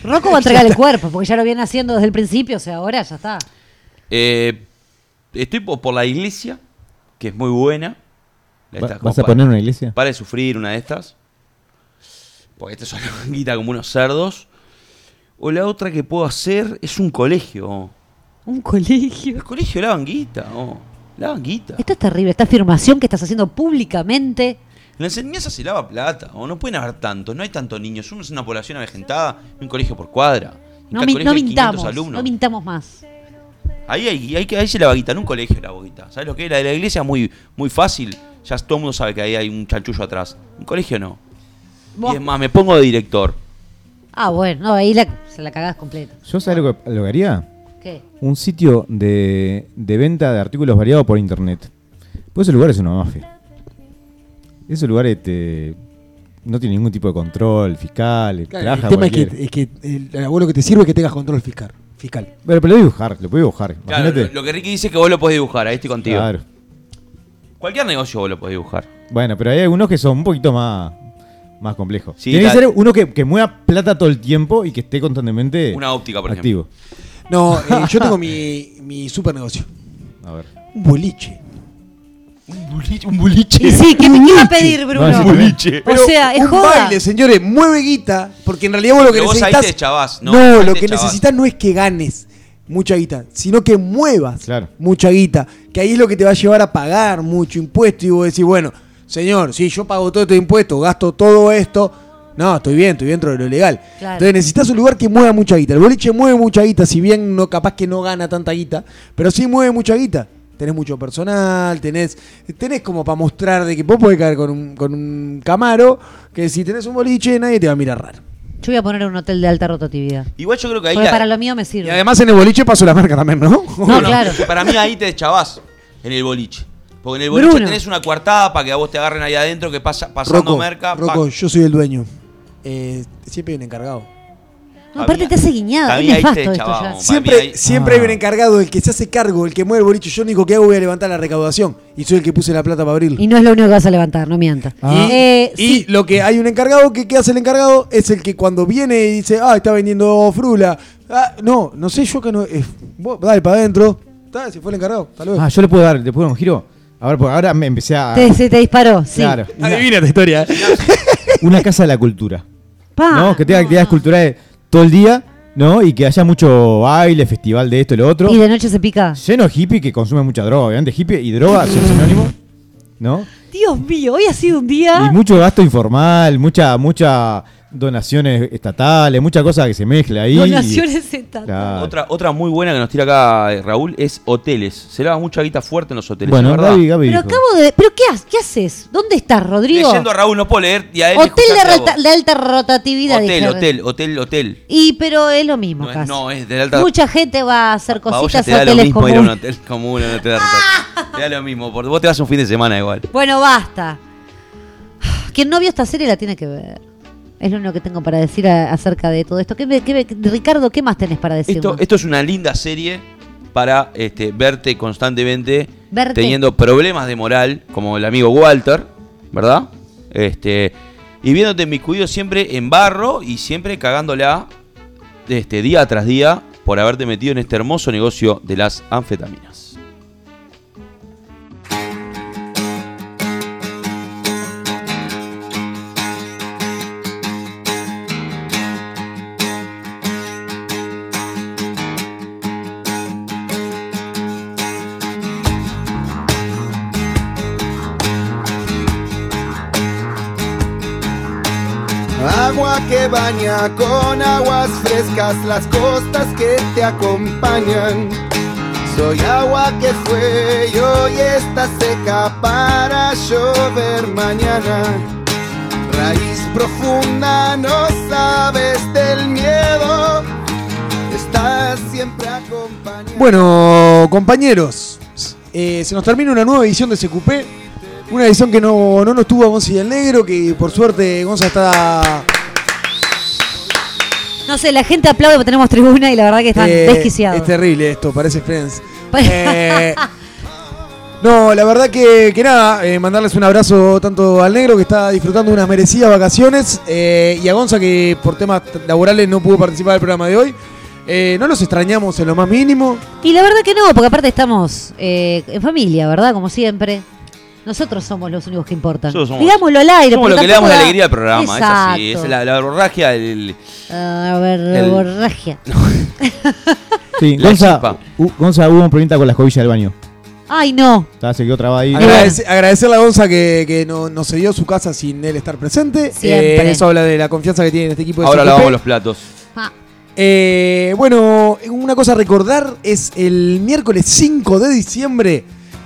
A: Rocco va a entregar el cuerpo porque ya lo viene haciendo desde el principio, o sea, ahora ya está.
B: Eh, estoy po- por la iglesia, que es muy buena.
D: Va-
B: Esta
D: ¿Vas
B: como
D: a
B: pa-
D: poner una iglesia?
B: Para de sufrir una de estas. Porque este son guita como unos cerdos. O la otra que puedo hacer es un colegio.
A: Un colegio.
B: El colegio la banguita, oh. La banguita.
A: Esto es terrible, esta afirmación que estás haciendo públicamente.
B: En la enseñanza se lava plata, o no pueden haber tantos, no hay tantos niños. Uno es una población avejentada, un colegio por cuadra. En
A: No,
B: cada
A: min-
B: colegio
A: no
B: hay 500
A: mintamos.
B: alumnos.
A: No mintamos más.
B: Ahí, hay, hay que- ahí se la vaguita, en un colegio la vaguita. ¿Sabes lo que es? La de la iglesia es muy, muy fácil. Ya todo el mundo sabe que ahí hay un chanchullo atrás. Un colegio no.
A: Buah.
B: Y es más, me pongo de director.
A: Ah, bueno, no, ahí la- se la cagás completa.
D: ¿Yo sabes lo que, lo que haría?
A: ¿Qué?
D: un sitio de, de venta de artículos variados por internet. Pues ese lugar es una mafia. Ese lugar este, no tiene ningún tipo de control fiscal,
C: Claro,
D: trabaja
C: el tema es
D: cualquiera.
C: que, es que el, el abuelo que te sirve es que tengas control fiscal. fiscal.
D: Pero, pero lo voy a dibujar, lo voy a dibujar.
B: Claro,
D: imagínate.
B: lo, lo que Ricky dice es que vos lo podés dibujar, ahí estoy contigo.
D: Claro.
B: Cualquier negocio vos lo podés dibujar.
D: Bueno, pero hay algunos que son un poquito más, más complejos.
B: Sí,
D: tiene que
B: la-
D: ser uno que, que mueva plata todo el tiempo y que esté constantemente
B: Una óptica, por
D: activo.
C: No, eh, yo tengo mi, mi super negocio.
D: A ver.
C: Un boliche.
B: Un boliche.
A: Y sí, ¿qué me iba a pedir, Bruno?
D: No, es un
B: boliche.
A: O sea, es
C: un
A: joda.
C: baile, señores, mueve guita, porque en realidad vos lo que
B: Pero vos ahí
C: necesitas.
B: te chavás, no,
C: no,
B: ahí
C: lo
B: te
C: que
B: chavás.
C: necesitas no es que ganes mucha guita, sino que muevas
D: Claro.
C: mucha guita, que ahí es lo que te va a llevar a pagar mucho impuesto y vos decís, bueno, señor, si yo pago todo este impuesto, gasto todo esto, no, estoy bien, estoy dentro de lo legal.
A: Claro.
C: Entonces necesitas un lugar que mueva mucha guita. El boliche mueve mucha guita, si bien no capaz que no gana tanta guita, pero sí mueve mucha guita. Tenés mucho personal, tenés, tenés como para mostrar de que vos podés caer con un, con un camaro, que si tenés un boliche nadie te va a mirar raro.
A: Yo voy a poner un hotel de alta rotatividad.
B: Igual yo creo que ahí.
A: Porque
B: la-
A: para lo mío me sirve.
C: Y además en el boliche pasó la marca también, ¿no?
A: No, claro.
B: Para mí ahí te chavás en el boliche. Porque en el boliche
A: Bruno.
B: tenés una coartada para que a vos te agarren ahí adentro que pasa, pasando
C: Rocco,
B: merca. pa-
C: Rocco, yo soy el dueño. Eh, siempre hay un encargado.
A: No, aparte
B: Había-
A: te hace guiñada. Es
B: había este ahí
A: nefasto
B: te
A: esto ya.
B: chavamos. Para
C: Siempre,
B: mí ahí-
C: siempre
A: Ah.
C: hay un encargado, el que se hace cargo, el que mueve el boliche. Yo lo único que hago voy a levantar la recaudación. Y soy el que puse la plata para abrirlo.
A: Y no es lo único que vas a levantar, no mientas.
B: Ah.
C: Y,
A: Eh,
C: y
A: sí.
C: lo que hay un encargado, que ¿qué hace el encargado? Es el que cuando viene y dice, ah, está vendiendo frula. Ah, no, no sé yo que no. eh, vos, dale para adentro. Ta, Se fue el encargado. Hasta luego.
D: Ah, yo le puedo dar, le puedo dar un giro. A ver, porque ahora me empecé a.
A: Te, se te disparó, sí.
D: Claro. Una,
C: tu historia.
D: una casa de la cultura.
A: Pa,
D: ¿no? Que tenga
A: Ah, no.
D: actividades culturales todo el día, ¿no? Y que haya mucho baile, festival de esto y lo otro.
A: Y de noche se pica.
D: Lleno de hippie que consume mucha droga, obviamente hippie y droga son sinónimo. ¿no?
A: Dios mío, hoy ha sido un día.
D: Y mucho gasto informal, mucha, mucha donaciones estatales, mucha cosa que se mezcla ahí. y-
A: Donaciones estatales.
D: Claro.
B: Otra, otra muy buena que nos tira acá eh, Raúl es hoteles. Se lava mucha guita fuerte en los hoteles,
D: Bueno,
B: ¿es ¿verdad?
D: Gaby, Gaby
A: Pero
D: dijo.
A: acabo de. ¿Pero qué, ha- qué haces? ¿Dónde estás, Rodrigo?
B: Leyendo a Raúl no puedo leer y a él
A: Hotel de,
B: escuchaste a
A: rota-
B: vos.
A: de alta rotatividad.
B: Hotel,
A: dije.
B: hotel, hotel, hotel.
A: Y pero es lo mismo,
B: No es,
A: casi.
B: no, es de alta
A: Mucha gente va a hacer
B: Pa' vos ya
A: cositas
B: te
A: a
B: da lo
A: hoteles
B: mismo ir a un
A: comunes.
B: hotel común, a un hotel de rotación. Te da lo mismo, porque vos te vas un fin de semana igual.
A: Bueno, basta. Quien no vio esta serie la tiene que ver. Es lo único que tengo para decir a- acerca de todo esto. ¿Qué, me- qué me- Ricardo, ¿qué más tenés para decir?
B: Esto, esto es una linda serie para este, verte constantemente
A: Verte.
B: teniendo problemas de moral, como el amigo Walter, ¿verdad? Este, y viéndote inmiscuido siempre en barro y siempre cagándola este, día tras día por haberte metido en este hermoso negocio de las anfetaminas.
K: Agua que baña con aguas frescas las costas que te acompañan. Soy agua que fue y hoy está seca para llover mañana. Raíz profunda, no sabes del miedo. Estás siempre acompañada.
C: Bueno, compañeros, eh, se nos termina una nueva edición de CQP. Una edición que no, no nos tuvo a Gonza y el Negro, que por suerte Gonza está
A: No sé, la gente aplaude porque tenemos tribuna y la verdad que están
C: Eh,
A: desquiciados.
D: este
A: Pues
C: Es terrible esto, parece Friends. Eh, no, la verdad que, que nada, eh, mandarles un abrazo tanto al negro que está disfrutando unas merecidas vacaciones eh, y a Gonza que por temas laborales no pudo participar del programa de hoy. Eh, no los extrañamos en lo más mínimo.
A: Y la verdad que no, porque aparte estamos eh, en familia, ¿verdad? Como siempre. Nosotros somos los únicos que importan.
B: Nosotros somos-
A: Digámoslo al aire.
B: Somos lo
A: porque
B: que le damos la
A: tampoco da-
B: alegría al programa, es así,
A: Exacto.
B: es la, la borragia, el-
A: Ah, ver,
B: el-
A: borragia.
D: Sí,
B: La
D: Gonza,
B: chispa.
D: hu- Gonza hubo un problema con la escobilla del baño.
A: Ay, no.
D: Está, se quedó trabada ahí.
C: Agradece- agradecerle a Gonza que, que no- nos cedió su casa sin él estar presente.
A: Siempre.
C: Eh, eso habla de la confianza que tiene en este equipo de
B: ahora
C: CQP.
B: lavamos los platos.
C: Eh, bueno, una cosa a recordar es el miércoles 5 de diciembre.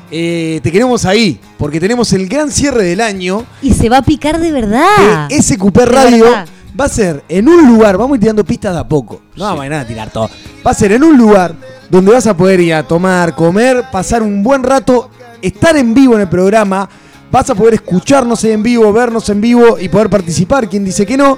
C: eh, te queremos ahí, porque tenemos el gran cierre del año.
A: Y se va a picar de verdad.
C: que SQP
A: De
C: Radio
A: Ah. verdad.
C: va a ser en un lugar, vamos a ir tirando pistas de a poco. No vamos a ir a tirar todo. Va a ser en un lugar donde vas a poder ir a tomar, comer, pasar un buen rato, estar en vivo en el programa. Vas a poder escucharnos en vivo, vernos en vivo y poder participar. Quien dice que no.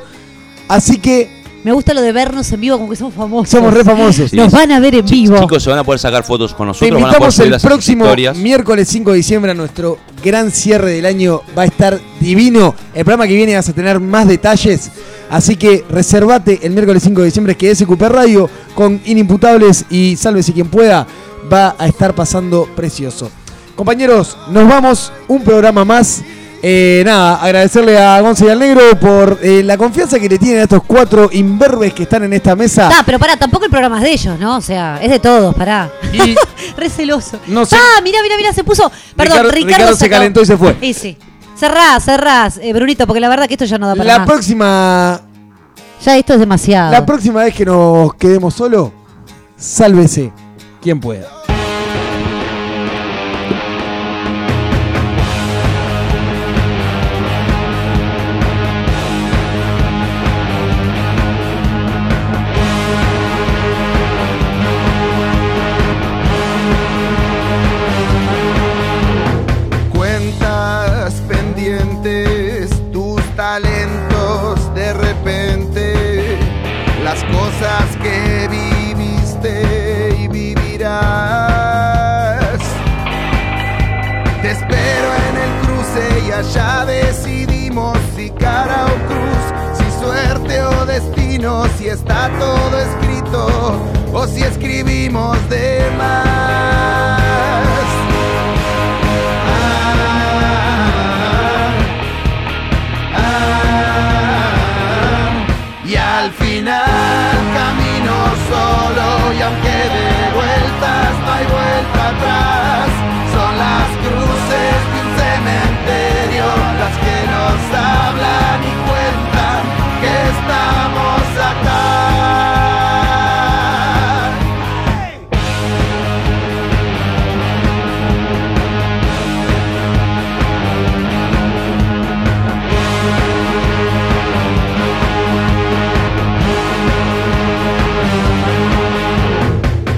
C: Así que
A: Me gusta lo de vernos en vivo como que somos famosos.
C: somos re famosos.
B: Sí.
A: Nos van a ver en vivo.
B: Chicos, se van a poder sacar fotos
C: Te
B: con nosotros, van a poder
C: invitamos
B: subir
C: el
B: las
C: próximo
B: historias.
C: miércoles 5 de diciembre a nuestro gran cierre del año. Va a estar divino. El programa que viene vas a tener más detalles. Así que reservate el miércoles 5 de diciembre que SQP Radio con Inimputables y Sálvese quien pueda va a estar pasando precioso. Compañeros, nos vamos. Un programa más. Eh, nada, agradecerle a Gonza y al Negro por eh, la confianza que le tienen a estos cuatro imberbes que están en esta mesa.
A: Ah, pero pará, tampoco el programa es de ellos, ¿no? O sea, es de todos, pará. Re celoso.
C: No sé.
A: Ah, mirá, mirá, mirá, se puso. Perdón,
C: Ricardo-
A: Ricardo,
C: Ricardo se
A: acabó.
C: calentó y se fue.
A: Y sí. Cerrás, cerrás, eh, Brunito, porque la verdad que esto ya no da para
C: La
A: más.
C: próxima
A: Ya esto es demasiado.
C: La próxima vez que nos quedemos solo, sálvese quien pueda.
K: cuentas pendientes, tus talentos de repente, las cosas que viviste y vivirás. Te espero en el cruce y allá decidimos si cara o cruz, si suerte o destino, si está todo escrito o si escribimos de más. Y al final camino solo y aunque de vueltas no hay vuelta atrás, son las cruces de un cementerio. hablan y cuentan que estamos acá.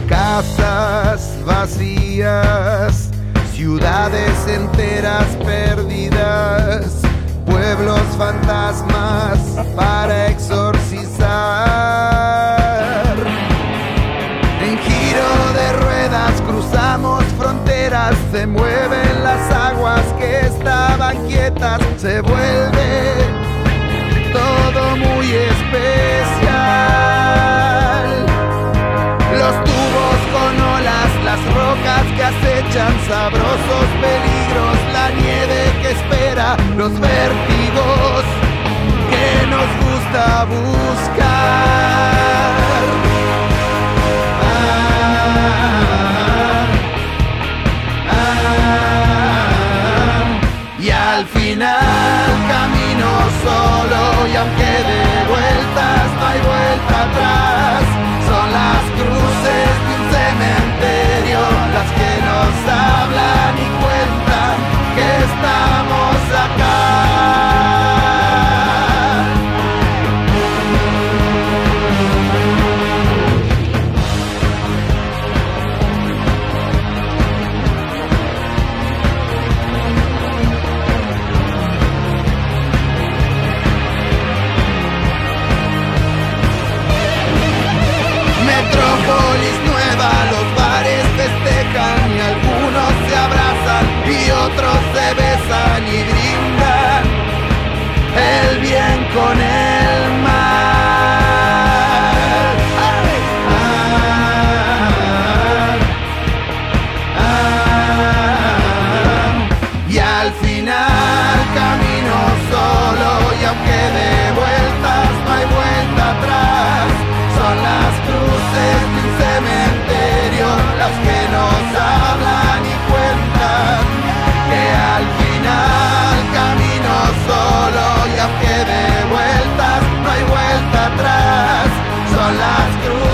K: Casas vacías, ciudades enteras perdidas, pueblos fantasmas para exorcizar. En giro de ruedas cruzamos fronteras, se mueven las aguas que estaban quietas, se vuelve todo muy especial. Los tubos con olas, las rocas que acechan, sabrosos peligros, la nieve que espera, los vértigos que nos gusta buscar. Ah, ah, y al final camino solo y aunque de vueltas no hay vuelta atrás, son las cruces de un cementerio las que nos hablan y cuentan que estamos acá. Metrópolis nueva, los bares festejan y algunos se abrazan y otros se besan y brindan el bien con el mal. Ay, ah, ah, y al final camino solo y aunque de vueltas no hay vuelta atrás, son las cruces de un cementerio las que nos hablan y cuentan que al final camino solo y aunque de vueltas no hay vuelta atrás, son las cruces